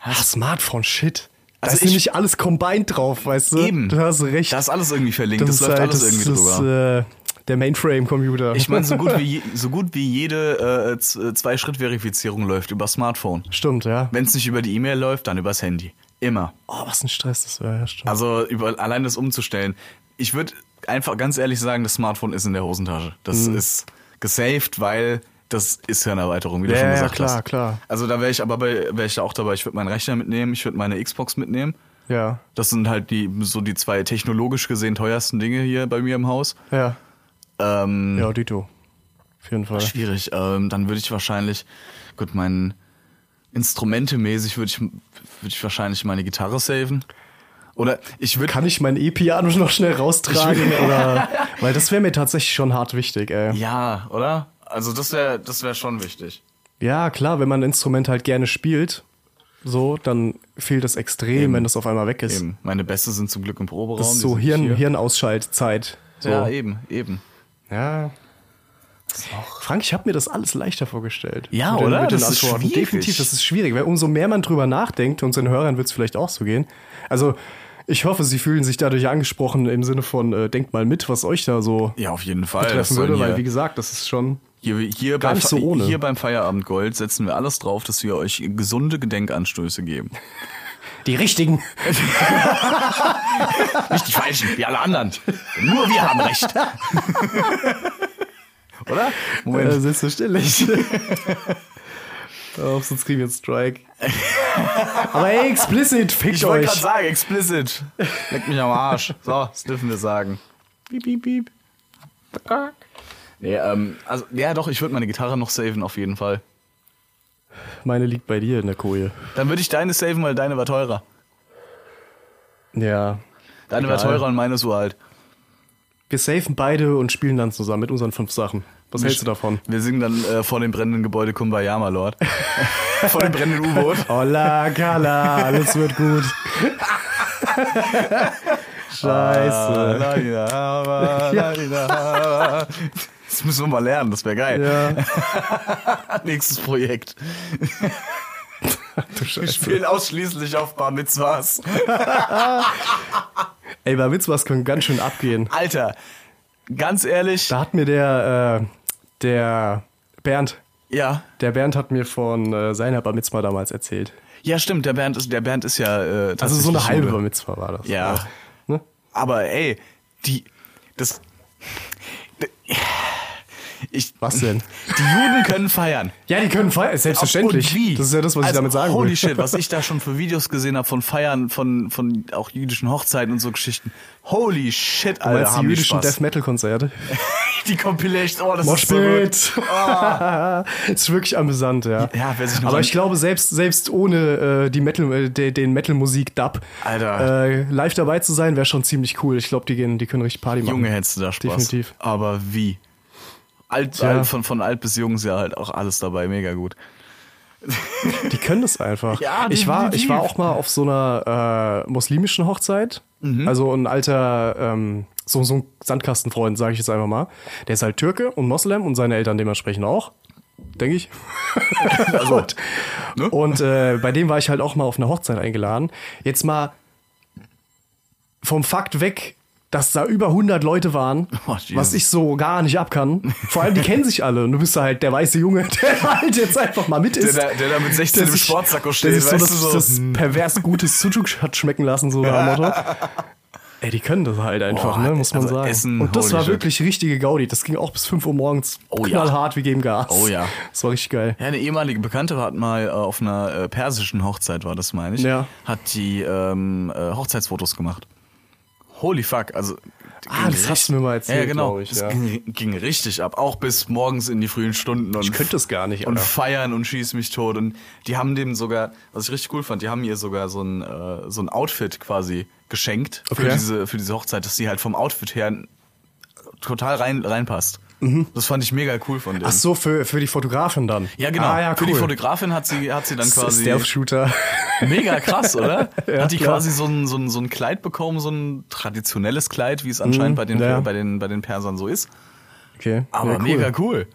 [SPEAKER 1] ach, Smartphone, shit. Da
[SPEAKER 2] Also
[SPEAKER 1] ist
[SPEAKER 2] ich-
[SPEAKER 1] nämlich alles combined drauf, weißt du?
[SPEAKER 2] Eben.
[SPEAKER 1] Du hast recht.
[SPEAKER 2] Da ist alles irgendwie verlinkt, das,
[SPEAKER 1] ist
[SPEAKER 2] läuft
[SPEAKER 1] halt-
[SPEAKER 2] alles
[SPEAKER 1] das
[SPEAKER 2] irgendwie
[SPEAKER 1] ist,
[SPEAKER 2] drüber.
[SPEAKER 1] Äh, der Mainframe-Computer.
[SPEAKER 2] ich meine, so gut
[SPEAKER 1] *laughs*
[SPEAKER 2] wie, je- so gut wie jede äh, Z- Zwei-Schritt-Verifizierung läuft über Smartphone.
[SPEAKER 1] Stimmt, ja.
[SPEAKER 2] Wenn es nicht über die E-Mail läuft, dann übers Handy. Immer.
[SPEAKER 1] Oh, was ein Stress das wäre, ja, stimmt.
[SPEAKER 2] Also über, allein das umzustellen. Ich würde einfach ganz ehrlich sagen, das Smartphone ist in der Hosentasche. Das
[SPEAKER 1] Mhm.
[SPEAKER 2] ist gesaved, weil das ist ja eine Erweiterung, wie du
[SPEAKER 1] Ja,
[SPEAKER 2] schon
[SPEAKER 1] ja,
[SPEAKER 2] gesagt
[SPEAKER 1] klar,
[SPEAKER 2] hast.
[SPEAKER 1] klar.
[SPEAKER 2] Also da wäre ich aber bei, wäre ich da auch dabei. Ich würde meinen Rechner mitnehmen, ich würde meine Xbox mitnehmen.
[SPEAKER 1] ja.
[SPEAKER 2] Das sind halt die so die zwei technologisch gesehen teuersten Dinge hier bei mir im Haus.
[SPEAKER 1] Ja.
[SPEAKER 2] Ähm,
[SPEAKER 1] Ja, Dito. Auf jeden Fall.
[SPEAKER 2] Schwierig. Ähm, dann würde ich wahrscheinlich, gut, mein Instrumentemäßig würde ich, würde ich wahrscheinlich meine Gitarre saven. Oder ich würde
[SPEAKER 1] Kann ich mein E-Piano noch schnell raustragen? oder,
[SPEAKER 2] *laughs*
[SPEAKER 1] weil das wäre mir tatsächlich schon hart wichtig, ey.
[SPEAKER 2] Ja, oder? Also das wäre das wär schon wichtig.
[SPEAKER 1] Ja, klar, wenn man ein Instrument halt gerne spielt, so, dann fehlt es extrem, wenn das auf einmal weg ist.
[SPEAKER 2] Eben. Meine Beste sind zum Glück im Proberaum.
[SPEAKER 1] Das ist
[SPEAKER 2] die
[SPEAKER 1] so
[SPEAKER 2] sind
[SPEAKER 1] Hirn,
[SPEAKER 2] hier.
[SPEAKER 1] Hirnausschaltzeit. So.
[SPEAKER 2] Ja, eh. eben, eben.
[SPEAKER 1] ja. Frank, ich habe mir das alles leichter vorgestellt.
[SPEAKER 2] Ja,
[SPEAKER 1] den-
[SPEAKER 2] oder?
[SPEAKER 1] Mit den
[SPEAKER 2] Das ist
[SPEAKER 1] Antworten.
[SPEAKER 2] schwierig.
[SPEAKER 1] Definitiv, das ist schwierig, weil umso mehr man drüber nachdenkt, unseren Hörern wird es vielleicht auch so gehen. Also, ich hoffe, sie fühlen sich dadurch angesprochen im Sinne von, äh, denkt mal mit, was euch da so
[SPEAKER 2] Ja, auf jeden Fall. Das
[SPEAKER 1] treffen
[SPEAKER 2] sollen
[SPEAKER 1] würde, weil wie
[SPEAKER 2] hier,
[SPEAKER 1] gesagt, das ist schon.
[SPEAKER 2] hier, hier,
[SPEAKER 1] gar
[SPEAKER 2] bei,
[SPEAKER 1] nicht so
[SPEAKER 2] Fe-
[SPEAKER 1] ohne.
[SPEAKER 2] hier beim Feierabend Gold setzen wir alles drauf, dass wir euch gesunde Gedenkanstöße geben.
[SPEAKER 1] Die richtigen.
[SPEAKER 2] *laughs* Nicht die Falschen, wie alle anderen. Nur wir haben *laughs* recht. Oder?
[SPEAKER 1] Moment. Äh, *laughs* selbstverständlich. oh, sonst kriegen wir einen Strike. *laughs* Aber ey, explicit, fickt
[SPEAKER 2] Ich wollte
[SPEAKER 1] euch.
[SPEAKER 2] gerade sagen, explicit. Leck mich am Arsch. So, das dürfen wir sagen. Piep, piep, piep. Nee, ähm, also, ja doch, ich würde meine Gitarre noch saven auf jeden Fall.
[SPEAKER 1] Meine liegt bei dir in der Koje.
[SPEAKER 2] Dann würde ich deine saven, weil deine war teurer.
[SPEAKER 1] Ja.
[SPEAKER 2] Deine war
[SPEAKER 1] Egal.
[SPEAKER 2] teurer und meine ist uralt.
[SPEAKER 1] Wir safen beide und spielen dann zusammen mit unseren fünf Sachen. Was hältst du davon?
[SPEAKER 2] Wir singen dann äh, vor dem brennenden Gebäude Kumbaya, my Lord. *laughs* vor dem brennenden U-Boot.
[SPEAKER 1] Hola, Kala, alles wird *laughs* gut.
[SPEAKER 2] Ah,
[SPEAKER 1] Scheiße. *laughs*
[SPEAKER 2] Das müssen wir mal lernen, das wäre geil.
[SPEAKER 1] Ja.
[SPEAKER 2] Nächstes Projekt.
[SPEAKER 1] Du
[SPEAKER 2] Wir
[SPEAKER 1] Scheiße.
[SPEAKER 2] spielen ausschließlich auf Bar Mitzvahs.
[SPEAKER 1] Ey, bei Witz was können ganz schön abgehen.
[SPEAKER 2] Alter, ganz ehrlich,
[SPEAKER 1] Da hat mir der, äh, der Bernd,
[SPEAKER 2] ja.
[SPEAKER 1] der Bernd hat mir von äh, seiner Bar Mitzvah damals erzählt.
[SPEAKER 2] Ja, stimmt, der Bernd ist, der Bernd ist ja. Äh,
[SPEAKER 1] Also so eine
[SPEAKER 2] tatsächlich
[SPEAKER 1] halbe
[SPEAKER 2] Jude.
[SPEAKER 1] Bar Mitzvah war das.
[SPEAKER 2] Ja.
[SPEAKER 1] Ne?
[SPEAKER 2] Aber ey, die. Das. Ich,
[SPEAKER 1] Was denn?
[SPEAKER 2] die Juden können feiern.
[SPEAKER 1] Ja, die können feiern, selbstverständlich.
[SPEAKER 2] Und wie?
[SPEAKER 1] Das ist ja das, was ich
[SPEAKER 2] Also,
[SPEAKER 1] damit sagen
[SPEAKER 2] holy
[SPEAKER 1] will. *laughs*
[SPEAKER 2] shit, was ich da schon für Videos gesehen habe von Feiern, von, von auch jüdischen Hochzeiten und so Geschichten. Holy shit,
[SPEAKER 1] Du meinst
[SPEAKER 2] Alter,
[SPEAKER 1] die
[SPEAKER 2] haben die
[SPEAKER 1] jüdischen
[SPEAKER 2] Spaß.
[SPEAKER 1] Death Metal Konzerte.
[SPEAKER 2] *laughs* die Compilation, oh, das ist so gut. Oh.
[SPEAKER 1] Moshpit. *laughs* ist wirklich amüsant, ja.
[SPEAKER 2] Ja, wer sich noch
[SPEAKER 1] Aber
[SPEAKER 2] an-
[SPEAKER 1] ich glaube, selbst, selbst ohne äh, die Metal, äh, de, den Metal-Musik-Dub
[SPEAKER 2] Alter.
[SPEAKER 1] Äh, live dabei zu sein, wäre schon ziemlich cool. Ich glaube, die, gehen- die können richtig Party machen.
[SPEAKER 2] Junge, hättest du da Spaß.
[SPEAKER 1] Definitiv.
[SPEAKER 2] Aber wie? Alt,
[SPEAKER 1] Tja.
[SPEAKER 2] alt, von, von alt bis jung ist ja halt auch alles dabei, mega gut.
[SPEAKER 1] Die können das einfach.
[SPEAKER 2] Ja,
[SPEAKER 1] ich war, ich
[SPEAKER 2] definitiv.
[SPEAKER 1] war auch mal auf so einer äh, muslimischen Hochzeit.
[SPEAKER 2] Mhm.
[SPEAKER 1] Also ein alter, ähm, so, so ein Sandkastenfreund, sage ich jetzt einfach mal. Der ist halt Türke und Moslem und seine Eltern dementsprechend auch. Denke
[SPEAKER 2] *laughs*
[SPEAKER 1] ich. und
[SPEAKER 2] ne?
[SPEAKER 1] und äh, bei dem war ich halt auch mal auf eine Hochzeit eingeladen. Jetzt mal vom Fakt weg, dass da über 100 Leute waren,
[SPEAKER 2] Oh, Jesus.
[SPEAKER 1] was ich so gar nicht ab kann. Vor allem, die kennen sich alle. Und du bist da halt der weiße Junge, *laughs* der halt jetzt einfach mal mit
[SPEAKER 2] Der
[SPEAKER 1] ist.
[SPEAKER 2] da- der da mit 16 im
[SPEAKER 1] sich-
[SPEAKER 2] Sportsacko
[SPEAKER 1] Der
[SPEAKER 2] steht,
[SPEAKER 1] sich so
[SPEAKER 2] weißt
[SPEAKER 1] das,
[SPEAKER 2] du, so, hm.
[SPEAKER 1] das pervers gutes Sucuk hat schmecken lassen, so nach
[SPEAKER 2] *laughs*
[SPEAKER 1] dem Motto. Ey, die können das halt einfach,
[SPEAKER 2] Boah,
[SPEAKER 1] ne, muss man
[SPEAKER 2] also
[SPEAKER 1] sagen.
[SPEAKER 2] Essen,
[SPEAKER 1] Und das
[SPEAKER 2] holy
[SPEAKER 1] war
[SPEAKER 2] shit.
[SPEAKER 1] wirklich richtige Gaudi. Das ging auch bis 5 Uhr morgens.
[SPEAKER 2] Oh ja.
[SPEAKER 1] knallhart, wir geben Gas.
[SPEAKER 2] Oh ja.
[SPEAKER 1] Das war richtig geil.
[SPEAKER 2] Ja, eine ehemalige Bekannte hat mal äh, auf einer äh, persischen Hochzeit, war das, meine ich,
[SPEAKER 1] Ja.
[SPEAKER 2] hat die ähm, äh, Hochzeitsfotos gemacht. Holy fuck, also.
[SPEAKER 1] Ah,
[SPEAKER 2] ging
[SPEAKER 1] das hast du
[SPEAKER 2] richtig-
[SPEAKER 1] mir mal erzählt,
[SPEAKER 2] ja, genau.
[SPEAKER 1] glaub ich,
[SPEAKER 2] das
[SPEAKER 1] ja.
[SPEAKER 2] ging, ging richtig ab, auch bis morgens in die frühen Stunden. Und
[SPEAKER 1] Ich könnte es gar nicht,
[SPEAKER 2] Und
[SPEAKER 1] Alter.
[SPEAKER 2] feiern und schieß mich tot. Und die haben dem sogar, was ich richtig cool fand, die haben ihr sogar so ein, äh, so ein Outfit quasi geschenkt für,
[SPEAKER 1] Okay.
[SPEAKER 2] diese, für diese Hochzeit, dass sie halt vom Outfit her total rein, reinpasst.
[SPEAKER 1] Mhm.
[SPEAKER 2] Das fand ich mega cool von denen.
[SPEAKER 1] Ach so, für, für die Fotografin dann.
[SPEAKER 2] Ja, genau.
[SPEAKER 1] Ah, ja,
[SPEAKER 2] Für die
[SPEAKER 1] cool.
[SPEAKER 2] Fotografin hat sie, hat sie dann quasi.
[SPEAKER 1] Stealth-Shooter.
[SPEAKER 2] Mega krass, oder?
[SPEAKER 1] *laughs* Ja,
[SPEAKER 2] hat die
[SPEAKER 1] klar.
[SPEAKER 2] quasi so ein, so, ein, so ein Kleid bekommen, so ein traditionelles Kleid, wie es anscheinend bei, den,
[SPEAKER 1] Mhm, ja.
[SPEAKER 2] bei, den, bei den Persern so ist.
[SPEAKER 1] *laughs* Okay.
[SPEAKER 2] Aber
[SPEAKER 1] ja, cool.
[SPEAKER 2] mega cool.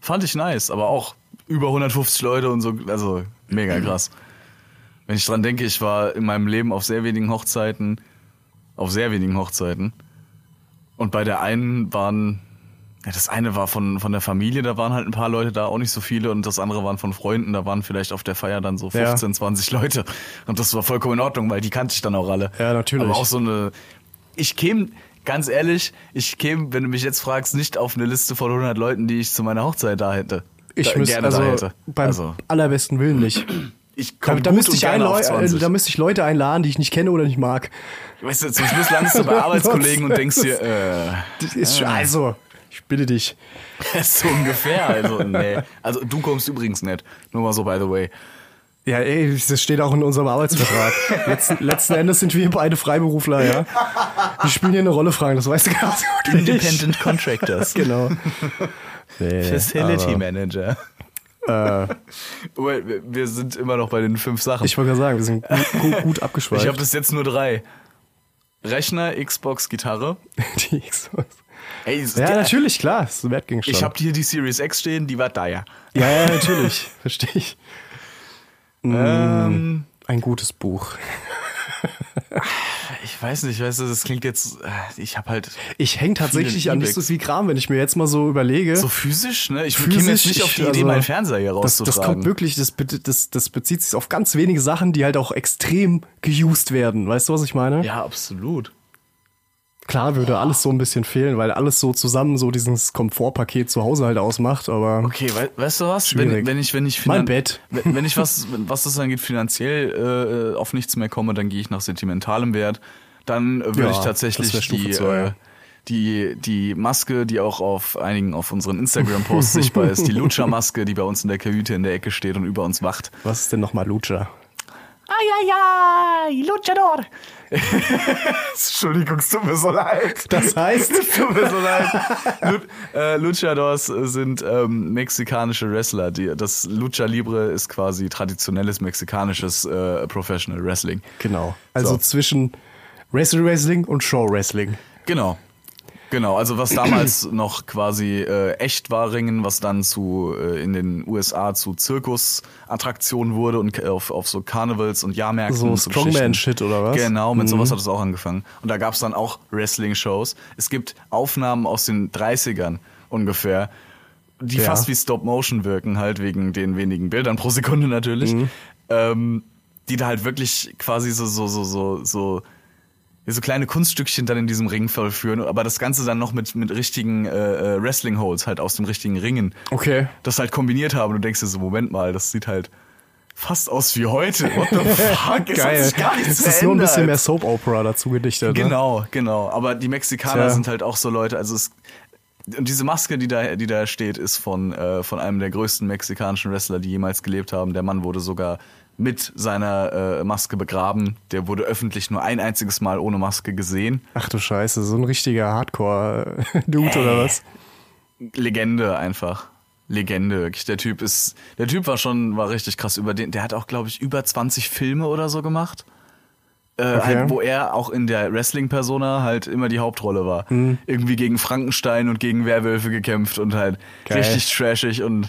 [SPEAKER 2] Fand ich nice, aber auch über 150 Leute und so, also mega krass. Wenn ich dran denke, ich war in meinem Leben auf sehr wenigen Hochzeiten, auf sehr wenigen Hochzeiten. Und bei der einen waren, ja, das eine war von, von der Familie, da waren halt ein paar Leute da, auch nicht so viele. Und das andere waren von Freunden, da waren vielleicht auf der Feier dann so
[SPEAKER 1] Ja.
[SPEAKER 2] 15, 20 Leute. Und das war vollkommen in Ordnung, weil die kannte ich dann auch alle.
[SPEAKER 1] Ja, natürlich.
[SPEAKER 2] Aber auch so eine, ich käme, ganz ehrlich, ich käme, wenn du mich jetzt fragst, nicht auf eine Liste von 100 Leuten, die ich zu meiner Hochzeit da hätte.
[SPEAKER 1] Ich
[SPEAKER 2] da,
[SPEAKER 1] müsste
[SPEAKER 2] gerne
[SPEAKER 1] also
[SPEAKER 2] da hätte.
[SPEAKER 1] beim
[SPEAKER 2] also,
[SPEAKER 1] allerbesten Willen nicht.
[SPEAKER 2] ich
[SPEAKER 1] Da,
[SPEAKER 2] komme
[SPEAKER 1] da, müsste ich
[SPEAKER 2] gerne
[SPEAKER 1] einleu-
[SPEAKER 2] auf
[SPEAKER 1] äh,
[SPEAKER 2] 20.
[SPEAKER 1] da müsste ich Leute einladen, die ich nicht kenne oder nicht mag.
[SPEAKER 2] weißt du, zum Schluss
[SPEAKER 1] *laughs*
[SPEAKER 2] landest du bei Arbeitskollegen und denkst dir,
[SPEAKER 1] Das ist
[SPEAKER 2] Ah.
[SPEAKER 1] schon, also, ich bitte dich.
[SPEAKER 2] äh, so ungefähr. Also, nee. Also, du kommst übrigens nicht. Nur mal so, by the way.
[SPEAKER 1] Ja, ey, das steht auch in unserem Arbeitsvertrag.
[SPEAKER 2] *laughs*
[SPEAKER 1] letzten, letzten Endes sind wir beide Freiberufler, ja. Wir spielen hier eine Rolle fragen, das weißt du gar nicht.
[SPEAKER 2] Independent
[SPEAKER 1] *laughs*
[SPEAKER 2] Contractors.
[SPEAKER 1] Genau. Nee,
[SPEAKER 2] Facility
[SPEAKER 1] aber,
[SPEAKER 2] Manager. *laughs*
[SPEAKER 1] Äh,
[SPEAKER 2] Well, wir- wir sind immer noch bei den fünf Sachen.
[SPEAKER 1] ich wollte gerade sagen, wir sind gut, gut, gut abgeschweift.
[SPEAKER 2] ich habe bis jetzt nur drei. Rechner, Xbox, Gitarre.
[SPEAKER 1] *laughs* Die Xbox.
[SPEAKER 2] Ey, es-
[SPEAKER 1] Ja,
[SPEAKER 2] die-
[SPEAKER 1] natürlich, klar. Das ist ein Wertgegenstand.
[SPEAKER 2] Ich habe hier die Series X stehen, die war da ja.
[SPEAKER 1] ja, ja, natürlich. *laughs* Verstehe ich. Hm.
[SPEAKER 2] Ähm,
[SPEAKER 1] Mm, ein gutes Buch.
[SPEAKER 2] Ich weiß nicht, weißt du, das klingt jetzt. äh, Ich habe halt
[SPEAKER 1] Ich hänge tatsächlich
[SPEAKER 2] Viele
[SPEAKER 1] an
[SPEAKER 2] E-Bikes.
[SPEAKER 1] nichts wie Kram, wenn ich mir jetzt mal so überlege.
[SPEAKER 2] so physisch, ne? Ich
[SPEAKER 1] Physisch,
[SPEAKER 2] käme jetzt nicht auf die
[SPEAKER 1] ich-
[SPEAKER 2] Idee,
[SPEAKER 1] also,
[SPEAKER 2] meinen Fernseher hier
[SPEAKER 1] das, das
[SPEAKER 2] rauszutragen.
[SPEAKER 1] kommt wirklich, das, be- das, das bezieht sich auf ganz wenige Sachen, die halt auch extrem geused werden. Weißt du, was ich meine?
[SPEAKER 2] ja, absolut.
[SPEAKER 1] Klar würde alles so ein bisschen fehlen, weil alles so zusammen so dieses Komfortpaket zu Hause halt ausmacht, aber
[SPEAKER 2] Okay, wei- weißt du was?
[SPEAKER 1] Schwierig.
[SPEAKER 2] Wenn, wenn ich, wenn ich finan-
[SPEAKER 1] Mein Bett.
[SPEAKER 2] Wenn, wenn ich was, was das angeht, finanziell äh, auf nichts mehr komme, dann gehe ich nach sentimentalem Wert. Dann äh, würde
[SPEAKER 1] Ja,
[SPEAKER 2] ich
[SPEAKER 1] das
[SPEAKER 2] tatsächlich
[SPEAKER 1] wär Stufe
[SPEAKER 2] die,
[SPEAKER 1] zwei,
[SPEAKER 2] äh,
[SPEAKER 1] ja.
[SPEAKER 2] die, die Maske, die auch auf einigen auf unseren Instagram-Posts sichtbar
[SPEAKER 1] *laughs*
[SPEAKER 2] ist, die Lutscher-Maske, die bei uns in der Kajüte in der Ecke steht und über uns wacht.
[SPEAKER 1] was ist denn nochmal Lucha?
[SPEAKER 2] Ay, ay, ay, Luchador. *laughs* Entschuldigung, es tut mir so leid.
[SPEAKER 1] Das
[SPEAKER 2] *laughs*
[SPEAKER 1] heißt,
[SPEAKER 2] Es tut mir so leid. Lu- äh, Luchadors sind ähm, mexikanische Wrestler. Die, das Lucha Libre ist quasi traditionelles mexikanisches äh, Professional Wrestling.
[SPEAKER 1] genau. Also
[SPEAKER 2] So.
[SPEAKER 1] zwischen Wrestle Wrestling und Show Wrestling.
[SPEAKER 2] Genau. Genau, also was
[SPEAKER 1] *clears throat*
[SPEAKER 2] damals noch quasi äh, echt war Ringen, was dann zu äh, in den USA zu Zirkusattraktionen wurde und k- auf, auf so Carnivals und Jahrmärkten.
[SPEAKER 1] So
[SPEAKER 2] und so
[SPEAKER 1] Strongman
[SPEAKER 2] Geschichten.
[SPEAKER 1] Shit oder was? Mhm.
[SPEAKER 2] Genau, mit sowas hat es auch angefangen. Und da gab es dann auch Wrestling-Shows. Es gibt Aufnahmen aus den 30ern ungefähr, die
[SPEAKER 1] Ja.
[SPEAKER 2] fast wie Stop-Motion wirken, halt wegen den wenigen Bildern pro Sekunde natürlich.
[SPEAKER 1] Mhm.
[SPEAKER 2] Ähm, die da halt wirklich quasi so, so, so, so, so ja, so kleine Kunststückchen dann in diesem Ring vollführen, aber das Ganze dann noch mit, mit richtigen äh, äh, Wrestling-Holds, halt aus den richtigen Ringen.
[SPEAKER 1] Okay.
[SPEAKER 2] Das halt kombiniert haben. Du denkst dir so, Moment mal, das sieht halt fast aus wie heute. What
[SPEAKER 1] *laughs*
[SPEAKER 2] the fuck? Es hat
[SPEAKER 1] Geil.
[SPEAKER 2] sich gar nichts
[SPEAKER 1] Es ist nur ein bisschen mehr Soap
[SPEAKER 2] verändert.
[SPEAKER 1] Opera dazu gedichtet. Ne?
[SPEAKER 2] Genau, genau. Aber die Mexikaner
[SPEAKER 1] Tja.
[SPEAKER 2] sind halt auch so Leute, also es und diese Maske, die da, die da steht, ist von, äh, von einem der größten mexikanischen Wrestler, die jemals gelebt haben. Der Mann wurde sogar mit seiner äh, Maske begraben. Der wurde öffentlich nur ein einziges Mal ohne Maske gesehen.
[SPEAKER 1] Ach du Scheiße, so ein richtiger Hardcore-Dude oder
[SPEAKER 2] Äh.
[SPEAKER 1] was?
[SPEAKER 2] Legende einfach. Legende, wirklich. Der Typ ist, der Typ war schon, war richtig krass über den. Der hat auch, glaube ich, über 20 Filme oder so gemacht. Äh, halt, wo er auch in der Wrestling-Persona halt immer die Hauptrolle war.
[SPEAKER 1] Mhm.
[SPEAKER 2] Irgendwie gegen Frankenstein und gegen Werwölfe gekämpft und halt
[SPEAKER 1] Geil.
[SPEAKER 2] richtig trashig und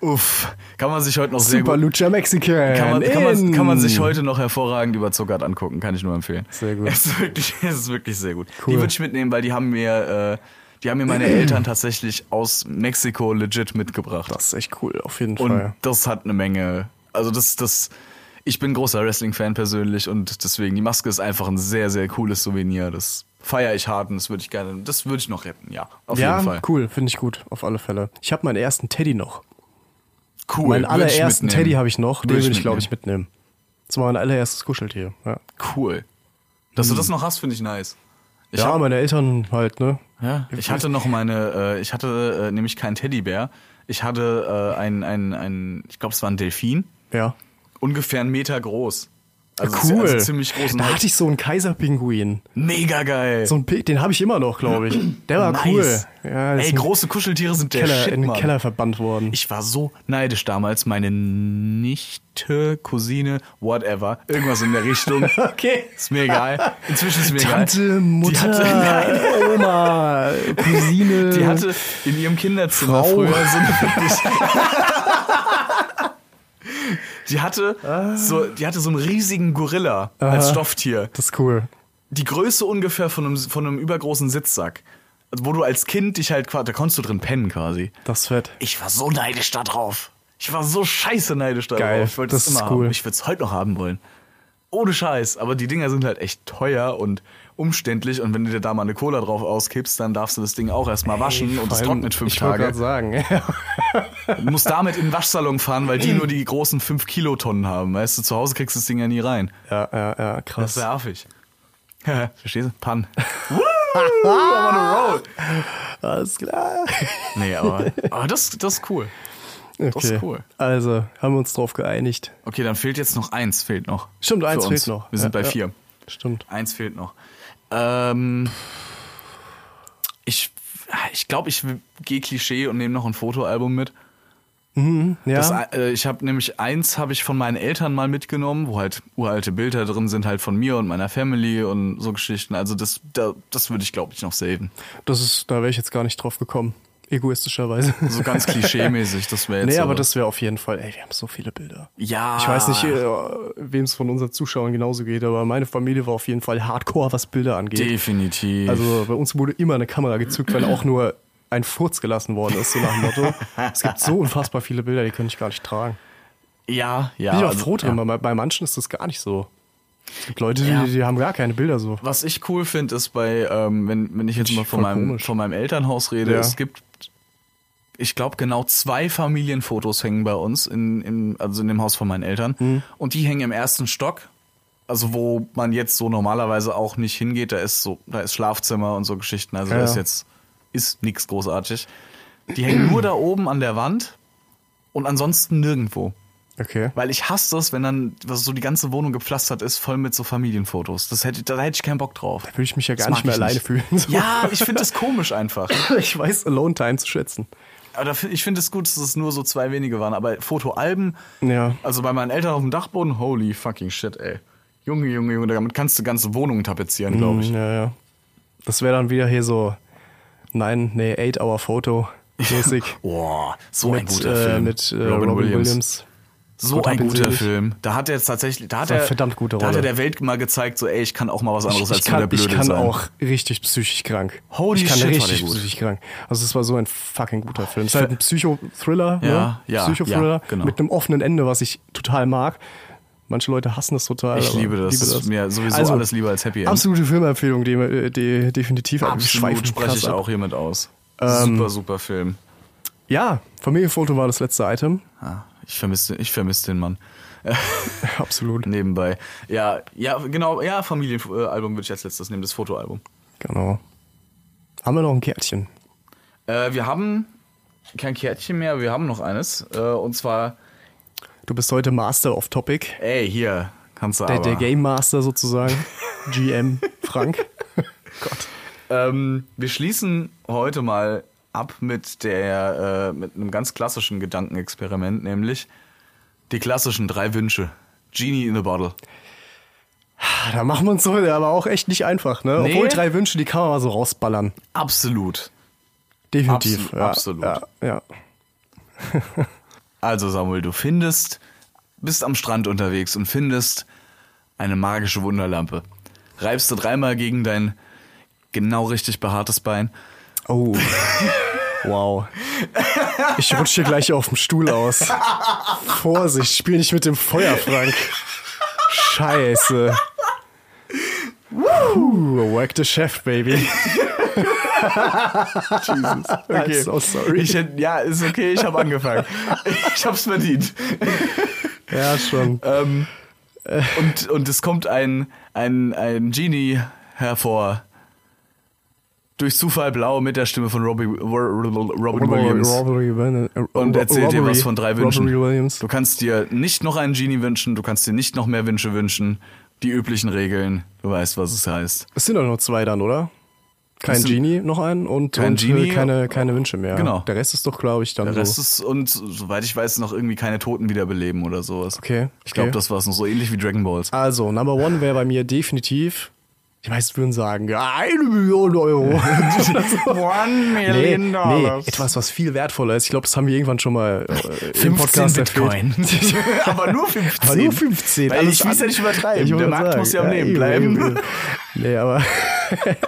[SPEAKER 2] uff. Kann man sich heute noch sehr
[SPEAKER 1] Super
[SPEAKER 2] gut.
[SPEAKER 1] Lucha Mexican.
[SPEAKER 2] Kann man, kann,
[SPEAKER 1] in.
[SPEAKER 2] man, kann man sich heute noch hervorragend überzuckert angucken, kann ich nur empfehlen.
[SPEAKER 1] Sehr gut.
[SPEAKER 2] Es ist wirklich, *laughs* es ist wirklich sehr gut.
[SPEAKER 1] Cool.
[SPEAKER 2] Die würde ich mitnehmen, weil die haben mir, äh, die haben mir
[SPEAKER 1] *clears throat*
[SPEAKER 2] meine Eltern tatsächlich aus Mexiko legit mitgebracht.
[SPEAKER 1] Das ist echt cool, auf jeden
[SPEAKER 2] Und
[SPEAKER 1] Fall.
[SPEAKER 2] das hat eine Menge. Also das, das. Ich bin großer Wrestling-Fan persönlich und deswegen die Maske ist einfach ein sehr, sehr cooles Souvenir. Das feiere ich hart und das würde ich gerne, das würde ich noch retten, ja. Auf
[SPEAKER 1] ja,
[SPEAKER 2] jeden Fall.
[SPEAKER 1] cool, finde ich gut, auf alle Fälle. Ich habe meinen ersten Teddy noch.
[SPEAKER 2] Cool.
[SPEAKER 1] meinen
[SPEAKER 2] würd ich
[SPEAKER 1] allerersten
[SPEAKER 2] mitnehmen.
[SPEAKER 1] Teddy habe ich noch, den
[SPEAKER 2] Würd
[SPEAKER 1] würde ich, glaube ich,
[SPEAKER 2] mitnehmen.
[SPEAKER 1] mitnehmen. Das war mein allererstes Kuscheltier. Ja,
[SPEAKER 2] Cool. Dass du das noch hast, finde ich nice. Ich
[SPEAKER 1] Hm. ja
[SPEAKER 2] hab-
[SPEAKER 1] meine Eltern halt, ne?
[SPEAKER 2] Ja, ich hatte noch meine, äh, ich hatte äh, nämlich keinen Teddybär. Ich hatte äh, einen, einen, einen, ich glaube, es war ein Delfin,
[SPEAKER 1] Ja.
[SPEAKER 2] ungefähr einen Meter groß. Also,
[SPEAKER 1] cool.
[SPEAKER 2] Also ziemlich groß. und
[SPEAKER 1] da
[SPEAKER 2] halt
[SPEAKER 1] hatte ich so einen Kaiserpinguin.
[SPEAKER 2] mega geil.
[SPEAKER 1] So einen Pi- den habe ich immer noch, glaube ich. Der war
[SPEAKER 2] Nice.
[SPEAKER 1] cool. Ja, das
[SPEAKER 2] Ey,
[SPEAKER 1] ist im
[SPEAKER 2] große Kuscheltiere sind der
[SPEAKER 1] Keller,
[SPEAKER 2] Shit,
[SPEAKER 1] in den
[SPEAKER 2] Mann.
[SPEAKER 1] Keller verbannt worden.
[SPEAKER 2] Ich war so neidisch damals. Meine Nichte, Cousine, whatever, irgendwas in der
[SPEAKER 1] *laughs*
[SPEAKER 2] Richtung.
[SPEAKER 1] okay.
[SPEAKER 2] Ist mir egal. Inzwischen ist mir egal.
[SPEAKER 1] Tante, Mutter,
[SPEAKER 2] *laughs* hatte-
[SPEAKER 1] Oma, Cousine.
[SPEAKER 2] *laughs* Die hatte in ihrem Kinderzimmer
[SPEAKER 1] Frau.
[SPEAKER 2] früher so eine wirklich. Die hatte, so, die hatte so einen riesigen Gorilla als
[SPEAKER 1] Aha.
[SPEAKER 2] Stofftier.
[SPEAKER 1] das ist cool.
[SPEAKER 2] Die Größe ungefähr von einem, von einem übergroßen Sitzsack. Wo du als Kind dich halt quasi, da konntest du drin pennen quasi.
[SPEAKER 1] Das ist fett.
[SPEAKER 2] Ich war so neidisch da drauf. Ich war so scheiße neidisch da
[SPEAKER 1] Geil,
[SPEAKER 2] drauf. Ich wollte
[SPEAKER 1] das
[SPEAKER 2] es immer
[SPEAKER 1] ist cool.
[SPEAKER 2] haben. Ich würde es heute noch haben wollen. Ohne Scheiß. Aber die Dinger sind halt echt teuer und umständlich. Und wenn du dir da mal eine Cola drauf auskippst, dann darfst du das Ding auch erstmal waschen und
[SPEAKER 1] Vor
[SPEAKER 2] es
[SPEAKER 1] allem,
[SPEAKER 2] trocknet fünf
[SPEAKER 1] ich wollte
[SPEAKER 2] Tage.
[SPEAKER 1] gerade sagen. *laughs*
[SPEAKER 2] Du musst damit in den Waschsalon fahren,
[SPEAKER 1] *clears throat*
[SPEAKER 2] weil die nur die großen 5 Kilotonnen haben. Weißt du, zu Hause kriegst du das Ding ja nie rein.
[SPEAKER 1] ja, ja, ja, krass.
[SPEAKER 2] Das ist nervig. *laughs* Verstehst du?
[SPEAKER 1] *laughs*
[SPEAKER 2] Pan. Woo! I'm on a roll.
[SPEAKER 1] Alles klar.
[SPEAKER 2] Nee, aber, aber das, das ist cool.
[SPEAKER 1] Okay.
[SPEAKER 2] Das ist cool.
[SPEAKER 1] Also, haben wir uns drauf geeinigt.
[SPEAKER 2] Okay, dann fehlt jetzt noch eins, fehlt noch.
[SPEAKER 1] Stimmt,
[SPEAKER 2] Für
[SPEAKER 1] eins
[SPEAKER 2] uns.
[SPEAKER 1] fehlt noch.
[SPEAKER 2] Wir sind
[SPEAKER 1] Ja,
[SPEAKER 2] bei
[SPEAKER 1] ja.
[SPEAKER 2] vier.
[SPEAKER 1] Stimmt.
[SPEAKER 2] Eins fehlt noch. Ähm, ich ich glaube, ich gehe Klischee und nehme noch ein Fotoalbum mit.
[SPEAKER 1] Ja,
[SPEAKER 2] Das, äh, ich habe nämlich eins habe ich von meinen Eltern mal mitgenommen, wo halt uralte Bilder drin sind, halt von mir und meiner Family und so Geschichten. Also das da, das würde ich glaube ich noch saven.
[SPEAKER 1] das ist, da wäre ich jetzt gar nicht drauf gekommen. egoistischerweise.
[SPEAKER 2] So ganz klischee-mäßig,
[SPEAKER 1] *laughs*
[SPEAKER 2] das wäre jetzt.
[SPEAKER 1] Nee,
[SPEAKER 2] so
[SPEAKER 1] aber
[SPEAKER 2] was.
[SPEAKER 1] das wäre auf jeden Fall, ey, wir haben so viele Bilder.
[SPEAKER 2] Ja.
[SPEAKER 1] Ich weiß nicht, äh, wem es von unseren Zuschauern genauso geht, aber meine Familie war auf jeden Fall hardcore, was Bilder angeht.
[SPEAKER 2] Definitiv.
[SPEAKER 1] Also bei uns wurde immer eine Kamera gezückt, wenn auch nur ein Furz gelassen worden ist, so nach dem Motto. es gibt so unfassbar viele Bilder, die kann ich gar nicht tragen.
[SPEAKER 2] ja, ja.
[SPEAKER 1] Bin ich auch
[SPEAKER 2] also-
[SPEAKER 1] froh
[SPEAKER 2] ja.
[SPEAKER 1] drüber, bei, bei manchen ist das gar nicht so. Es gibt Leute,
[SPEAKER 2] Ja.
[SPEAKER 1] die, die haben gar keine Bilder so.
[SPEAKER 2] Was ich cool finde, ist bei, ähm, wenn, wenn ich jetzt
[SPEAKER 1] Find
[SPEAKER 2] mal
[SPEAKER 1] ich
[SPEAKER 2] von
[SPEAKER 1] voll
[SPEAKER 2] meinem,
[SPEAKER 1] komisch.
[SPEAKER 2] von meinem Elternhaus rede,
[SPEAKER 1] Ja.
[SPEAKER 2] es gibt, ich glaube, genau zwei Familienfotos hängen bei uns, in, in, also in dem Haus von meinen Eltern.
[SPEAKER 1] Mhm.
[SPEAKER 2] Und die hängen im ersten Stock, also wo man jetzt so normalerweise auch nicht hingeht, da ist so, da ist Schlafzimmer und so Geschichten, also
[SPEAKER 1] Ja,
[SPEAKER 2] da ist
[SPEAKER 1] ja.
[SPEAKER 2] jetzt, ist nichts großartig. Die hängen nur da oben an der Wand und ansonsten nirgendwo.
[SPEAKER 1] Okay.
[SPEAKER 2] Weil ich hasse das, wenn dann was so die ganze Wohnung gepflastert ist, voll mit so Familienfotos. Das hätte, da hätte ich keinen Bock drauf. Da
[SPEAKER 1] würde ich mich ja gar nicht mehr alleine fühlen. So.
[SPEAKER 2] Ja, ich finde das komisch einfach.
[SPEAKER 1] Ich weiß Alone Time zu schätzen.
[SPEAKER 2] Aber da find- ich finde es gut, dass es nur so zwei wenige waren. Aber Fotoalben,
[SPEAKER 1] Ja.
[SPEAKER 2] also bei meinen Eltern auf dem Dachboden, holy fucking shit, ey. Junge, Junge, Junge, damit kannst du ganze Wohnungen tapezieren, glaube ich.
[SPEAKER 1] Ja, ja. Das wäre dann wieder hier so, nein, nee, 8-Hour-Foto. Mäßig.
[SPEAKER 2] Boah, so ein
[SPEAKER 1] Mhm. mit
[SPEAKER 2] guter
[SPEAKER 1] äh,
[SPEAKER 2] Film.
[SPEAKER 1] mit äh, Robin, Williams.
[SPEAKER 2] So
[SPEAKER 1] Guter
[SPEAKER 2] ein guter
[SPEAKER 1] Pinselig.
[SPEAKER 2] Film. Da hat er jetzt tatsächlich, da hat
[SPEAKER 1] war
[SPEAKER 2] er,
[SPEAKER 1] eine verdammt gute
[SPEAKER 2] da hat er
[SPEAKER 1] Rolle.
[SPEAKER 2] der Welt mal gezeigt, so, ey, ich kann auch mal was anderes
[SPEAKER 1] Ich, ich
[SPEAKER 2] als nur der
[SPEAKER 1] kann, ich
[SPEAKER 2] Blöde
[SPEAKER 1] kann
[SPEAKER 2] sein.
[SPEAKER 1] auch richtig psychisch krank.
[SPEAKER 2] Holy
[SPEAKER 1] ich kann
[SPEAKER 2] shit, war
[SPEAKER 1] richtig
[SPEAKER 2] der gut.
[SPEAKER 1] psychisch krank. Also es war so ein fucking guter Film. Es ist halt ein Psychothriller,
[SPEAKER 2] Ja,
[SPEAKER 1] ne?
[SPEAKER 2] ja,
[SPEAKER 1] Psychothriller
[SPEAKER 2] ja, genau.
[SPEAKER 1] mit einem offenen Ende, was ich total mag. Manche Leute hassen das total.
[SPEAKER 2] Ich
[SPEAKER 1] aber Also,
[SPEAKER 2] liebe das. Das ist mir sowieso alles lieber als Happy End.
[SPEAKER 1] Absolute Filmempfehlung, die, äh, die definitiv Wir schweifen
[SPEAKER 2] Absolut spreche
[SPEAKER 1] krass
[SPEAKER 2] ich
[SPEAKER 1] ab.
[SPEAKER 2] auch hiermit aus.
[SPEAKER 1] Ähm,
[SPEAKER 2] super, super Film.
[SPEAKER 1] Ja, Familienfoto war das letzte Item. *laughs*
[SPEAKER 2] Ah, Ich vermisse ich vermiss den Mann.
[SPEAKER 1] Absolut.
[SPEAKER 2] Nebenbei. Ja, ja, genau, ja, Familienalbum würde ich als letztes nehmen, das Fotoalbum.
[SPEAKER 1] Genau. Haben wir noch ein Kärtchen?
[SPEAKER 2] Äh, wir haben kein Kärtchen mehr, wir haben noch eines. Äh, und zwar,
[SPEAKER 1] Du bist heute Master of Topic.
[SPEAKER 2] ey, hier, kannst du
[SPEAKER 1] Der,
[SPEAKER 2] aber.
[SPEAKER 1] der Game Master
[SPEAKER 2] *laughs*
[SPEAKER 1] sozusagen. GM Frank.
[SPEAKER 2] Ähm, wir schließen heute mal ab mit der, äh, mit einem ganz klassischen Gedankenexperiment, nämlich die klassischen drei Wünsche. Genie in a Bottle.
[SPEAKER 1] Ah, Da machen wir uns heute aber auch echt nicht einfach, ne?
[SPEAKER 2] Nee.
[SPEAKER 1] Obwohl drei Wünsche, die kann man mal so rausballern.
[SPEAKER 2] Absolut.
[SPEAKER 1] Definitiv.
[SPEAKER 2] Absolut,
[SPEAKER 1] ja,
[SPEAKER 2] absolut.
[SPEAKER 1] Ja, ja.
[SPEAKER 2] Also Samuel, du findest, bist am Strand unterwegs und findest eine magische Wunderlampe. Reibst du dreimal gegen dein genau richtig behaartes Bein. *laughs*
[SPEAKER 1] Oh. wow. Ich rutsche hier gleich auf dem Stuhl aus. Vorsicht, spiel nicht mit dem Feuer, Frank. Scheiße. Puh, whack the chef, baby. *laughs* Jesus. Okay. I'm so sorry.
[SPEAKER 2] Ich hätt- ja, ist okay, ich habe angefangen. Ich hab's verdient.
[SPEAKER 1] ja, schon.
[SPEAKER 2] Ähm, und, und es kommt ein, ein, ein Genie hervor. Durch Zufall blau mit der Stimme von Robbie, Robin Williams.
[SPEAKER 1] Robbery, Williams.
[SPEAKER 2] und erzähl dir was von drei Wünschen.
[SPEAKER 1] Robbery Williams.
[SPEAKER 2] Du kannst dir nicht noch einen Genie wünschen, du kannst dir nicht noch mehr Wünsche wünschen. Die üblichen Regeln, du weißt, was es heißt.
[SPEAKER 1] Es sind doch nur zwei dann, oder? Kein
[SPEAKER 2] Es sind-
[SPEAKER 1] Genie, noch einen und,
[SPEAKER 2] Kein
[SPEAKER 1] und äh,
[SPEAKER 2] Genie.
[SPEAKER 1] keine, keine Wünsche mehr.
[SPEAKER 2] Genau.
[SPEAKER 1] Der Rest ist doch, glaube ich, dann
[SPEAKER 2] Der Rest
[SPEAKER 1] so.
[SPEAKER 2] ist, und soweit ich weiß, noch irgendwie keine Toten wiederbeleben oder sowas.
[SPEAKER 1] Okay,
[SPEAKER 2] Ich glaube,
[SPEAKER 1] okay.
[SPEAKER 2] das war es noch so ähnlich wie Dragon Balls.
[SPEAKER 1] Also, Number One wäre bei mir definitiv, die meisten würden sagen, ja, eine Million
[SPEAKER 2] *laughs*
[SPEAKER 1] Euro. *laughs*
[SPEAKER 2] One
[SPEAKER 1] nee, nee, etwas, was viel wertvoller ist. Ich glaube, das haben wir irgendwann schon mal äh, im Podcast erwähnt.
[SPEAKER 2] *laughs* Aber nur 15.
[SPEAKER 1] Aber nur 15.
[SPEAKER 2] Weil
[SPEAKER 1] alles
[SPEAKER 2] ich will es ja
[SPEAKER 1] an-
[SPEAKER 2] nicht übertreiben.
[SPEAKER 1] Ich wollte
[SPEAKER 2] Der Markt
[SPEAKER 1] sagen,
[SPEAKER 2] muss ja am Leben
[SPEAKER 1] eben,
[SPEAKER 2] bleiben.
[SPEAKER 1] eben, eben. Nee, aber. *laughs*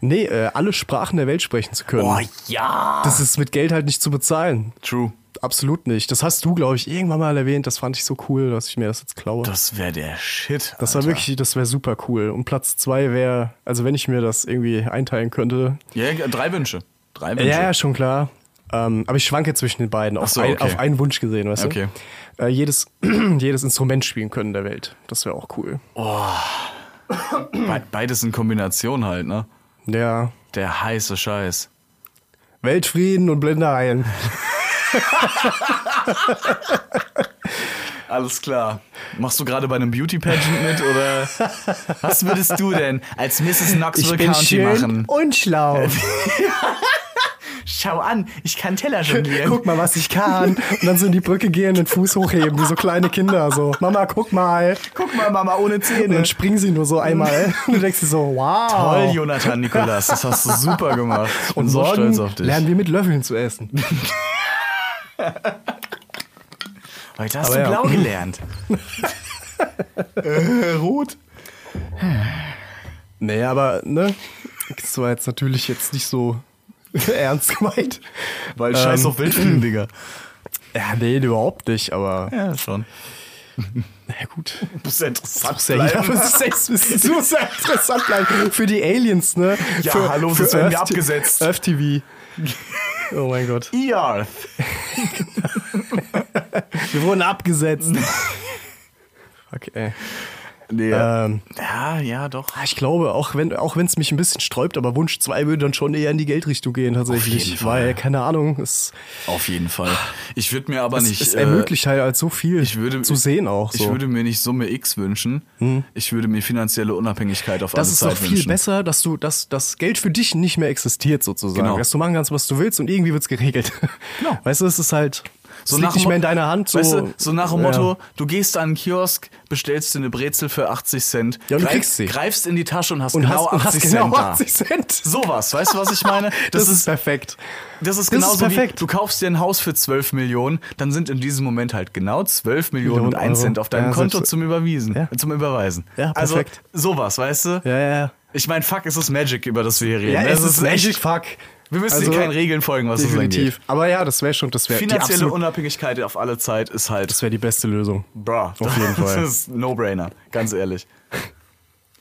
[SPEAKER 1] nee, äh, alle Sprachen der Welt sprechen zu können.
[SPEAKER 2] Oh ja.
[SPEAKER 1] Das ist mit Geld halt nicht zu bezahlen.
[SPEAKER 2] True.
[SPEAKER 1] Absolut nicht. Das hast du, glaube ich, irgendwann mal erwähnt. Das fand ich so cool, dass ich mir das jetzt klaue. Das,
[SPEAKER 2] Das wäre der Shit.
[SPEAKER 1] war
[SPEAKER 2] Alter.
[SPEAKER 1] wirklich, das wäre super cool. Und Platz zwei wäre, also wenn ich mir das irgendwie einteilen könnte.
[SPEAKER 2] Ja, drei Wünsche. Drei Wünsche.
[SPEAKER 1] Ja, ja, schon klar. Ähm, aber ich schwanke zwischen den beiden. Auf,
[SPEAKER 2] so,
[SPEAKER 1] ein,
[SPEAKER 2] okay.
[SPEAKER 1] auf einen Wunsch gesehen, weißt
[SPEAKER 2] Okay.
[SPEAKER 1] du? Äh, jedes, *clears throat* jedes Instrument spielen können der Welt. Das wäre auch cool.
[SPEAKER 2] Be beides in Kombination halt, ne?
[SPEAKER 1] Ja.
[SPEAKER 2] Der heiße Scheiß.
[SPEAKER 1] Weltfrieden und Blendereien.
[SPEAKER 2] Alles klar. Machst du gerade bei einem Beauty Pageant mit oder
[SPEAKER 1] *laughs*
[SPEAKER 2] was würdest du denn als Mrs. Knoxville County machen?
[SPEAKER 1] und schlau.
[SPEAKER 2] Schau an, ich kann Teller jonglieren.
[SPEAKER 1] Guck mal, was ich kann. Und dann so in die Brücke gehen, den Fuß hochheben, wie so kleine Kinder. So, Mama, guck mal.
[SPEAKER 2] Guck mal, Mama, ohne
[SPEAKER 1] Und
[SPEAKER 2] Zähne.
[SPEAKER 1] dann springen sie nur so einmal. Und du denkst dir so, wow.
[SPEAKER 2] Toll, Jonathan Nikolas, das hast du super gemacht. Ich bin
[SPEAKER 1] Oh. Und
[SPEAKER 2] so
[SPEAKER 1] morgen
[SPEAKER 2] stolz auf dich.
[SPEAKER 1] lernen wir mit Löffeln zu essen.
[SPEAKER 2] Heute hast
[SPEAKER 1] Aber
[SPEAKER 2] du
[SPEAKER 1] ja. *laughs*
[SPEAKER 2] blau gelernt. äh, rot.
[SPEAKER 1] Nee, aber, ne? Das war jetzt natürlich jetzt nicht so *laughs* ernst gemeint.
[SPEAKER 2] Weil scheiß
[SPEAKER 1] Ähm,
[SPEAKER 2] auf Wildfilm, Digga.
[SPEAKER 1] Ja, nee, überhaupt nicht, aber.
[SPEAKER 2] Ja, schon.
[SPEAKER 1] Na gut.
[SPEAKER 2] Muss ja interessant
[SPEAKER 1] Muss ja jeder für sich selbst wissen. Es muss ja interessant bleiben. Für die Aliens, ne?
[SPEAKER 2] Ja,
[SPEAKER 1] für,
[SPEAKER 2] hallo, sonst werden wir
[SPEAKER 1] Earth-
[SPEAKER 2] abgesetzt.
[SPEAKER 1] Earth TV. Oh mein Gott.
[SPEAKER 2] Earth.
[SPEAKER 1] Wir wurden
[SPEAKER 2] *laughs*
[SPEAKER 1] abgesetzt. Fuck, ey.
[SPEAKER 2] Nee.
[SPEAKER 1] Ähm,
[SPEAKER 2] ja, ja, doch.
[SPEAKER 1] ich glaube, auch wenn auch wenn es mich ein bisschen sträubt, aber Wunsch 2 würde dann schon eher in die Geldrichtung gehen tatsächlich,
[SPEAKER 2] Auf jeden Fall.
[SPEAKER 1] weil keine Ahnung, es,
[SPEAKER 2] Auf jeden Fall. Ich würde mir aber nicht.
[SPEAKER 1] es
[SPEAKER 2] äh,
[SPEAKER 1] ermöglicht halt als so viel
[SPEAKER 2] ich würde,
[SPEAKER 1] zu sehen auch so. Hm.
[SPEAKER 2] Ich würde mir nicht Summe X wünschen. Ich würde mir finanzielle Unabhängigkeit auf
[SPEAKER 1] das
[SPEAKER 2] alle
[SPEAKER 1] ist
[SPEAKER 2] Zeit
[SPEAKER 1] doch viel
[SPEAKER 2] wünschen.
[SPEAKER 1] besser, dass du, dass das Geld für dich nicht mehr existiert sozusagen,
[SPEAKER 2] Genau.
[SPEAKER 1] dass du machen kannst, was du willst und irgendwie wird's geregelt. *laughs*
[SPEAKER 2] Genau.
[SPEAKER 1] Weißt du, es ist halt so es liegt
[SPEAKER 2] dem
[SPEAKER 1] nicht mehr in
[SPEAKER 2] Motto-
[SPEAKER 1] deiner Hand. So,
[SPEAKER 2] weißt du, so nach dem
[SPEAKER 1] Ja.
[SPEAKER 2] Motto, du gehst an einen Kiosk, bestellst dir eine Brezel für 80 Cent,
[SPEAKER 1] Ja, und du
[SPEAKER 2] greif-
[SPEAKER 1] kriegst sie.
[SPEAKER 2] greifst in die Tasche und hast
[SPEAKER 1] und
[SPEAKER 2] genau
[SPEAKER 1] hast, und
[SPEAKER 2] 80
[SPEAKER 1] hast
[SPEAKER 2] Cent
[SPEAKER 1] genau
[SPEAKER 2] da.
[SPEAKER 1] 80 Cent.
[SPEAKER 2] Sowas, weißt du, was
[SPEAKER 1] *laughs*
[SPEAKER 2] ich meine?
[SPEAKER 1] Das, ist perfekt. Das
[SPEAKER 2] Das ist
[SPEAKER 1] ist
[SPEAKER 2] genauso wie,
[SPEAKER 1] perfekt.
[SPEAKER 2] du kaufst dir ein Haus für 12 Millionen, dann sind in diesem Moment halt genau 12 Millionen und
[SPEAKER 1] Millionen
[SPEAKER 2] 1
[SPEAKER 1] Euro.
[SPEAKER 2] Cent auf deinem
[SPEAKER 1] Ja,
[SPEAKER 2] Konto
[SPEAKER 1] selbst-
[SPEAKER 2] zum Überwiesen,
[SPEAKER 1] Ja.
[SPEAKER 2] zum Überweisen.
[SPEAKER 1] Ja,
[SPEAKER 2] also
[SPEAKER 1] perfekt.
[SPEAKER 2] sowas, weißt du?
[SPEAKER 1] Ja, ja, ja.
[SPEAKER 2] Ich meine, fuck, es ist Magic, über das wir hier reden.
[SPEAKER 1] Ja,
[SPEAKER 2] Das
[SPEAKER 1] es ist Magic,
[SPEAKER 2] echt-
[SPEAKER 1] fuck.
[SPEAKER 2] Wir müssen
[SPEAKER 1] Also,
[SPEAKER 2] hier keinen Regeln folgen, was
[SPEAKER 1] Definitiv. Aber ja, das wäre schon, das
[SPEAKER 2] das
[SPEAKER 1] wäre
[SPEAKER 2] angeht.
[SPEAKER 1] die,
[SPEAKER 2] Finanzielle
[SPEAKER 1] absolut-
[SPEAKER 2] Unabhängigkeit auf alle Zeit ist halt
[SPEAKER 1] das wär die beste Lösung.
[SPEAKER 2] Bra,
[SPEAKER 1] Auf
[SPEAKER 2] *laughs*
[SPEAKER 1] jeden Fall.
[SPEAKER 2] Das ist ein No-Brainer, ganz ehrlich.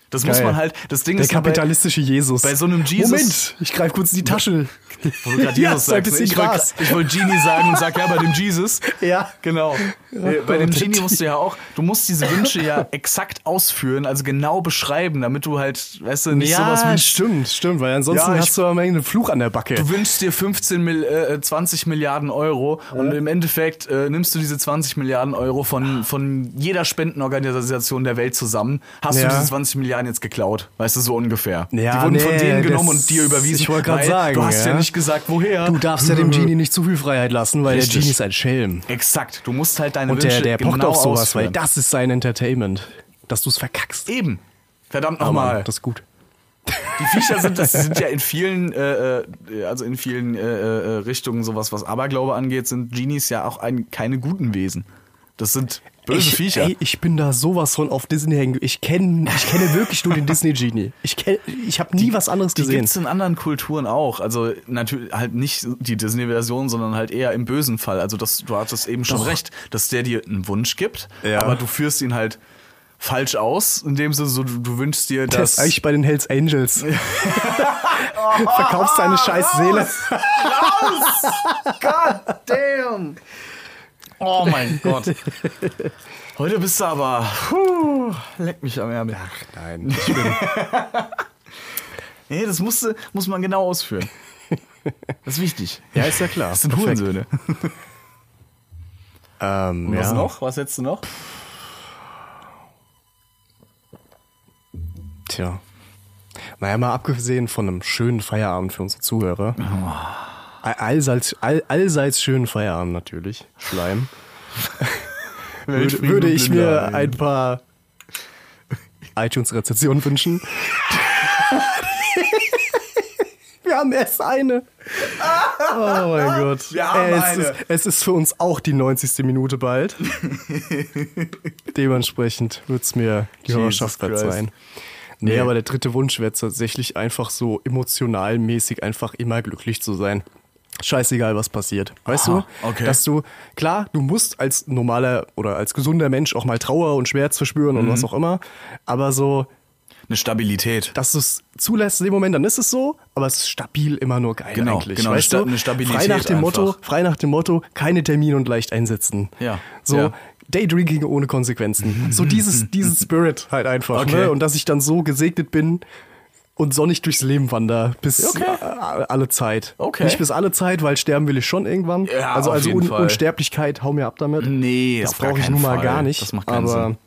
[SPEAKER 2] Das muss
[SPEAKER 1] Geil.
[SPEAKER 2] man halt, das Ding
[SPEAKER 1] Der
[SPEAKER 2] ist, ja bei, wo
[SPEAKER 1] kapitalistische Jesus.
[SPEAKER 2] bei so einem Jesus-
[SPEAKER 1] Moment, ich greife kurz in die Tasche.
[SPEAKER 2] du
[SPEAKER 1] *laughs*
[SPEAKER 2] gerade
[SPEAKER 1] Ja,
[SPEAKER 2] Jesus
[SPEAKER 1] so ein
[SPEAKER 2] sagst,
[SPEAKER 1] bisschen
[SPEAKER 2] ich wollte
[SPEAKER 1] Gras.
[SPEAKER 2] ich wollt Genie sagen und sag ja bei dem Jesus.
[SPEAKER 1] *laughs* Ja. Oh
[SPEAKER 2] Genau. Äh, bei dem
[SPEAKER 1] Gott.
[SPEAKER 2] Genie musst du ja auch, du musst diese Wünsche ja *laughs* exakt ausführen, also genau beschreiben, damit du halt, weißt du, nicht sowas wünschst.
[SPEAKER 1] stimmt, stimmt, weil ansonsten
[SPEAKER 2] Ja, ich-
[SPEAKER 1] hast du am Ende einen Fluch an der Backe.
[SPEAKER 2] Du wünschst dir 15 Mil äh, 20 Milliarden Euro und im Endeffekt äh, nimmst du diese 20 Milliarden Euro von, von jeder Spendenorganisation der Welt zusammen. Hast
[SPEAKER 1] Ja.
[SPEAKER 2] du diese 20 Milliarden jetzt geklaut? Weißt du, so ungefähr.
[SPEAKER 1] Ja,
[SPEAKER 2] die wurden von
[SPEAKER 1] nee,
[SPEAKER 2] denen genommen
[SPEAKER 1] das-
[SPEAKER 2] und dir überwiesen.
[SPEAKER 1] ich wollte gerade
[SPEAKER 2] weil
[SPEAKER 1] sagen,
[SPEAKER 2] Du hast ja.
[SPEAKER 1] ja.
[SPEAKER 2] nicht gesagt, woher.
[SPEAKER 1] Du darfst ja
[SPEAKER 2] *laughs*
[SPEAKER 1] dem Genie nicht zu viel Freiheit lassen, weil der
[SPEAKER 2] Richtig.
[SPEAKER 1] Genie ist ein Schelm.
[SPEAKER 2] Exakt. Du musst halt deine
[SPEAKER 1] Und der,
[SPEAKER 2] Wünsche
[SPEAKER 1] der
[SPEAKER 2] genau
[SPEAKER 1] pocht auf sowas,
[SPEAKER 2] ausführen.
[SPEAKER 1] weil das ist sein Entertainment. Dass du es verkackst.
[SPEAKER 2] Eben. Verdammt
[SPEAKER 1] Oh
[SPEAKER 2] nochmal.
[SPEAKER 1] Mann, Das ist gut.
[SPEAKER 2] Die Viecher sind, das sind ja in vielen, äh, äh, also in vielen äh, äh, Richtungen sowas, was Aberglaube angeht, sind Genies ja auch ein, keine guten Wesen. Das sind böse
[SPEAKER 1] ich,
[SPEAKER 2] Viecher.
[SPEAKER 1] Ey, ich bin da sowas von auf Disney hängen. Ich kenne ich kenne wirklich nur den Disney Genie. Ich kenn, ich habe nie was anderes
[SPEAKER 2] die
[SPEAKER 1] gesehen.
[SPEAKER 2] gibt's in anderen Kulturen auch. Also natürlich halt nicht die Disney-Version, sondern halt eher im bösen Fall. Also das, du hattest eben schon
[SPEAKER 1] Doch.
[SPEAKER 2] recht, dass der dir einen Wunsch gibt,
[SPEAKER 1] Ja.
[SPEAKER 2] aber du führst ihn halt falsch aus, in dem Sinne, so, du, du wünschst dir,
[SPEAKER 1] Der ist
[SPEAKER 2] dass...
[SPEAKER 1] eigentlich bei den Hells Angels. *laughs* Verkaufst deine scheiß Seele.
[SPEAKER 2] damn! Oh mein Gott. Heute bist du aber. Puh, leck mich am Ärmel.
[SPEAKER 1] Nein.
[SPEAKER 2] Nee, das musste, muss man genau ausführen. Das ist wichtig.
[SPEAKER 1] Ja, ist ja klar.
[SPEAKER 2] Das sind
[SPEAKER 1] Perfekt.
[SPEAKER 2] Hurensöhne.
[SPEAKER 1] Ähm,
[SPEAKER 2] Was
[SPEAKER 1] ja.
[SPEAKER 2] noch? Was hättest du noch?
[SPEAKER 1] Tja. Naja, mal abgesehen von einem schönen Feierabend für unsere Zuhörer.
[SPEAKER 2] Oh.
[SPEAKER 1] All- Allseits, all, allseits schönen Feierabend natürlich. Schleim. Würde, würde ich mir ein *laughs* paar iTunes-Rezensionen *laughs* wünschen. Wir haben erst eine. Oh mein Gott.
[SPEAKER 2] Wir haben
[SPEAKER 1] es,
[SPEAKER 2] eine.
[SPEAKER 1] Ist, es ist für uns auch die 90. Minute bald. *laughs* Dementsprechend wird es mir die
[SPEAKER 2] Jesus
[SPEAKER 1] Hörerschaft
[SPEAKER 2] Christ.
[SPEAKER 1] verzeihen. Nee, aber der dritte Wunsch wäre tatsächlich einfach so emotional mäßig einfach immer glücklich zu sein. Scheißegal, was passiert. Weißt
[SPEAKER 2] Aha,
[SPEAKER 1] du?
[SPEAKER 2] okay.
[SPEAKER 1] Dass du, klar, du musst als normaler oder als gesunder Mensch auch mal Trauer und Schmerz verspüren
[SPEAKER 2] Mhm.
[SPEAKER 1] und was auch immer. Aber so,
[SPEAKER 2] Eine Stabilität.
[SPEAKER 1] dass du es zulässt in dem Moment, dann ist es so, aber es ist stabil immer nur geil
[SPEAKER 2] Genau,
[SPEAKER 1] eigentlich.
[SPEAKER 2] genau, eine
[SPEAKER 1] weißt
[SPEAKER 2] Sta-
[SPEAKER 1] du?
[SPEAKER 2] eine Stabilität
[SPEAKER 1] frei nach dem Motto,
[SPEAKER 2] einfach.
[SPEAKER 1] frei nach dem Motto, keine Termine und leicht einsetzen.
[SPEAKER 2] Ja,
[SPEAKER 1] So
[SPEAKER 2] ja.
[SPEAKER 1] Daydrinking ohne Konsequenzen. so
[SPEAKER 2] *laughs*
[SPEAKER 1] dieses dieses Spirit halt einfach,
[SPEAKER 2] Okay.
[SPEAKER 1] ne? Und dass ich dann so gesegnet bin und sonnig durchs Leben wander bis
[SPEAKER 2] Okay.
[SPEAKER 1] äh, alle Zeit.
[SPEAKER 2] Okay.
[SPEAKER 1] Nicht bis alle Zeit, weil sterben will ich schon irgendwann.
[SPEAKER 2] Ja,
[SPEAKER 1] also
[SPEAKER 2] auf
[SPEAKER 1] also
[SPEAKER 2] jeden
[SPEAKER 1] Un
[SPEAKER 2] Fall.
[SPEAKER 1] Unsterblichkeit, hau mir ab damit.
[SPEAKER 2] Nee,
[SPEAKER 1] das
[SPEAKER 2] auf gar
[SPEAKER 1] brauche ich
[SPEAKER 2] keinen
[SPEAKER 1] nun mal
[SPEAKER 2] Fall.
[SPEAKER 1] gar nicht.
[SPEAKER 2] Das macht keinen
[SPEAKER 1] aber
[SPEAKER 2] Sinn.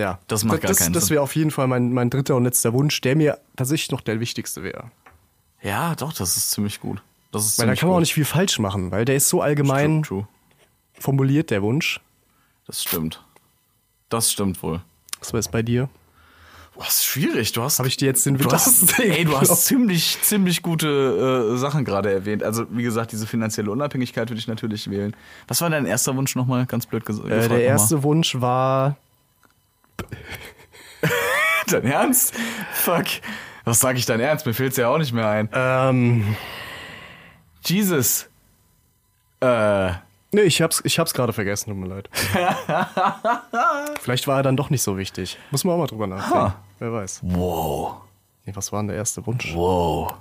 [SPEAKER 1] ja.
[SPEAKER 2] Das macht gar
[SPEAKER 1] das,
[SPEAKER 2] keinen
[SPEAKER 1] Das
[SPEAKER 2] Sinn.
[SPEAKER 1] wäre auf jeden Fall mein, mein dritter und letzter Wunsch, der mir tatsächlich noch der wichtigste wäre.
[SPEAKER 2] Ja, doch, das ist ziemlich gut. Das ist
[SPEAKER 1] Weil da
[SPEAKER 2] ziemlich
[SPEAKER 1] kann man auch
[SPEAKER 2] gut.
[SPEAKER 1] nicht viel falsch machen, weil der ist so allgemein
[SPEAKER 2] True, true.
[SPEAKER 1] formuliert, der Wunsch.
[SPEAKER 2] Das stimmt. Das stimmt wohl.
[SPEAKER 1] Was war es bei dir?
[SPEAKER 2] Boah, ist schwierig. Du hast.
[SPEAKER 1] Hab ich dir jetzt den
[SPEAKER 2] du
[SPEAKER 1] Winter-
[SPEAKER 2] hast, Ey, du hast ziemlich, ziemlich gute äh, Sachen gerade erwähnt. Also, wie gesagt, diese finanzielle Unabhängigkeit würde ich natürlich wählen. Was war dein erster Wunsch nochmal? Ganz blöd ges gefragt.
[SPEAKER 1] Äh, der
[SPEAKER 2] nochmal.
[SPEAKER 1] erste Wunsch war
[SPEAKER 2] Dein Ernst? Fuck. Was sag ich dein Ernst? Mir fällt's ja auch nicht mehr ein.
[SPEAKER 1] Ähm,
[SPEAKER 2] Jesus. Äh.
[SPEAKER 1] nee, ich hab's, ich hab's gerade vergessen, tut mir
[SPEAKER 2] *laughs*
[SPEAKER 1] leid. Vielleicht war er dann doch nicht so wichtig. Muss man auch mal drüber nachdenken.
[SPEAKER 2] Ha.
[SPEAKER 1] Wer weiß.
[SPEAKER 2] Wow.
[SPEAKER 1] Nee, was war denn der erste Wunsch?
[SPEAKER 2] Wow.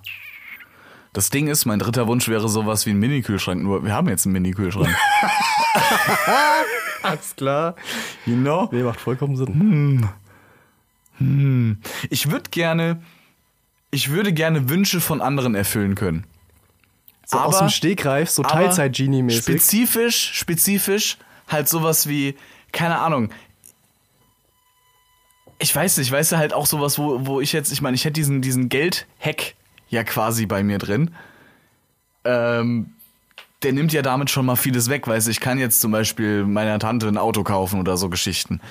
[SPEAKER 2] Das Ding ist, mein dritter Wunsch wäre sowas wie ein Mini-Kühlschrank. Nur, wir haben jetzt einen Mini-Kühlschrank.
[SPEAKER 1] Alles klar.
[SPEAKER 2] you know?
[SPEAKER 1] Nee, macht vollkommen Sinn.
[SPEAKER 2] Ich würde gerne, ich würde gerne Wünsche von anderen erfüllen können.
[SPEAKER 1] So aus
[SPEAKER 2] aber-
[SPEAKER 1] dem Stegreif, so
[SPEAKER 2] aber
[SPEAKER 1] Teilzeit-Genie-mäßig.
[SPEAKER 2] Spezifisch, spezifisch halt sowas wie, keine Ahnung. Ich weiß nicht, weißt du, halt auch sowas, wo, wo ich jetzt, ich meine, ich hätte diesen, diesen Geld-Hack ja quasi bei mir drin. Ähm, der nimmt ja damit schon mal vieles weg, weißt du, ich kann jetzt zum Beispiel meiner Tante ein Auto kaufen oder so Geschichten.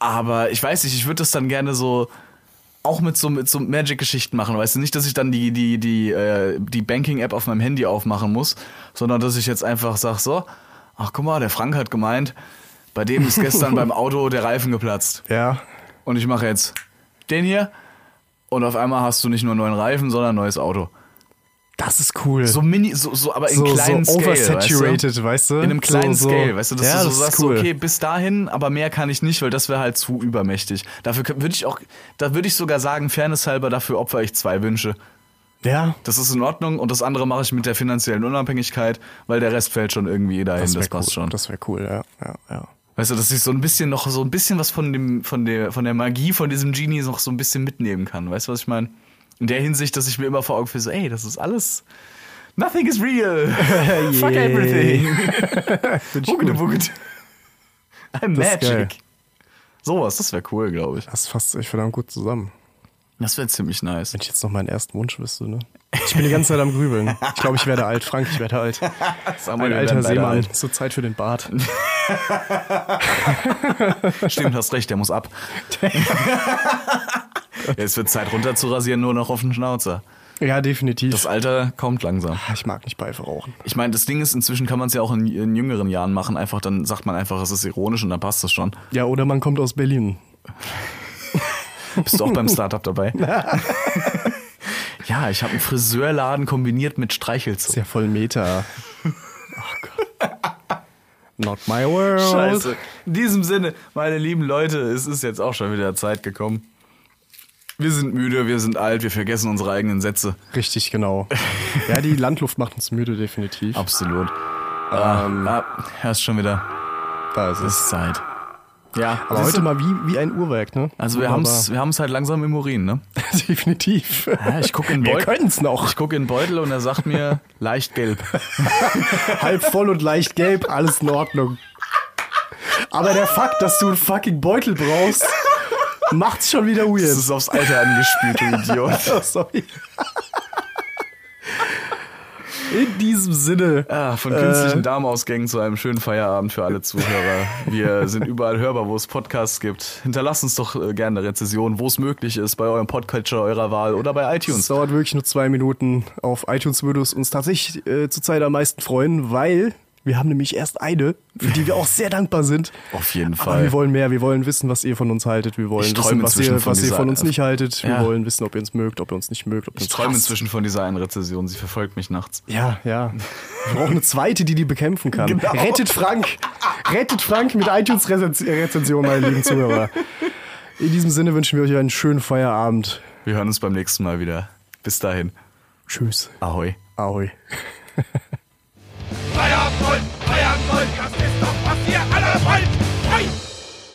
[SPEAKER 2] Aber ich weiß nicht, ich würde das dann gerne so auch mit so, mit so Magic-Geschichten machen. Weißt du, nicht, dass ich dann die, die, die, äh, die Banking-App auf meinem Handy aufmachen muss, sondern dass ich jetzt einfach sage so, ach guck mal, der Frank hat gemeint, bei dem ist
[SPEAKER 1] *laughs*
[SPEAKER 2] gestern beim Auto der Reifen geplatzt.
[SPEAKER 1] Ja.
[SPEAKER 2] Und ich mache jetzt den hier und auf einmal hast du nicht nur einen neuen Reifen, sondern ein neues Auto.
[SPEAKER 1] Das ist cool.
[SPEAKER 2] So mini, so, so aber in
[SPEAKER 1] So- so
[SPEAKER 2] kleinen Scale,
[SPEAKER 1] oversaturated, weißt du?
[SPEAKER 2] In einem kleinen
[SPEAKER 1] So- so-
[SPEAKER 2] Scale, weißt du, dass
[SPEAKER 1] Ja, das
[SPEAKER 2] du so
[SPEAKER 1] ist
[SPEAKER 2] sagst,
[SPEAKER 1] cool.
[SPEAKER 2] so, okay, bis dahin, aber mehr kann ich nicht, weil das wäre halt zu übermächtig. Dafür kö- würde ich auch, da würde ich sogar sagen, Fairness halber, dafür opfer ich zwei Wünsche.
[SPEAKER 1] ja.
[SPEAKER 2] Das ist in Ordnung und das andere mache ich mit der finanziellen Unabhängigkeit, weil der Rest fällt schon irgendwie dahin, das,
[SPEAKER 1] wär
[SPEAKER 2] passt
[SPEAKER 1] cool.
[SPEAKER 2] schon.
[SPEAKER 1] Das wäre cool, ja. ja, ja.
[SPEAKER 2] weißt du, dass ich so ein bisschen noch, so ein bisschen was von dem, von der, von der Magie von diesem Genie noch so ein bisschen mitnehmen kann. Weißt du, was ich meine? In der Hinsicht, dass ich mir immer vor Augen fühle, so, ey, das ist alles, nothing
[SPEAKER 1] *laughs*
[SPEAKER 2] is real. Fuck
[SPEAKER 1] Yay.
[SPEAKER 2] everything.
[SPEAKER 1] Find ich
[SPEAKER 2] Bugete,
[SPEAKER 1] gut.
[SPEAKER 2] bugete. I'm
[SPEAKER 1] Das ist geil.
[SPEAKER 2] magic. Sowas, das wäre cool, glaube ich.
[SPEAKER 1] Das fasst sich verdammt gut zusammen.
[SPEAKER 2] Das wäre ziemlich nice.
[SPEAKER 1] Wenn ich jetzt noch meinen ersten Wunsch wüsste, ne? Ich bin die ganze Zeit am Grübeln. Ich glaube, ich werde alt. Frank, ich werde alt.
[SPEAKER 2] Samuel,
[SPEAKER 1] Ein
[SPEAKER 2] wir
[SPEAKER 1] alter
[SPEAKER 2] werden leider
[SPEAKER 1] Seemann.
[SPEAKER 2] alt.
[SPEAKER 1] Zur Zeit für den Bart.
[SPEAKER 2] Stimmt, hast recht, der muss ab. Jetzt wird Zeit runter zu rasieren, nur noch auf den Schnauzer.
[SPEAKER 1] Ja, definitiv. Ah,
[SPEAKER 2] Das Alter kommt langsam.
[SPEAKER 1] ich mag nicht Pfeife rauchen.
[SPEAKER 2] Ich meine, das Ding ist, inzwischen kann man es ja auch in, in jüngeren Jahren machen. Einfach, dann sagt man einfach, es ist ironisch und dann passt das schon.
[SPEAKER 1] Ja, oder man kommt aus Berlin.
[SPEAKER 2] Bist du auch beim Startup dabei? ja, ich habe einen Friseurladen kombiniert mit Streichelzoo.
[SPEAKER 1] Ist ja voll Meta. Oh Gott. Not my world.
[SPEAKER 2] Scheiße. In diesem Sinne, meine lieben Leute, es ist jetzt auch schon wieder Zeit gekommen. Wir sind müde, wir sind alt, wir vergessen unsere eigenen Sätze.
[SPEAKER 1] Richtig, genau. Ja, die Landluft macht uns müde, definitiv.
[SPEAKER 2] Absolut. Ähm, ah, hörst schon wieder.
[SPEAKER 1] da ist
[SPEAKER 2] Es ist Zeit. Ja,
[SPEAKER 1] Aber heute mal wie, wie ein Uhrwerk, ne?
[SPEAKER 2] Also wir haben
[SPEAKER 1] Wunderbar.
[SPEAKER 2] es wir haben's *laughs* halt langsam im Urin, ne?
[SPEAKER 1] definitiv.
[SPEAKER 2] Ja, ich gucke in den
[SPEAKER 1] Wir
[SPEAKER 2] Beutel.
[SPEAKER 1] können's noch.
[SPEAKER 2] Ich gucke in den Beutel und er sagt mir leicht gelb.
[SPEAKER 1] *laughs* Halb voll und leicht gelb, alles in Ordnung. Aber der Fakt, dass du einen fucking Beutel brauchst, macht's schon wieder
[SPEAKER 2] Es
[SPEAKER 1] weird.
[SPEAKER 2] ist aufs Alter angespielt, du Idiot.
[SPEAKER 1] Oh, *laughs* sorry. In diesem Sinne.
[SPEAKER 2] *laughs* Ah, von künstlichen
[SPEAKER 1] Äh.
[SPEAKER 2] Darmausgängen zu einem schönen Feierabend für alle Zuhörer. Wir sind überall hörbar, wo es Podcasts gibt. Hinterlasst uns doch äh, gerne eine Rezension, wo es möglich ist, bei eurem Podcatcher eurer Wahl oder bei
[SPEAKER 1] Es
[SPEAKER 2] iTunes.
[SPEAKER 1] dauert wirklich nur zwei Minuten. Auf iTunes würde es uns tatsächlich äh, zurzeit am meisten freuen, weil wir haben nämlich erst eine, für die wir auch sehr dankbar sind.
[SPEAKER 2] *laughs* Auf jeden
[SPEAKER 1] Aber
[SPEAKER 2] Fall.
[SPEAKER 1] wir wollen mehr, wir wollen wissen, was ihr von uns haltet, wir wollen
[SPEAKER 2] Ich
[SPEAKER 1] wissen,
[SPEAKER 2] träume
[SPEAKER 1] was,
[SPEAKER 2] inzwischen
[SPEAKER 1] ihr,
[SPEAKER 2] von
[SPEAKER 1] was ihr
[SPEAKER 2] dieser-
[SPEAKER 1] von uns nicht haltet, wir
[SPEAKER 2] Ja.
[SPEAKER 1] wollen wissen, ob ihr uns mögt, ob ihr uns nicht mögt, ob ihr
[SPEAKER 2] Ich
[SPEAKER 1] uns
[SPEAKER 2] träume
[SPEAKER 1] hasst.
[SPEAKER 2] inzwischen von dieser einen Rezession. Sie verfolgt mich nachts.
[SPEAKER 1] Ja, ja. Wir brauchen eine zweite, die die bekämpfen kann.
[SPEAKER 2] Genau.
[SPEAKER 1] Rettet Frank. Rettet Frank mit iTunes-Rezension, meine lieben Zuhörer. In diesem Sinne wünschen wir euch einen schönen Feierabend.
[SPEAKER 2] Wir hören uns beim nächsten Mal wieder. Bis dahin.
[SPEAKER 1] Tschüss.
[SPEAKER 2] Ahoi.
[SPEAKER 1] Ahoi.